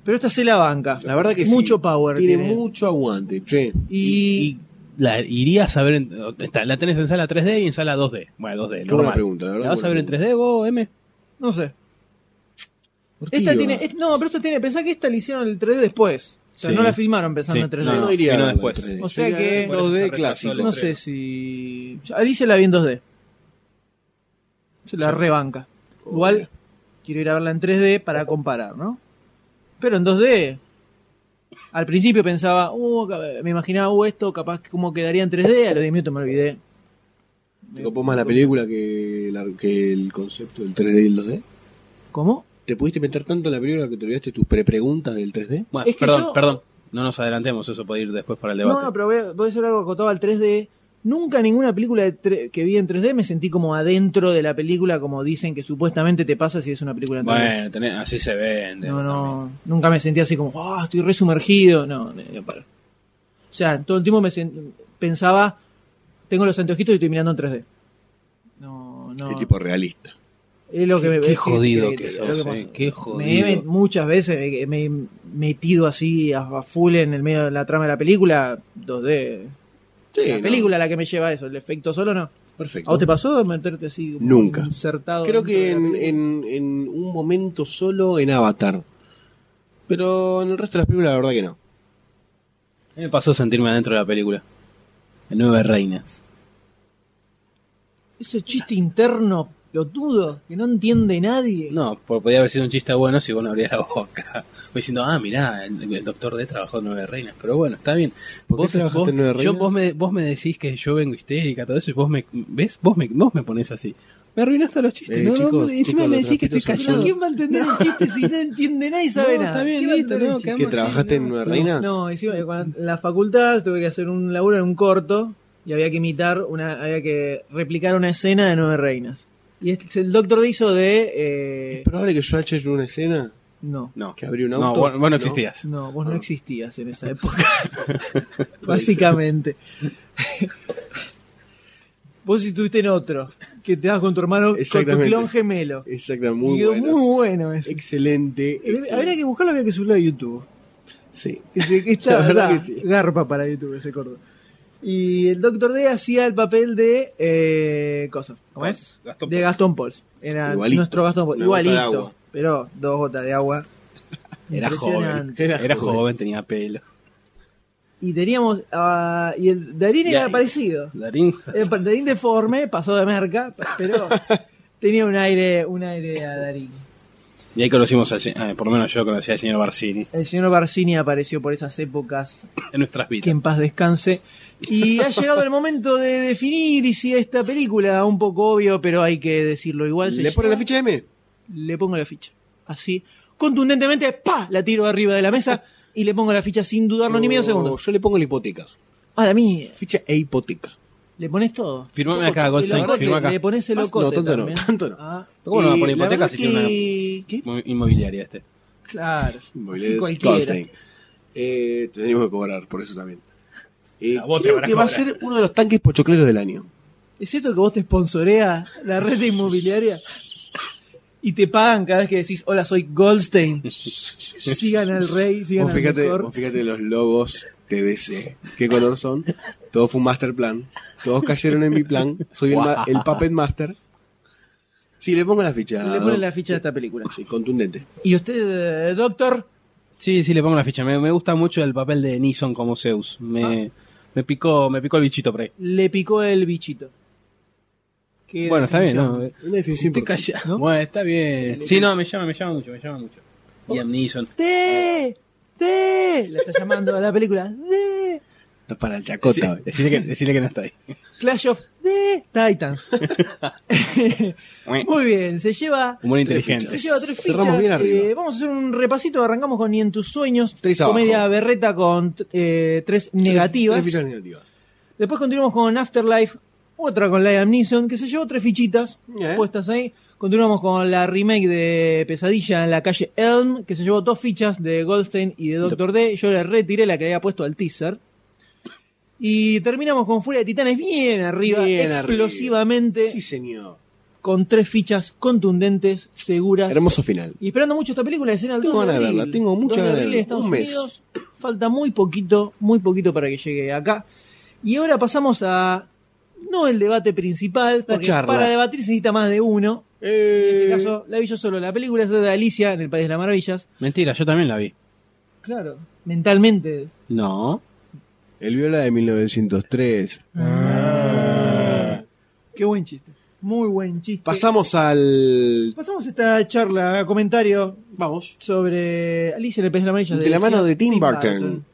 Pero esta se la banca. La verdad que sí. Mucho power. Tiene, tiene. mucho aguante, che. Y, Y la irías a ver, en- está, la tenés en sala 3D y en sala 2D. Bueno, 2D, Qué normal. buena pregunta, la verdad. ¿La vas a ver en 3D vos, M? no sé. Ortiva. Esta tiene. es- no, pero esta tiene. Pensá que esta le hicieron el 3D después. O sea, Sí. no la filmaron pensando Sí, en 3D. Yo no, no iría sino a verla en después. 3D. O sea Yo iría que- a verla en 2D Por eso se clásico. retrasó No sé el si. Alice la vi en 2D. Se la rebanca. Igual quiero ir a verla en 3D para comparar, ¿no? Pero en 2D. Al principio pensaba, uh, me imaginaba uh, esto, capaz que cómo quedaría en 3D. A los 10 minutos me olvidé. ¿Te copó más la película que, la- que el concepto del 3D y el 2D? ¿Cómo? ¿Te pudiste meter tanto en la película que te olvidaste tus prepreguntas del 3D? Bueno, Es que perdón, yo- perdón. No nos adelantemos, eso puede ir después para el debate. No, no, pero voy a, voy a hacer algo acotado al 3D. Nunca ninguna película de tre- que vi en 3D me sentí como adentro de la película, como dicen que supuestamente te pasa si es una película en 3D. Bueno, tenés- así se vende. No, no, nunca me sentí así como, oh, estoy re sumergido. No, no, no, para. O sea, todo el tiempo me sen- pensaba, tengo los anteojitos y estoy mirando en 3D. No, no. Qué tipo realista. Es lo que me Qué es que- jodido que- que es sos, lo que eh, pasa. qué Me he jodido. met- muchas veces me, me he metido así a, a full en el medio de la trama de la película 2D. Sí, la ¿no? película la que me lleva a eso, el efecto solo no. Perfecto. ¿A vos te pasó de meterte así? como Nunca. Insertado Creo que dentro de en, la película? en- en un momento solo en Avatar. Pero en el resto de las películas, la verdad que no. A mí me pasó sentirme adentro de la película. En Nueve Reinas. Ese chiste interno, pelotudo, que no entiende nadie. No, porque podía haber sido un chiste bueno si vos no abrías la boca. Voy diciendo, ah, mirá, el, el doctor D trabajó en Nueve Reinas. Pero bueno, está bien. ¿Por qué trabajaste vos, en Nueve yo- Reinas? vos, me, vos me decís que yo vengo histérica, todo eso, y vos me, ¿ves? Vos me, vos me pones así. Me arruinaste los chistes. Eh, no, no, chicos, no, encima chicos, me los decís que estoy trapitos callado. son- ¿Quién va a entender el chiste si no entiende nadie y sabe No, nada? está bien, ¿Quién va a listo, entender el no, chiste? ¿Que sí, trabajaste no, en Nueve no. Reinas? No, encima que cuando- en la facultad tuve que hacer un laburo en un corto y había que imitar, una, había que replicar una escena de Nueve Reinas. Y este- el doctor D hizo de... eh, ¿Es probable que yo haya hecho una escena no, No, que abrió un no, auto? vos, vos no existías. no, vos no existías en esa época. Básicamente. vos estuviste en otro, que te das con tu hermano, con tu Exactamente. clon gemelo. Exactamente, Y muy quedó bueno. muy bueno ese. Excelente. excelente. Habría que buscarlo, habría que subirlo a YouTube. Sí. Ese, que La está, verdad da, que sí. garpa para YouTube ese corto. Y el Doctor D hacía el papel de. Eh, cosa, ¿Cómo es? Gastón de Pauls. Gastón Pauls. Era Igualito. nuestro Gastón Pauls. Una gota de Igualito. agua. Pero dos gotas de agua. Era joven. Impresionante. Era, Era joven. joven. tenía pelo. Y teníamos. ah, y el Darín Y era ahí- parecido. Darín. Eh, El Darín deforme, pasó de merca, pero tenía un aire, un aire a Darín. Y ahí conocimos, al, se- eh, por lo menos yo conocí al señor Barcini El señor Barcini apareció por esas épocas en nuestras que vidas. en paz descanse. Y ha llegado el momento de definir y si esta película, un poco obvio, pero hay que decirlo igual. se ¿Le pone la llama- ficha M? Le pongo la ficha. Así, contundentemente, ¡pa! La tiro arriba de la mesa y le pongo la ficha sin dudarlo ni medio segundo. Yo le pongo la hipoteca. Ahora mí, Ficha e hipoteca. le pones todo. Firmame acá, El Goldstein. ocote, Firma acá. Le pones el Más- ocote. Ah, no, tanto no, también. tanto no. Ah, ¿Cómo no va a poner Y la hipoteca verdad si tiene una que- ¿Qué? inmo- inmobiliaria este? claro. Así Inmobiliarias cualquiera. Goldstein. Eh, tenemos que cobrar por eso también. Eh, A vos te creo van a que va a cobrar. ser uno de los tanques pochocleros del año. ¿Es cierto que vos te sponsorea la red inmobiliaria? Y te pagan cada vez que decís, hola, soy Goldstein. Sigan al rey, sigan Vos al fíjate, mejor. vos fíjate los logos TDC. ¿Qué color son? Todo fue un master plan. Todos cayeron en mi plan. Soy el, ma- el puppet master. Sí, le pongo la ficha. Le ponen la ficha de esta película. Sí, contundente. ¿Y usted, eh, doctor? Sí, sí, le pongo la ficha. Me, me gusta mucho el papel de Nison como Zeus. Ah. Me, me picó me picó el bichito por ahí. Le picó el bichito. Qué Bueno, está bien, definición. ¿no? Una Si definición te importante. callas- Bueno, está bien. Sí, no, me llama, me llama mucho, me llama mucho. Liam Neeson. ¡De! ¡De! La está llamando a la película. ¡De! Está para el Decí- chacota. hoy. Decirle que, decirle que no está ahí. Clash of the Titans. Muy bien, se lleva. Humor Se inteligente. lleva tres fichas. Cerramos bien arriba. Eh, vamos a hacer un repasito. Arrancamos con Ni en tus sueños. Tres abajo. comedia berreta con eh, tres negativas. Tres fichas negativas. Después continuamos con Afterlife, otra con Liam Neeson, que se llevó tres fichitas Bien. puestas ahí. Continuamos con la remake de Pesadilla en la calle Elm, que se llevó dos fichas de Goldstein y de Doctor D. Yo le retiré la que le había puesto al teaser. Y terminamos con Furia de Titanes bien arriba, Bien arriba. explosivamente, Sí, señor. con tres fichas contundentes, seguras. Hermoso final. Y esperando mucho esta película de escena al Tengo 2 de ganas de abril. verla, tengo muchas 2 de ganas de abril en verla. Estados Un mes. Unidos. Falta muy poquito, muy poquito para que llegue acá. Y ahora pasamos a no el debate principal, porque charla. para debatir se necesita más de uno. En este Eh, caso, la vi yo solo. La película es de Alicia en el País de las Maravillas. Mentira, yo también la vi. Claro. Mentalmente. No. el viola de 1903. Qué buen chiste. Muy buen chiste. Pasamos al. Pasamos esta charla, comentario Vamos. sobre Alicia en el País de las Maravillas. De la mano señor de Tim Burton.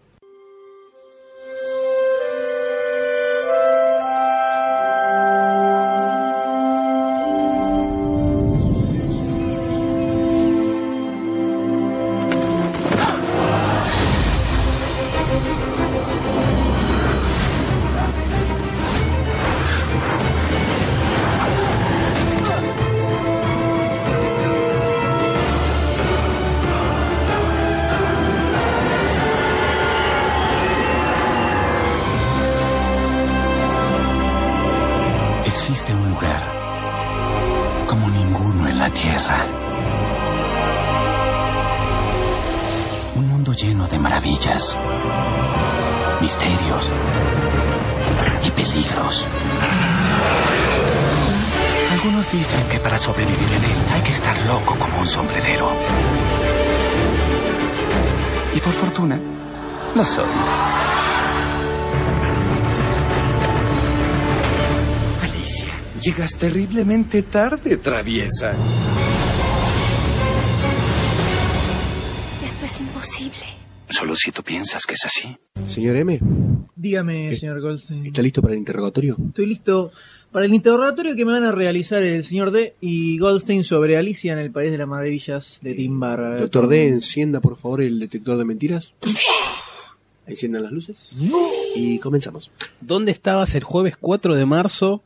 Existe un lugar como ninguno en la Tierra. Un mundo lleno de maravillas, misterios y peligros. Algunos dicen que para sobrevivir en él hay que estar loco como un sombrerero. Y por fortuna, lo soy. Alicia, llegas terriblemente tarde, traviesa. Esto es imposible. Solo si tú piensas que es así. Señor M, Dígame, Eh, señor Goldstein. ¿está listo para el interrogatorio? Estoy listo para el interrogatorio que me van a realizar el señor D y Goldstein sobre Alicia en el País de las Maravillas de Tim Burton. Doctor D, encienda por favor el detector de mentiras. Enciendan las luces. Y comenzamos. ¿Dónde estabas el jueves 4 de marzo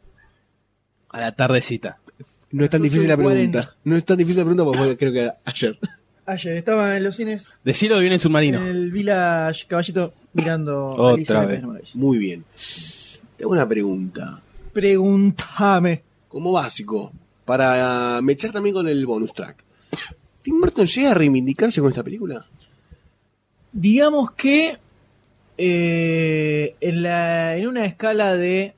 a la tardecita? No es tan difícil la 8:40. pregunta. No es tan difícil la pregunta porque fue, creo que ayer. Ayer estaba en los cines, Decirlo viene el submarino. en el Village Caballito, mirando Otra Alicia en el vez. País de las Maravillas. Muy bien. Tengo una pregunta. Preguntame. Como básico, para mechar también con el bonus track. ¿Tim Burton llega a reivindicarse con esta película? Digamos que eh, en, la- en una escala de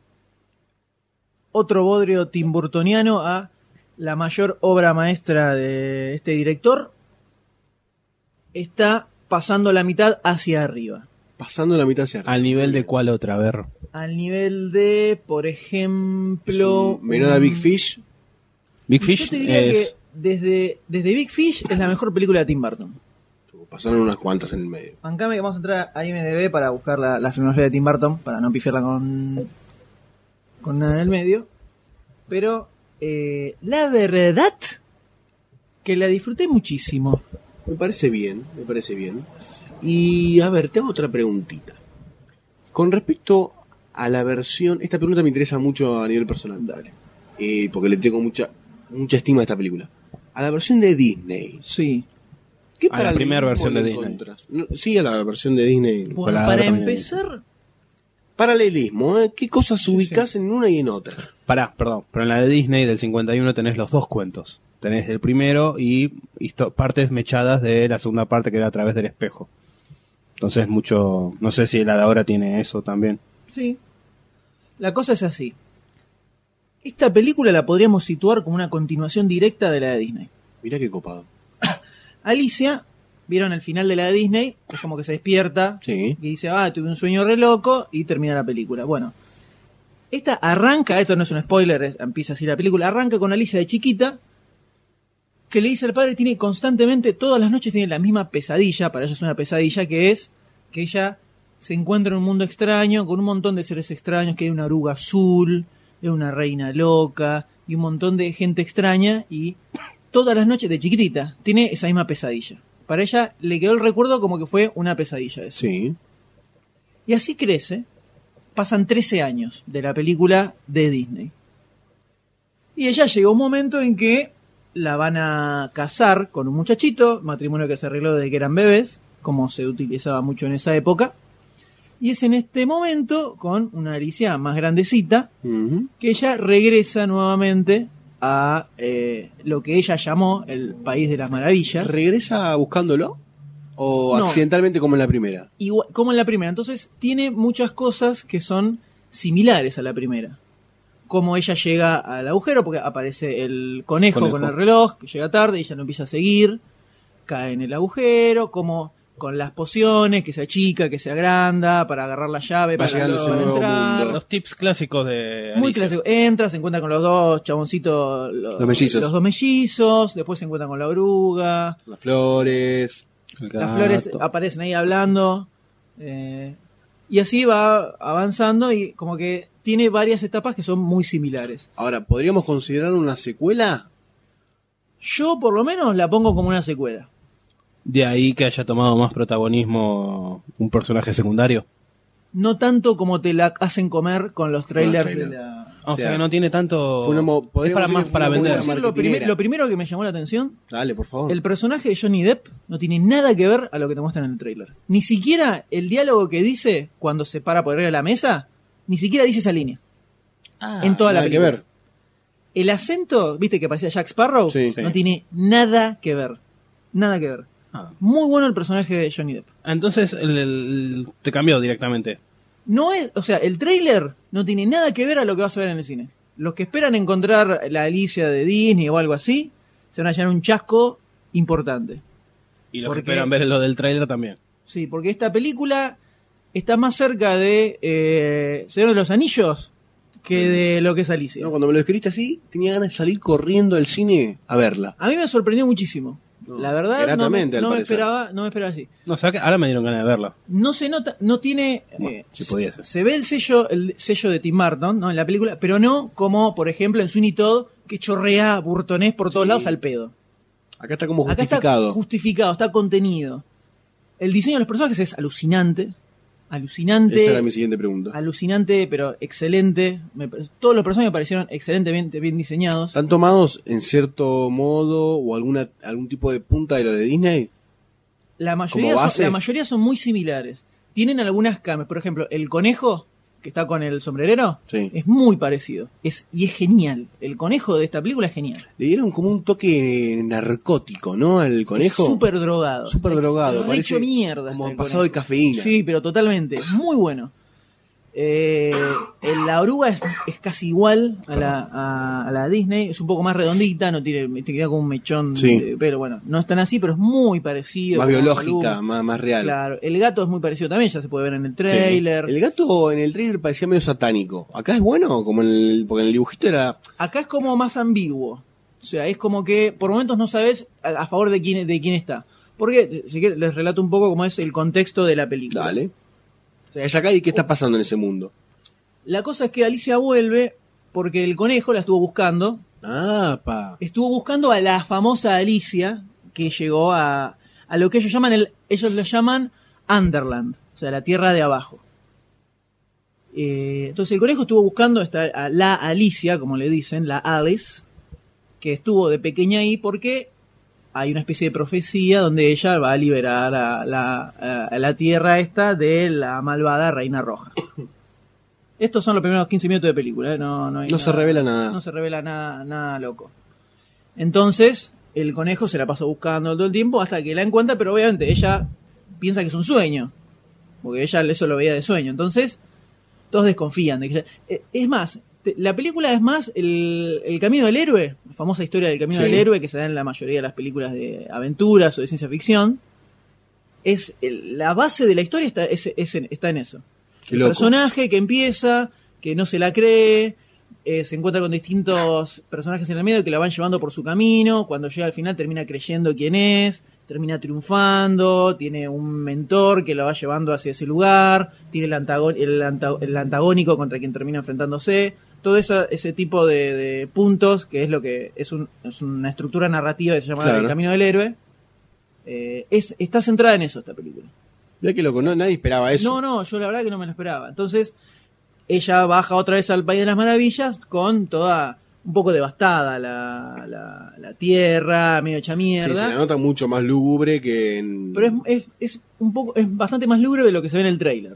otro bodrio timburtoniano a la mayor obra maestra de este director, está pasando la mitad hacia arriba. Pasando la mitad hacia arriba. Al nivel de cuál otra, a ver. Al nivel de, por ejemplo... Sí, Menuda un- Big Fish. Big Yo Fish te diría es. que desde, desde Big Fish es la mejor película de Tim Burton. Pasaron unas cuantas en el medio. Bancame que vamos a entrar a IMDB para buscar la, la filmografía de Tim Burton, para no pifiarla con, con nada en el medio. Pero eh, la verdad que la disfruté muchísimo. Me parece bien, me parece bien. Y a ver, te hago otra preguntita. Con respecto a la versión, esta pregunta me interesa mucho a nivel personal. Eh, porque le tengo mucha, mucha estima a esta película. A la versión de Disney. Sí. ¿Qué A la paralelismo primera versión le de Disney. encontrás? No, sí, a la versión de Disney. Bueno, la para verdad también. empezar, Paralelismo, ¿eh? ¿Qué cosas ubicás en una y en otra? Pará, perdón. Pero en la de Disney del 51 tenés los dos cuentos. Tenés el primero y histo- partes mechadas de la segunda parte que era a través del espejo. Entonces, mucho. No sé si la de ahora tiene eso también. sí. La cosa es así. Esta película la podríamos situar como una continuación directa de la de Disney. Mirá qué copado. Alicia, vieron el final de la de Disney, es como que se despierta, Sí. que dice, ah, tuve un sueño re loco y termina la película. Bueno, esta arranca, esto no es un spoiler, es- empieza así la película, arranca con Alicia de chiquita, que le dice al padre, tiene constantemente, todas las noches tiene la misma pesadilla, para ella es una pesadilla, que es que ella se encuentra en un mundo extraño con un montón de seres extraños, que hay una oruga azul, es una reina loca y un montón de gente extraña y todas las noches de chiquitita tiene esa misma pesadilla. Para ella le quedó el recuerdo como que fue una pesadilla eso. Sí. Y así crece. Pasan 13 años de la película de Disney. Y ella llegó a un momento en que la van a casar con un muchachito, matrimonio que se arregló desde que eran bebés, como se utilizaba mucho en esa época. Y es en este momento, con una Alicia más grandecita, Ujú. que ella regresa nuevamente a eh, lo que ella llamó el País de las Maravillas. ¿Regresa buscándolo? ¿O No. accidentalmente como en la primera? Igual- como en la primera. Entonces tiene muchas cosas que son similares a la primera. Como ella llega al agujero, porque aparece el conejo, Conejo. con el reloj, que llega tarde, y ella no empieza a seguir, cae en el agujero, como con las pociones, que se achica, que se agranda, para agarrar la llave, Va para, llegando a ese para nuevo entrar. mundo. Los tips clásicos de Muy Alicia. clásico. Entra, se encuentra con los dos chaboncitos, los, Los mellizos. los dos mellizos, después se encuentra con la oruga, Las flores. las flores aparecen ahí hablando. eh, y así va avanzando y como que tiene varias etapas que son muy similares. Ahora, ¿podríamos considerar una secuela? Yo por lo menos la pongo como una secuela. De ahí que haya tomado más protagonismo un personaje secundario. No tanto como te la hacen comer con los trailers trailer. de la... Ah, o, O sea, sea, que no tiene tanto. fue una mo- es podríamos para decir más que fue para una movida vender. más- Decir lo, marketinera. primer- lo primero que me llamó la atención, Dale, por favor. el personaje de Johnny Depp no tiene nada que ver a lo que te muestran en el trailer. Ni siquiera el diálogo que dice cuando se para por arriba de la mesa, ni siquiera dice esa línea. en toda la Nada que película. ver. El acento, viste que parecía Jack Sparrow, Sí. no Sí. tiene nada que ver. Nada que ver. Ah. Muy bueno el personaje de Johnny Depp. Entonces el- el- te cambió directamente. No es, o sea, el tráiler no tiene nada que ver a lo que vas a ver en el cine. Los que esperan encontrar la Alicia de Disney o algo así, se van a llevar un chasco importante. Y los que Porque- esperan ver lo del tráiler también. Sí, porque esta película está más cerca de eh, Señor de los Anillos que de lo que es Alicia. No, cuando me lo escribiste así, tenía ganas de salir corriendo al cine a verla. A mí me sorprendió muchísimo. No, la verdad, no me, gratamente, al no me parecer. esperaba, no me esperaba así. No, o sea que ahora me dieron ganas de verlo. No se nota, no tiene. Bueno, eh, si se- pudiese. Se ve el sello, el sello de Tim Burton, ¿no? En la película, pero no como, por ejemplo, en Sweeney Todd, que chorrea burtonés por todos Sí. lados al pedo. Acá está como Acá está justificado. justificado, está contenido. El diseño de los personajes es alucinante. Alucinante. Esa era mi siguiente pregunta. Alucinante, pero excelente. Me pare- todos los personajes me parecieron excelentemente bien diseñados. ¿Están tomados en cierto modo o alguna algún tipo de punta de lo de Disney? La mayoría, Como son, base. la mayoría son muy similares. Tienen algunas cambios. Por ejemplo, el conejo que está con el sombrerero Sí. es muy parecido. Es, y es genial. El conejo de esta película es genial. Le dieron como un toque narcótico, ¿no? Al conejo. Es Súper drogado. Súper drogado. Está parece hecho mierda. Como está el pasado de conejo. cafeína. Sí, pero totalmente. Muy bueno. Eh, el- la oruga es, es casi igual a la, a, a la Disney. Es un poco más redondita. No tiene, te queda como un mechón. Sí. de pelo. bueno, no es tan así, pero es muy parecido. Más como biológica, volumen. más, más real. Claro, el gato es muy parecido también, ya se puede ver en el Sí. trailer. El gato en el trailer parecía medio satánico. Acá es bueno, como en el, porque en el dibujito era. Acá es como más ambiguo. O sea, es como que por momentos no sabes a, a favor de quién, de quién está. Porque, eh, si quieres, les relato un poco cómo es el contexto de la película. Dale. O sea, es acá y qué está pasando en ese mundo. La cosa es que Alicia vuelve porque el conejo la estuvo buscando. Ah, pa. Estuvo buscando a la famosa Alicia que llegó a, a lo que ellos llaman, el, ellos la llaman Underland, o sea, la tierra de abajo. Eh, entonces el conejo estuvo buscando esta, a la Alicia, como le dicen, la Alice, que estuvo de pequeña ahí porque hay una especie de profecía donde ella va a liberar a la, a- a la tierra esta de la malvada Reina Roja. Estos son los primeros 15 minutos de película, ¿eh? no, no, hay No se revela nada. No se revela nada, nada loco. Entonces, el conejo se la pasa buscando todo el tiempo hasta que la encuentra, pero obviamente ella piensa que es un sueño. Porque ella eso lo veía de sueño. Entonces, todos desconfían. de que ella- eh, Es más, te- la película es más el, el camino del héroe, la famosa historia del camino Sí. del héroe que se da en la mayoría de las películas de aventuras o de ciencia ficción. Es el- la base de la historia está, es- es en- está en eso. Qué el loco. personaje que empieza, que no se la cree, eh, se encuentra con distintos personajes en el medio que la van llevando por su camino. Cuando llega al final termina creyendo quién es, termina triunfando, tiene un mentor que la va llevando hacia ese lugar, tiene el, antagon- el anta- el antagónico contra quien termina enfrentándose. Todo esa- ese tipo de, de puntos que es lo que es, un- es una estructura narrativa que se llama Claro. El Camino del Héroe. eh, es, está centrada en eso esta película. Mirá que loco, no, nadie esperaba eso. No, no, yo la verdad que no me lo esperaba. Entonces, ella baja otra vez al País de las Maravillas con toda un poco devastada la, la- la tierra, medio hecha Sí, se mierda. la nota mucho más lúgubre que en. pero es, es- es un poco, es bastante más lúgubre de lo que se ve en el tráiler.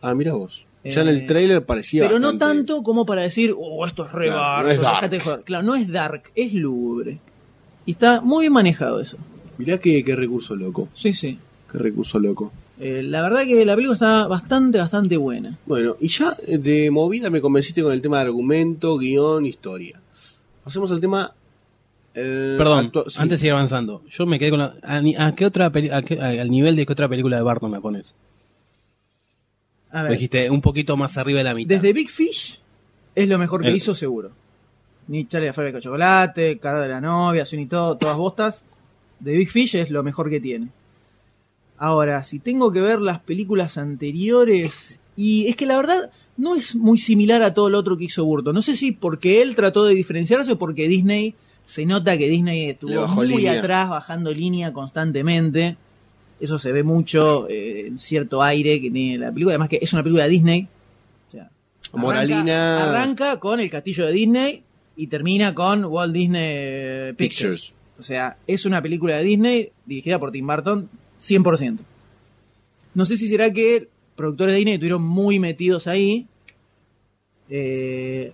Ah, mira vos. Ya en Eh, el trailer parecía. Pero no bastante- tanto como para decir, oh, esto es re Claro, bardo, no es dark. déjate de joder". Claro, no es dark, es lúgubre. Y está muy bien manejado eso. Mirá qué, qué recurso loco. Sí, sí. Qué recurso loco. Eh, la verdad que la película está bastante, bastante buena. Bueno, y ya eh, de movida me convenciste con el tema de argumento, guión, historia. Pasemos al tema. eh, Perdón, actua- sí. antes de seguir avanzando, yo me quedé con la. ¿A, ni- a qué otra peli- a qué- a- al nivel de qué otra película de Barton me pones? A Me ver, dijiste un poquito más arriba de la mitad. Desde Big Fish es lo mejor que Eh. hizo seguro. Ni Charlie la fábrica de chocolate, Cara de la novia, Sun y todo, todas bostas. De Big Fish es lo mejor que tiene. Ahora, si tengo que ver las películas anteriores, y es que la verdad no es muy similar a todo lo otro que hizo Burton. No sé si porque él trató de diferenciarse o porque Disney se nota que Disney Le estuvo bajó muy línea. atrás, bajando línea constantemente. Eso se ve mucho, eh, en cierto aire que tiene la película. Además que es una película de Disney. O sea, arranca- Moralina. Arranca con el castillo de Disney y termina con Walt Disney Pictures. Pictures. O sea, es una película de Disney dirigida por Tim Burton 100%. No sé si será que productores de Disney estuvieron muy metidos ahí. eh,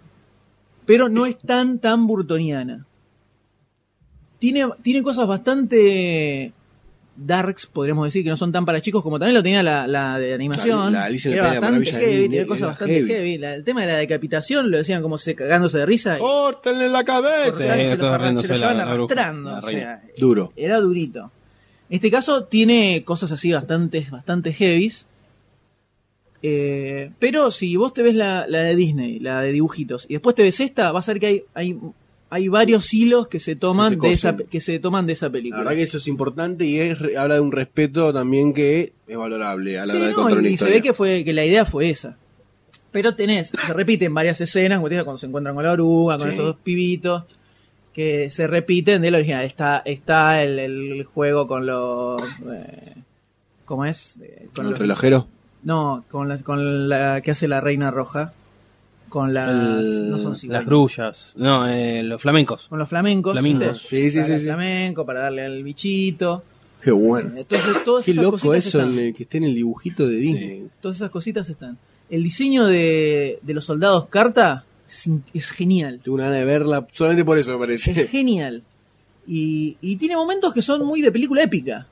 pero no es tan, tan burtoniana. Tiene, tiene cosas bastante darks, podríamos decir, que no son tan para chicos, como también lo tenía la, la de animación. La- la Alicia en que el era País de las bastante Maravillas de heavy, Disney, tiene cosas era bastante heavy. heavy. La- el tema de la decapitación lo decían como se, cagándose de risa. y- ¡Córtenle la cabeza! porque se, los todos arran- Oh, riéndose se los la- iban la bruja, arrastrando. la o reina. sea, Duro. era durito. Este caso tiene cosas así bastante, bastante heavies. Eh, pero si vos te ves la, la de Disney, la de dibujitos, y después te ves esta, vas a ver que hay, hay, hay varios hilos que se toman Que se de esa cosen. que se toman de esa La película. verdad que eso es importante y es, re- habla de un respeto también que es valorable a la Sí, hora de no, contar una y se historia. ve que fue que la idea fue esa. Pero tenés, se repiten varias escenas, como te digo, cuando se encuentran con la oruga, con Sí. estos dos pibitos, que se repiten del original. Está, está el, el juego con los... eh, ¿Cómo es? Eh, ¿Con Con el los- relojero? No, con la, con la que hace la Reina Roja. Con las... El- no son las cigüeñas. grullas. No, eh, los flamencos. Con los flamencos. Flamingos. ¿viste? Sí, sí, Para sí, el sí. flamenco, para darle al bichito. Qué bueno. Entonces, todas Qué esas loco cositas eso están. en el que esté en el dibujito de Disney. Todas esas cositas están. El diseño de, de los soldados carta es, in- es genial. Tengo una gana de verla solamente por eso me Es parece. genial. Y, y tiene momentos que son muy de película épica.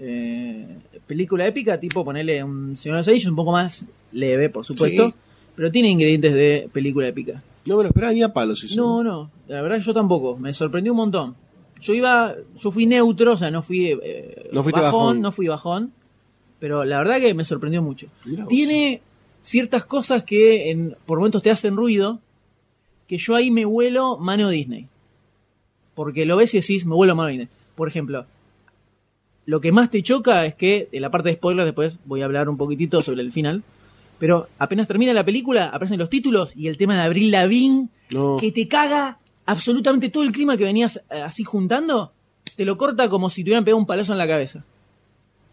Eh, película épica, tipo ponerle un Señor de los Anillos, un poco más leve, por supuesto. Sí. Pero tiene ingredientes de película épica. No me lo esperaba ni a palos eso. No, no, la verdad que yo tampoco, me sorprendió un montón. Yo iba, yo fui neutro, o sea, no fui eh, No fuiste bajón. no fui bajón, pero la verdad que me sorprendió mucho. Mirá vos. Tiene ciertas cosas que en, por momentos te hacen ruido, que yo ahí me huelo mano Disney. Porque lo ves y decís, me huelo mano Disney. Por ejemplo, lo que más te choca es que, en la parte de spoilers, después voy a hablar un poquitito sobre el final, pero apenas termina la película, aparecen los títulos y el tema de Abril Lavigne No. que te caga absolutamente todo el clima que venías eh, así juntando, te lo corta como si te hubieran pegado un palazo en la cabeza.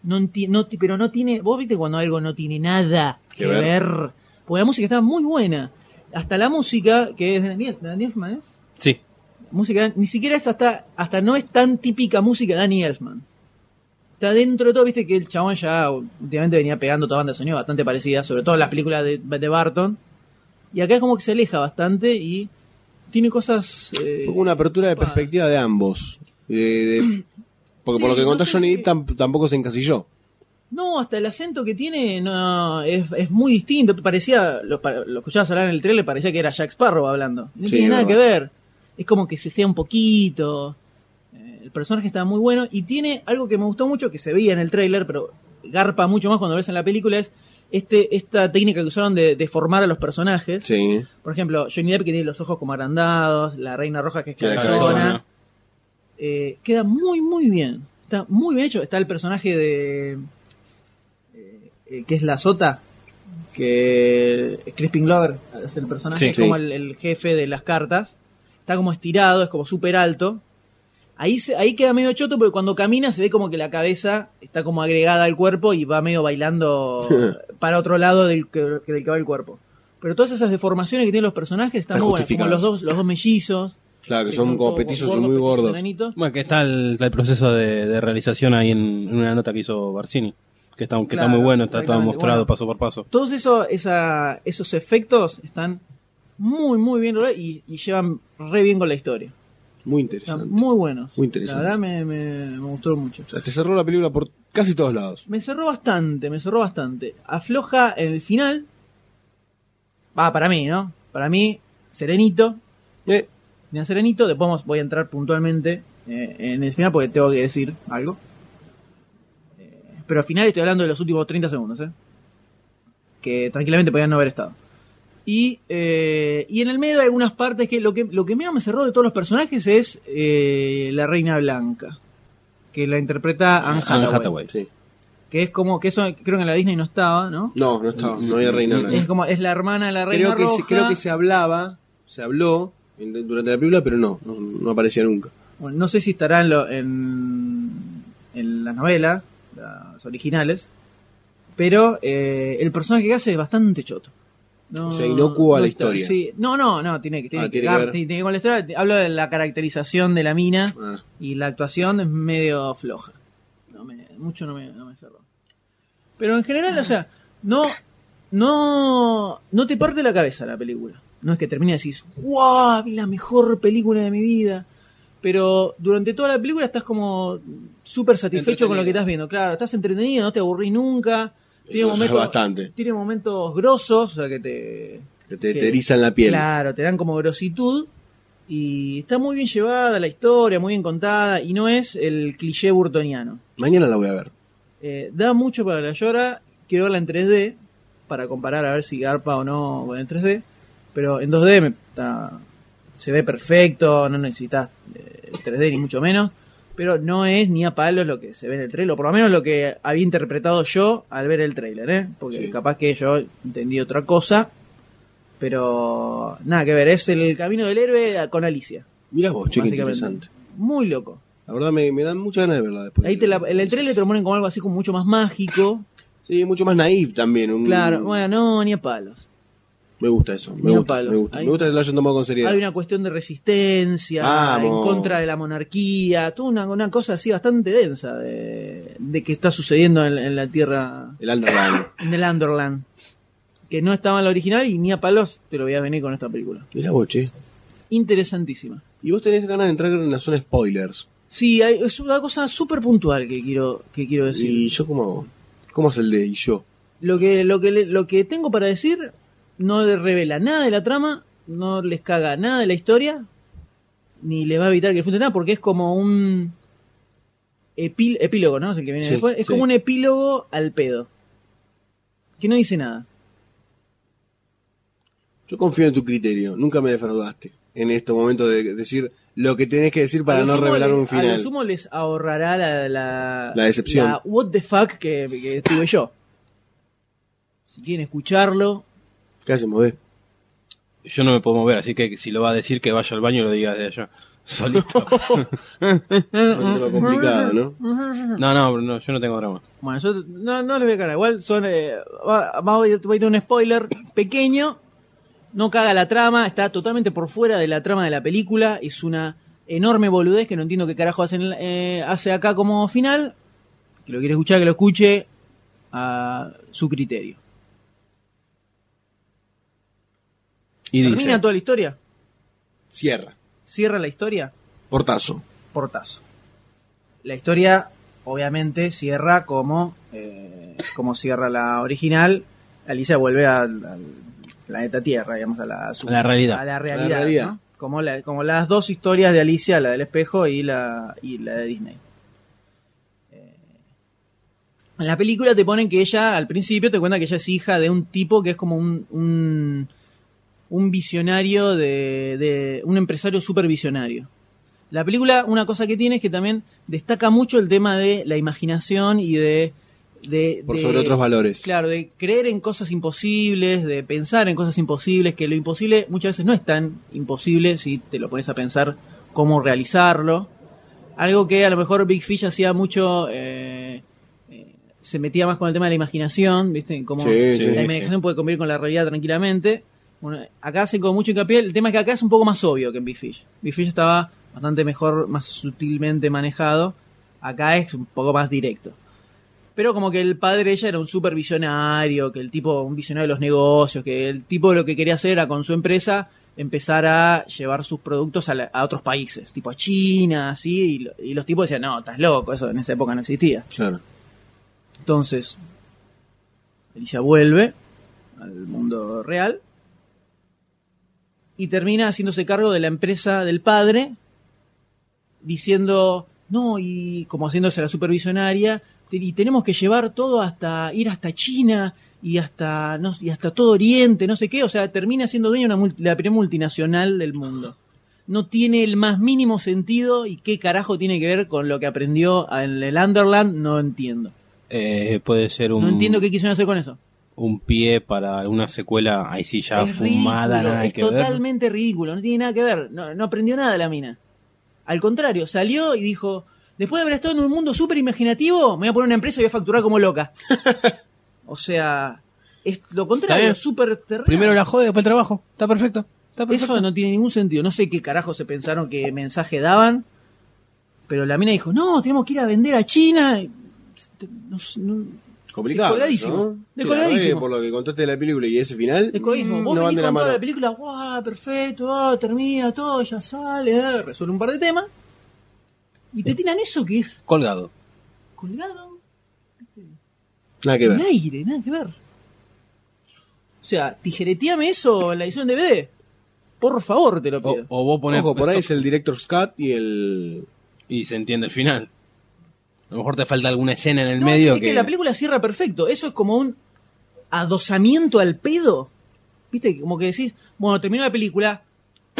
No enti- no ti- pero no tiene, vos viste cuando algo no tiene nada Que que ver. ver. Porque la música está muy buena. Hasta la música, que es de Daniel, Daniel Elfman, ¿es? Sí. Música, ni siquiera es hasta, hasta no es tan típica música de Danny Elfman. Está dentro de todo, viste que el chabón ya últimamente venía pegando toda banda de sonido bastante parecida, sobre todo en las películas de, de Barton. Y acá es como que se aleja bastante y tiene cosas. eh, Fue como una apertura de Opa. perspectiva de ambos. De- de- porque por Sí, lo que no contó sé Johnny si- Depp tam- tampoco se encasilló. No, hasta el acento que tiene no, es, es muy distinto. Parecía, lo, pa- lo escuchabas hablar en el trailer, parecía que era Jack Sparrow hablando. No Sí, tiene nada verdad. que ver. Es como que se sea un poquito. Eh, El personaje está muy bueno y tiene algo que me gustó mucho, que se veía en el trailer, pero garpa mucho más cuando lo ves en la película, es este, esta técnica que usaron de, de formar a los personajes. Sí. ¿eh? Por ejemplo, Johnny Depp que tiene los ojos como agrandados, la Reina Roja que es Que la cabezona. cabezona. Eh, queda muy, muy bien. Está muy bien hecho. Está el personaje de. eh, eh, que es la sota. Que. Crispin Glover es el personaje. Sí. es como Sí. el, el jefe de las cartas. Está como estirado, es como súper alto. Ahí, se- ahí queda medio choto porque cuando camina se ve como que la cabeza está como agregada al cuerpo y va medio bailando para otro lado del que, del que va el cuerpo. Pero todas esas deformaciones que tienen los personajes están Están muy buenas. Como los justificadas. dos, los dos mellizos. Claro, que son como todos petizos, son muy petizos, gordos. enanitos. Bueno, que está el, está el proceso de, de realización ahí en, en una nota que hizo Barcini, que está, que está Claro, muy bueno, está todo exactamente. mostrado Bueno. paso por paso. Todos eso, esa- esos efectos están muy, muy bien logrados y, y llevan re bien con la historia. Muy Están interesante. muy buenos. Muy interesante. La verdad me, me- me gustó mucho. O sea, te cerró la película por casi todos lados. Me cerró bastante, me cerró bastante. Afloja en el final. Va, para mí, ¿no? Para mí, serenito. Eh, Final serenito. Después vamos- voy a entrar puntualmente eh, en el final porque tengo que decir algo. Eh, pero al final estoy hablando de los últimos 30 segundos, ¿eh? Que tranquilamente podían no haber estado. Y, eh, y en el medio hay algunas partes que lo que, lo que menos me cerró de todos los personajes es eh, la Reina Blanca. Que la interpreta Anne Anne Hathaway Hathaway. sí. que es como que eso creo que en la Disney no estaba, ¿no? No, no estaba, no había reina. Mm, no. Es como es la hermana de la reina creo, que roja. se, creo que se hablaba, se habló en- durante la película, pero no, no, no aparecía nunca. Bueno, no sé si estará en, lo- en, en la novela, las originales, pero eh, el personaje que hace es bastante choto. No, O sea, inocua a la está- historia. sí. no, no, no, tiene, que- tiene, Ah, que, tiene que dar- ver. tiene- tiene que ver con la historia. Hablo de la caracterización de la mina Ah, y la actuación es medio floja. No me- mucho no me, no me cerró. Pero en general, o sea, no, no, no te parte la cabeza la película. No es que termine y decís, ¡guau! Vi la mejor película de mi vida. Pero durante toda la película estás como súper satisfecho con lo que estás viendo. Claro, estás entretenido, no te aburrís nunca. Tiene Eso ya es momentos, bastante. tiene momentos grosos, o sea, que te, que te, que- te erizan la piel. Claro, te dan como grositud. Y está muy bien llevada la historia, muy bien contada. Y no es el cliché burtoniano. Mañana la voy a ver. Eh, da mucho para la llora. Quiero verla en 3D para comparar a ver si garpa o no con el 3D. Pero en 2D me- está- se ve perfecto, no necesitas eh, 3D ni mucho menos. Pero no es ni a palos lo que se ve en el trailer, o por lo menos lo que había interpretado yo al ver el trailer, ¿eh? porque Sí. capaz que yo entendí otra cosa. Pero nada que ver, es el camino del héroe con Alicia. Mirá vos, che, qué básicamente. interesante. Muy loco. La verdad me, me dan muchas ganas de verla después. Ahí te la, en el trailer te lo ponen como algo así como mucho más mágico. Sí, mucho más naive también. un- Claro, bueno, no, ni a palos. Me gusta eso. Me Ni a gusta, palos. me gusta. Hay- Me gusta que lo hayan tomado con seriedad. Hay una cuestión de resistencia, Vamos. en contra de la monarquía, toda una, una cosa así bastante densa de, de que está sucediendo en, en la tierra, El underground. en el Underland, que no estaba en la original y ni a palos te lo voy a venir con esta película. Mirá vos, che. Interesantísima. Y vos tenés ganas de entrar en la zona spoilers. Sí, hay- es una cosa súper puntual que quiero, que quiero decir. Y yo como hago? ¿Cómo es el de y yo? Lo que, lo, que, le- lo que tengo para decir no le revela nada de la trama, no les caga nada de la historia, ni les va a evitar que disfruten nada, porque es como un epí- epílogo, ¿no? Es el que viene Sí, después. Es sí. como un epílogo al pedo, que no dice nada. Yo confío en tu criterio. Nunca me defraudaste en estos momentos de decir lo que tenés que decir para A lo no sumo revelar les- un A lo final. sumo les ahorrará la, la, La decepción. la what the fuck que, que tuve yo. Si quieren escucharlo, ¿Qué hacemos, eh? Yo no me puedo mover, así que si lo va a decir que vaya al baño y lo diga desde allá. Solito. Mm, Un tema complicado, ¿no? no, no, no, yo no tengo drama. Bueno, yo no, no les voy a cagar. Igual son. Eh, va, va- voy a tener un spoiler pequeño. No caga la trama. Está totalmente por fuera de la trama de la película. Es una enorme boludez que no entiendo qué carajo hacen, eh, hace acá como final. Que lo quiere escuchar, que lo escuche a su criterio. Y Termina dice, toda la historia. Cierra. Cierra la historia. Portazo. Portazo. La historia, obviamente, cierra como, eh, como cierra la original. Alicia vuelve al, al planeta Tierra, digamos, a la, su- A la realidad. a la A la realidad, realidad. ¿no? Como, la- como las dos historias de Alicia, la del espejo y la, y la de Disney. Eh, En la película te ponen que ella, al principio, te cuenta que ella es hija de un tipo que es como un, un, un visionario, de, de un empresario súper visionario. La película, una cosa que tiene es que también destaca mucho el tema de la imaginación y de. de- Por de- sobre otros valores. Claro, de creer en cosas imposibles, de pensar en cosas imposibles, que lo imposible muchas veces no es tan imposible si te lo pones a pensar cómo realizarlo. Algo que a lo mejor Big Fish hacía mucho. eh, eh, se metía más con el tema de la imaginación, ¿viste? Como Sí, sí, la imaginación puede convivir con la realidad tranquilamente. Bueno, acá hacen como mucho hincapié. El tema es que acá es un poco más obvio que en Big Fish. Big Fish estaba bastante mejor, más sutilmente manejado. Acá es un poco más directo. Pero como que el padre de ella era un super visionario, que el tipo, un visionario de los negocios, que el tipo lo que quería hacer era con su empresa empezar a llevar sus productos a, la- a otros países, tipo a China, así, y, lo- y los tipos decían, no, estás loco, eso en esa época no existía. Claro. Entonces, Alicia vuelve al mundo real y termina haciéndose cargo de la empresa del padre, diciendo, no, y como haciéndose la supervisionaria, te- y tenemos que llevar todo hasta ir hasta China y hasta, no, y hasta todo Oriente, no sé qué, o sea, termina siendo dueño de una multi- la primera multinacional del mundo. No tiene el más mínimo sentido y qué carajo tiene que ver con lo que aprendió en el Underland, no entiendo. Eh, puede ser un, No entiendo qué quisieron hacer con eso. un pie para una secuela ahí sí ya es fumada, ridículo, nada es que ver. totalmente ridículo, no tiene nada que ver, no, no aprendió nada la mina. Al contrario, salió y dijo, después de haber estado en un mundo súper imaginativo, me voy a poner una empresa y voy a facturar como loca. o sea, es lo Está contrario, bien. súper terrible. Primero la jode, después el trabajo. Está perfecto. Está perfecto. Eso no tiene ningún sentido. No sé qué carajo se pensaron que mensaje daban. Pero la mina dijo, no, tenemos que ir a vender a China. No sé, no- Complicado. Descolgadísimo. ¿no? Descolgadísimo. Sí, la verdad que por lo que contaste de la película y ese final. Ecoísmo. mm, Vos no van venís de con la toda mano. la película, guau, perfecto, ah, termina todo, ya sale, ah, resuelve un par de temas. Y te tiran eso que es Colgado. colgado Nada que en ver. aire, nada que ver. O sea, tijereteame eso en la edición DVD. Por favor, te lo O, pido. o vos ponés Ojo, por ahí es stop el director's cut y el. y se entiende el final. A lo mejor te falta alguna escena en el No, medio es que... que... la película cierra perfecto. Eso es como un adosamiento al pedo. ¿Viste? Como que decís, bueno, terminó la película.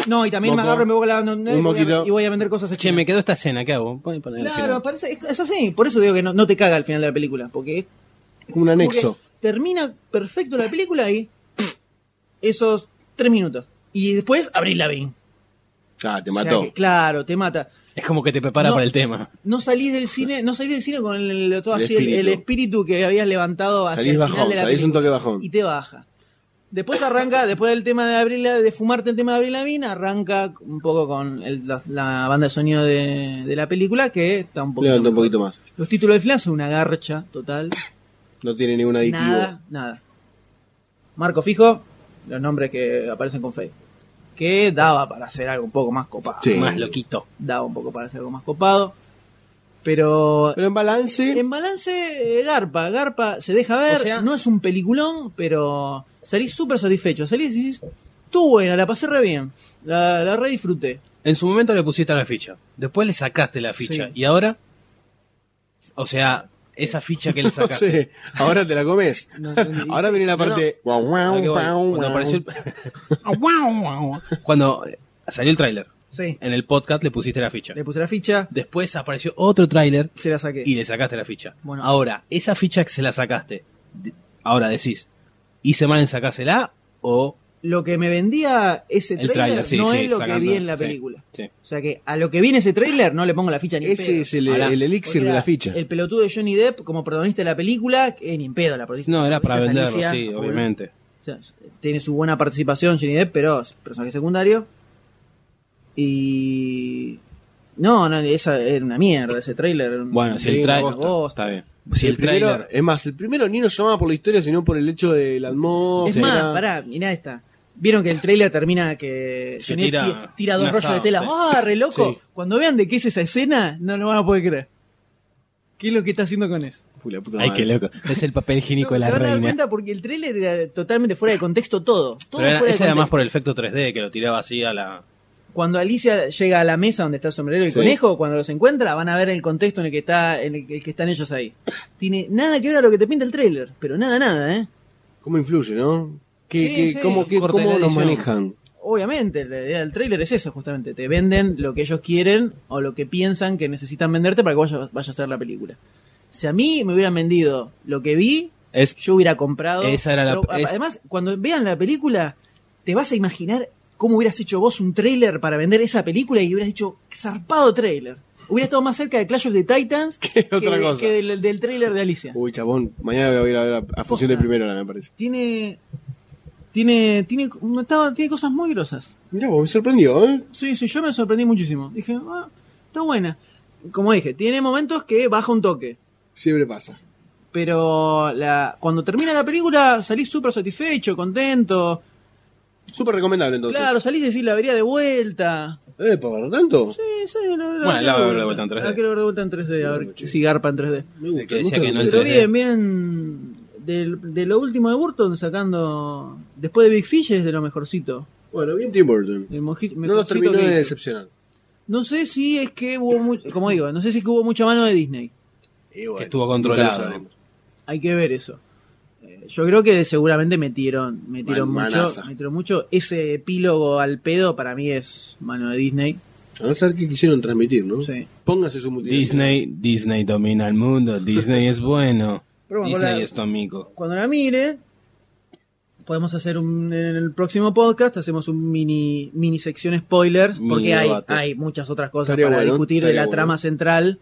No, y también me Moco. agarro, me voy a la. no, Un y voy a- moquito. y voy a vender cosas a Che, China. me quedó esta escena, ¿qué hago? Pon- pon en el Claro, final. parece, es, es así, por eso digo que no, no te caga al final de la película, porque es Como un como anexo. que termina perfecto la película y pff, esos tres minutos. Y después abrís la bin. Ah, te O sea mató. que, claro, te mata. Es como que te prepara No. para el tema. No salís del cine, no salís del cine con el, todo El así, el- el, espíritu. espíritu que habías levantado hacia Salís el final bajón, de la salís un película. toque bajón. y te baja. Después arranca, después del tema de Abril, de fumarte el tema de Abril Lavigne, arranca un poco con el- la, la banda de sonido de, de la película que está un poquito Levanta un mejor. poquito más. Los títulos del final son una garcha total. No tiene ningún aditivo. Nada, nada. Marco fijo, los nombres que aparecen con Fade. Que daba para hacer algo un poco más copado. Sí. Más loquito. Daba un poco para hacer algo más copado. Pero Pero en balance. en balance, eh, Garpa, Garpa se deja ver. O sea- no es un peliculón, pero salís súper satisfecho. Salís y decís, tú buena, la pasé re bien. La, la re disfruté. En su momento le pusiste la ficha. Después le sacaste la ficha. Sí. Y ahora... O sea, esa ficha que le No sacaste. sé, ahora te la comes. Ahora viene la No, no. parte. guau, guau, A lo que voy. guau, Cuando guau. apareció el- Cuando salió el tráiler, Sí. en el podcast le pusiste la ficha. Le puse la ficha, Después apareció otro tráiler se la saqué. y le sacaste la ficha. Bueno. ahora, esa ficha que se la sacaste, de- ahora decís, ¿hice mal en sacársela o lo que me vendía ese el trailer, tráiler? Sí, no sí, es lo que sacando- vi en la sí, película. sí. O sea que a lo que viene ese trailer no le pongo la ficha ni en Ese pedo. es el, Ahora, el elixir Porque de era la ficha. El pelotudo de Johnny Depp como protagonista de la película, que ni en pedo la protagonista. No, era para protagonista venderlo, es Alicia, sí, a full. obviamente. O sea, tiene su buena participación Johnny Depp, pero es personaje secundario. Y. No, no, esa era una mierda ese trailer. era un- Bueno, si el Sí, tráiler... una bosta. Está bien. Si el, primero- tráiler... es más, el primero ni nos llamaba por la historia, sino por el hecho de la atmósfera. Es más, pará, mirá esta. Vieron que el trailer termina que Se Johnny Depp tira ti- tira, dos un rollos asado, de tela. sí. ¡Ah, re loco! Sí. Cuando vean de qué es esa escena, no lo van a poder creer. ¿Qué es lo que está haciendo con eso? Uy, la puta Ay, madre. qué loco. Es el papel higiénico No, de la se van a dar reina. cuenta porque el tráiler era totalmente fuera de contexto todo. Todo Pero era- fuera de ese era contexto. más por el efecto 3D que lo tiraba así a la... Cuando Alicia llega a la mesa donde está el sombrero y el Sí. conejo, cuando los encuentra, van a ver el contexto en el que está, en el, el que están ellos ahí. Tiene nada que ver a lo que te pinta el tráiler, pero nada, nada, ¿eh? ¿Cómo influye, no? ¿Qué, Sí, qué- sí, ¿Cómo, los qué- cortes de cómo nos edición. manejan? Obviamente, la idea del tráiler es eso, justamente. Te venden lo que ellos quieren o lo que piensan que necesitan venderte para que vaya, vaya a hacer la película. Si a mí me hubieran vendido lo que vi, Es, yo hubiera comprado. Esa era la- Pero, es- Además, cuando vean la película, te vas a imaginar cómo hubieras hecho vos un tráiler para vender esa película y hubieras dicho zarpado tráiler. Hubieras estado más cerca de Clash of the Titans que, otra de- cosa. que del, del tráiler de Alicia. Uy, chabón, mañana voy a ir a ver a, a Fusión de Posta. Primera Hora, me parece. Tiene. Tiene. Tiene. estaba- tiene cosas muy grosas. Mirá, vos me sorprendió, ¿eh? Sí, sí, yo me sorprendí muchísimo. Dije, ah, está buena. Como dije, tiene momentos que baja un toque. Siempre pasa. Pero la, cuando termina la película salís súper satisfecho, contento. Súper recomendable entonces. Claro, salís y decís, la vería de vuelta. Eh, ¿Para tanto? Sí, sí, la, Bueno, la voy a ver de vuelta en 3D. La quiero ver de vuelta en 3D, a ver Bueno, che. si garpa en 3D. Me gusta, que me decía gusta que no lo Pero el 3D. bien, bien. Del- de lo último de Burton sacando. Después de Big Fish es de lo mejorcito. Bueno, bien Tim Burton. El moji- No mejorcito nos terminó que de hizo. decepcionar. No sé si es que hubo mucho. Como digo, no sé si es que hubo mucha mano de Disney. Eh, bueno, Que estuvo nunca lo controlado. sabremos. Hay que ver eso. Eh, Yo creo que seguramente metieron, metieron Man- mucho, manaza. metieron mucho. Ese epílogo al pedo para mí es mano de Disney. A no saber qué quisieron transmitir, ¿no? Sí. Póngase su multinacional. Disney, Disney domina el mundo, Disney es bueno, Pero bueno, Disney la- es tu amigo. Cuando la mire, podemos hacer un, en el próximo podcast hacemos un mini mini sección spoilers Mini porque hay, debate. hay muchas otras cosas Estaría para bueno, discutir de la estaría bueno. trama central.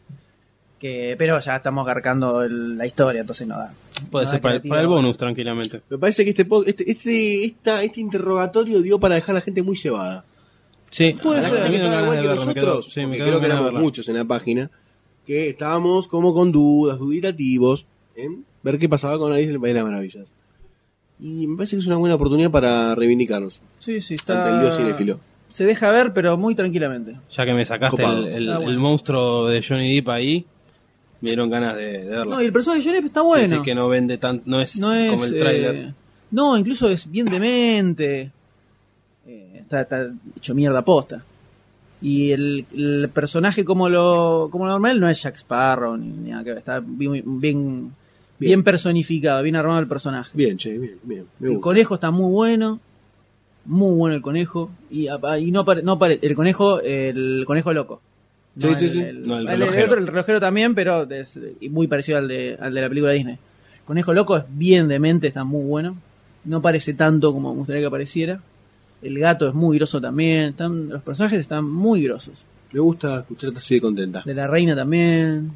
Que, pero ya estamos garcando el- la historia, entonces no da. Puede no ser da para, el- creativa. para el bonus, tranquilamente. Me parece que este, pod- este, este, esta- este interrogatorio dio para dejar a la gente muy llevada. Sí, Puede A la ser. gente Me que dieron estaba ganas igual de que verlo, me quedó- nosotros, sí, me porque quedaron creo que ganas de éramos verlo. muchos en la página, que estábamos como con dudas, duditativos, en ver qué pasaba con Alice en el País de las Maravillas. Y me parece que es una buena oportunidad para reivindicarnos Sí, sí, está. ante el dios cinéfilo. Se deja ver, pero muy tranquilamente. Ya que me sacaste Copado. el, el- Ah, el bueno. monstruo de Johnny Depp ahí, me dieron ganas de, de verlo. No, y el personaje de Johnny Depp está bueno. Así que no vende tan, no es, No es. como el tráiler. eh, no, incluso es bien demente. Eh, está, está hecho mierda posta. Y el, el personaje como lo como lo normal no es Jack Sparrow ni ni nada que ver. Está bien, bien, bien Bien. personificado, bien armado el personaje. Bien, che, bien, bien. Me El gusta. conejo está muy bueno. Muy bueno el conejo. Y, apa- y no apare- no apare- el conejo, el conejo loco. No Sí, sí, el- sí. el- No, el el- el relojero. otro, el relojero también, pero es muy parecido al de, al de la película Disney. El conejo loco es bien demente, está muy bueno. No parece tanto como me gustaría que apareciera. El gato es muy groso también. Están, los personajes están muy grosos. Me gusta escucharte así de contenta. De la reina también.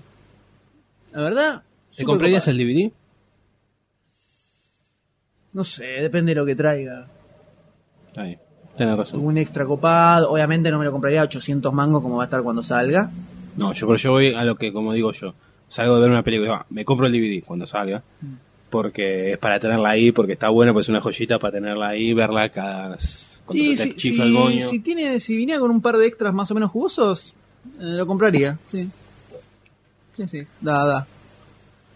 La verdad. ¿Te súper comprarías copada. el DVD? No sé, depende de lo que traiga. Ahí, tenés razón. un extra copado. Obviamente no me lo compraría a 800 mangos como va a estar cuando salga. No, yo, pero yo voy a lo que, como digo yo, salgo de ver una película, va, me compro el DVD cuando salga, porque es para tenerla ahí, porque está bueno, pues es una joyita para tenerla ahí, verla cada... cuando Sí, se te si, chifla si- el moño. si tiene, si viniera con un par de extras más o menos jugosos, eh, lo compraría. Sí. Sí, sí. Da, da.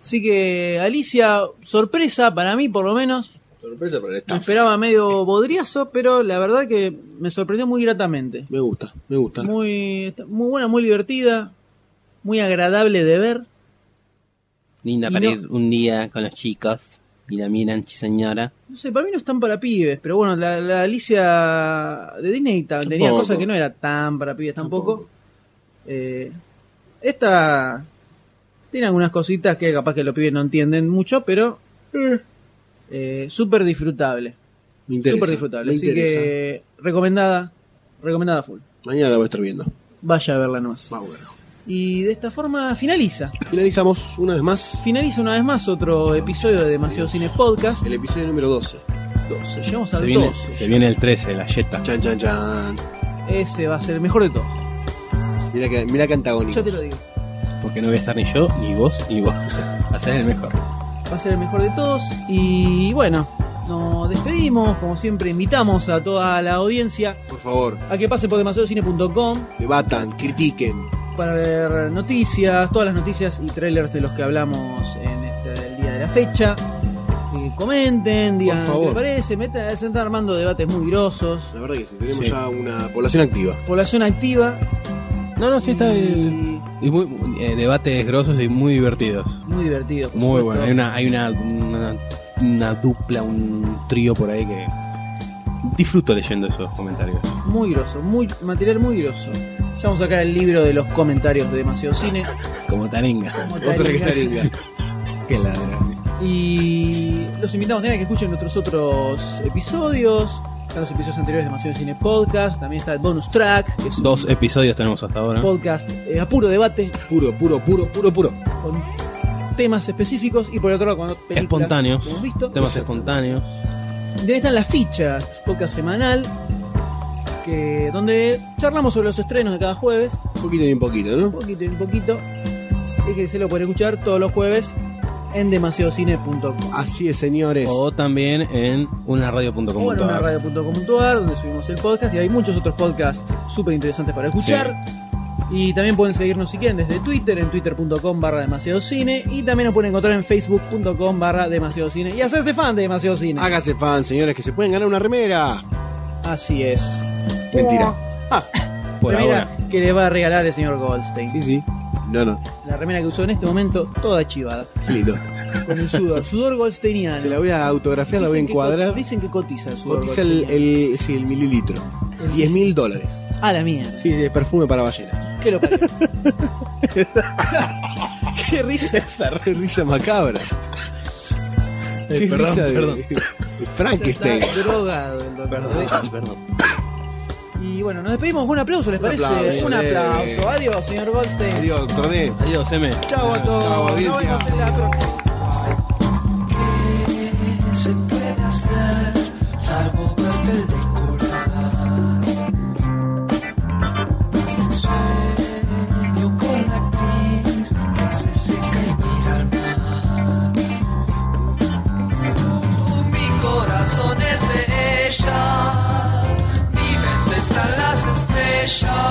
Así que, Alicia, sorpresa para mí por lo menos. Sorpresa para el Me staff. esperaba medio bodriazo, pero la verdad que me sorprendió muy gratamente. Me gusta, me gusta. Muy, está muy buena, muy divertida, muy agradable de ver. Linda Y para no- ir un día con los chicos y la miran, "Chi, señora. No sé, para mí no están para pibes, pero bueno, la, la Alicia de Disney ta- tenía Tampoco. cosas que no era tan para pibes tampoco. Tampoco. Eh, esta tiene algunas cositas que capaz que los pibes no entienden mucho, pero eh, súper disfrutable. Me interesa. Súper disfrutable. me Así interesa. que recomendada, recomendada full. Mañana la voy a estar viendo. Vaya a verla nomás. Vamos a ver. Y de esta forma finaliza. Finalizamos una vez más Finaliza una vez más otro episodio de Demasiado Cine Podcast. el episodio número 12. 12. Llegamos al Se viene, 12. se viene el 13, la yeta. Chan, chan, chan. Ese va a ser el mejor de todos. Mira que, mira que antagónico. Ya te lo digo. Porque no voy a estar ni yo, ni vos, ni vos. Va a ser el mejor. va a ser el mejor de todos. Y bueno, nos despedimos. Como siempre, invitamos a toda la audiencia Por favor, a que pase por demasiadocine.com debatan, critiquen. para ver noticias, todas las noticias y trailers de los que hablamos en este, el día de la fecha. Eh, comenten, digan Por favor. qué les parece, metan, se están armando debates muy grosos. La verdad que sí, tenemos Sí. ya una población activa. Población activa. No, no, sí está. eh, y y muy, eh, debates grosos y muy divertidos. muy divertido. por Muy supuesto. bueno. Hay una, hay una, una, una dupla, un trío por ahí que. Disfruto leyendo esos comentarios. Muy groso, muy, material muy groso. Ya vamos a sacar el libro de los comentarios de Demasiado Cine. Como taringa. Otra que está linda. Qué ladra. Y los invitamos también a que escuchen nuestros otros episodios. Están los episodios anteriores de Demasiado Cine Podcast. También está el bonus track, que es un Dos eh. episodios tenemos hasta ahora. podcast eh, a puro debate Puro, puro, puro, puro, puro. con temas específicos y por otro lado con películas Espontáneos. que hemos visto. Temas espontáneos. También está la ficha, es podcast semanal, que, donde charlamos sobre los estrenos de cada jueves, Un poquito y un poquito, ¿no? un poquito y un poquito, y que se lo pueden escuchar todos los jueves en demasiadocine.com. Así es, señores. O también en unaradio.com. O en una radio.com.ar, donde subimos el podcast, y hay muchos otros podcasts súper interesantes para escuchar. Y también pueden seguirnos si quieren desde Twitter, en twitter.com barra demasiado cine, y también nos pueden encontrar en facebook.com barra demasiado cine, y hacerse fan de demasiado cine. Hágase fan, señores, que se pueden ganar una remera. Así es. Mentira. Ah, Por Remera ahora. que le va a regalar el señor Goldstein. Sí, sí. No, no. La remera que usó en este momento, toda chivada. qué Lindo. Con el sudor, sudor goldsteiniano. Se la voy a autografiar, la voy a Dicen que encuadrar. coti- Dicen que cotiza el sudor Cotiza el, goldsteiniano. el, sí, el mililitro. 10 mil dólares. A la mía. Sí, de perfume para ballenas. Que lo parió. Qué risa. Qué risa macabra. Qué Eh, perdón, risa de, perdón. de Ya está Frankenstein. drogado el doctor. perdón. Y bueno, nos despedimos con un aplauso, ¿les parece? aplauso, un eh. aplauso. Adiós, señor Goldstein. Adiós, doctor D. Adiós, M. Chao a todos. Chao, Nos audiencia. vemos en la próxima. se puede hacer salvo una película. Sueño con la actriz que se seca y mira al mar. Uh, mi corazón es de ella, mi mente está en las estrellas.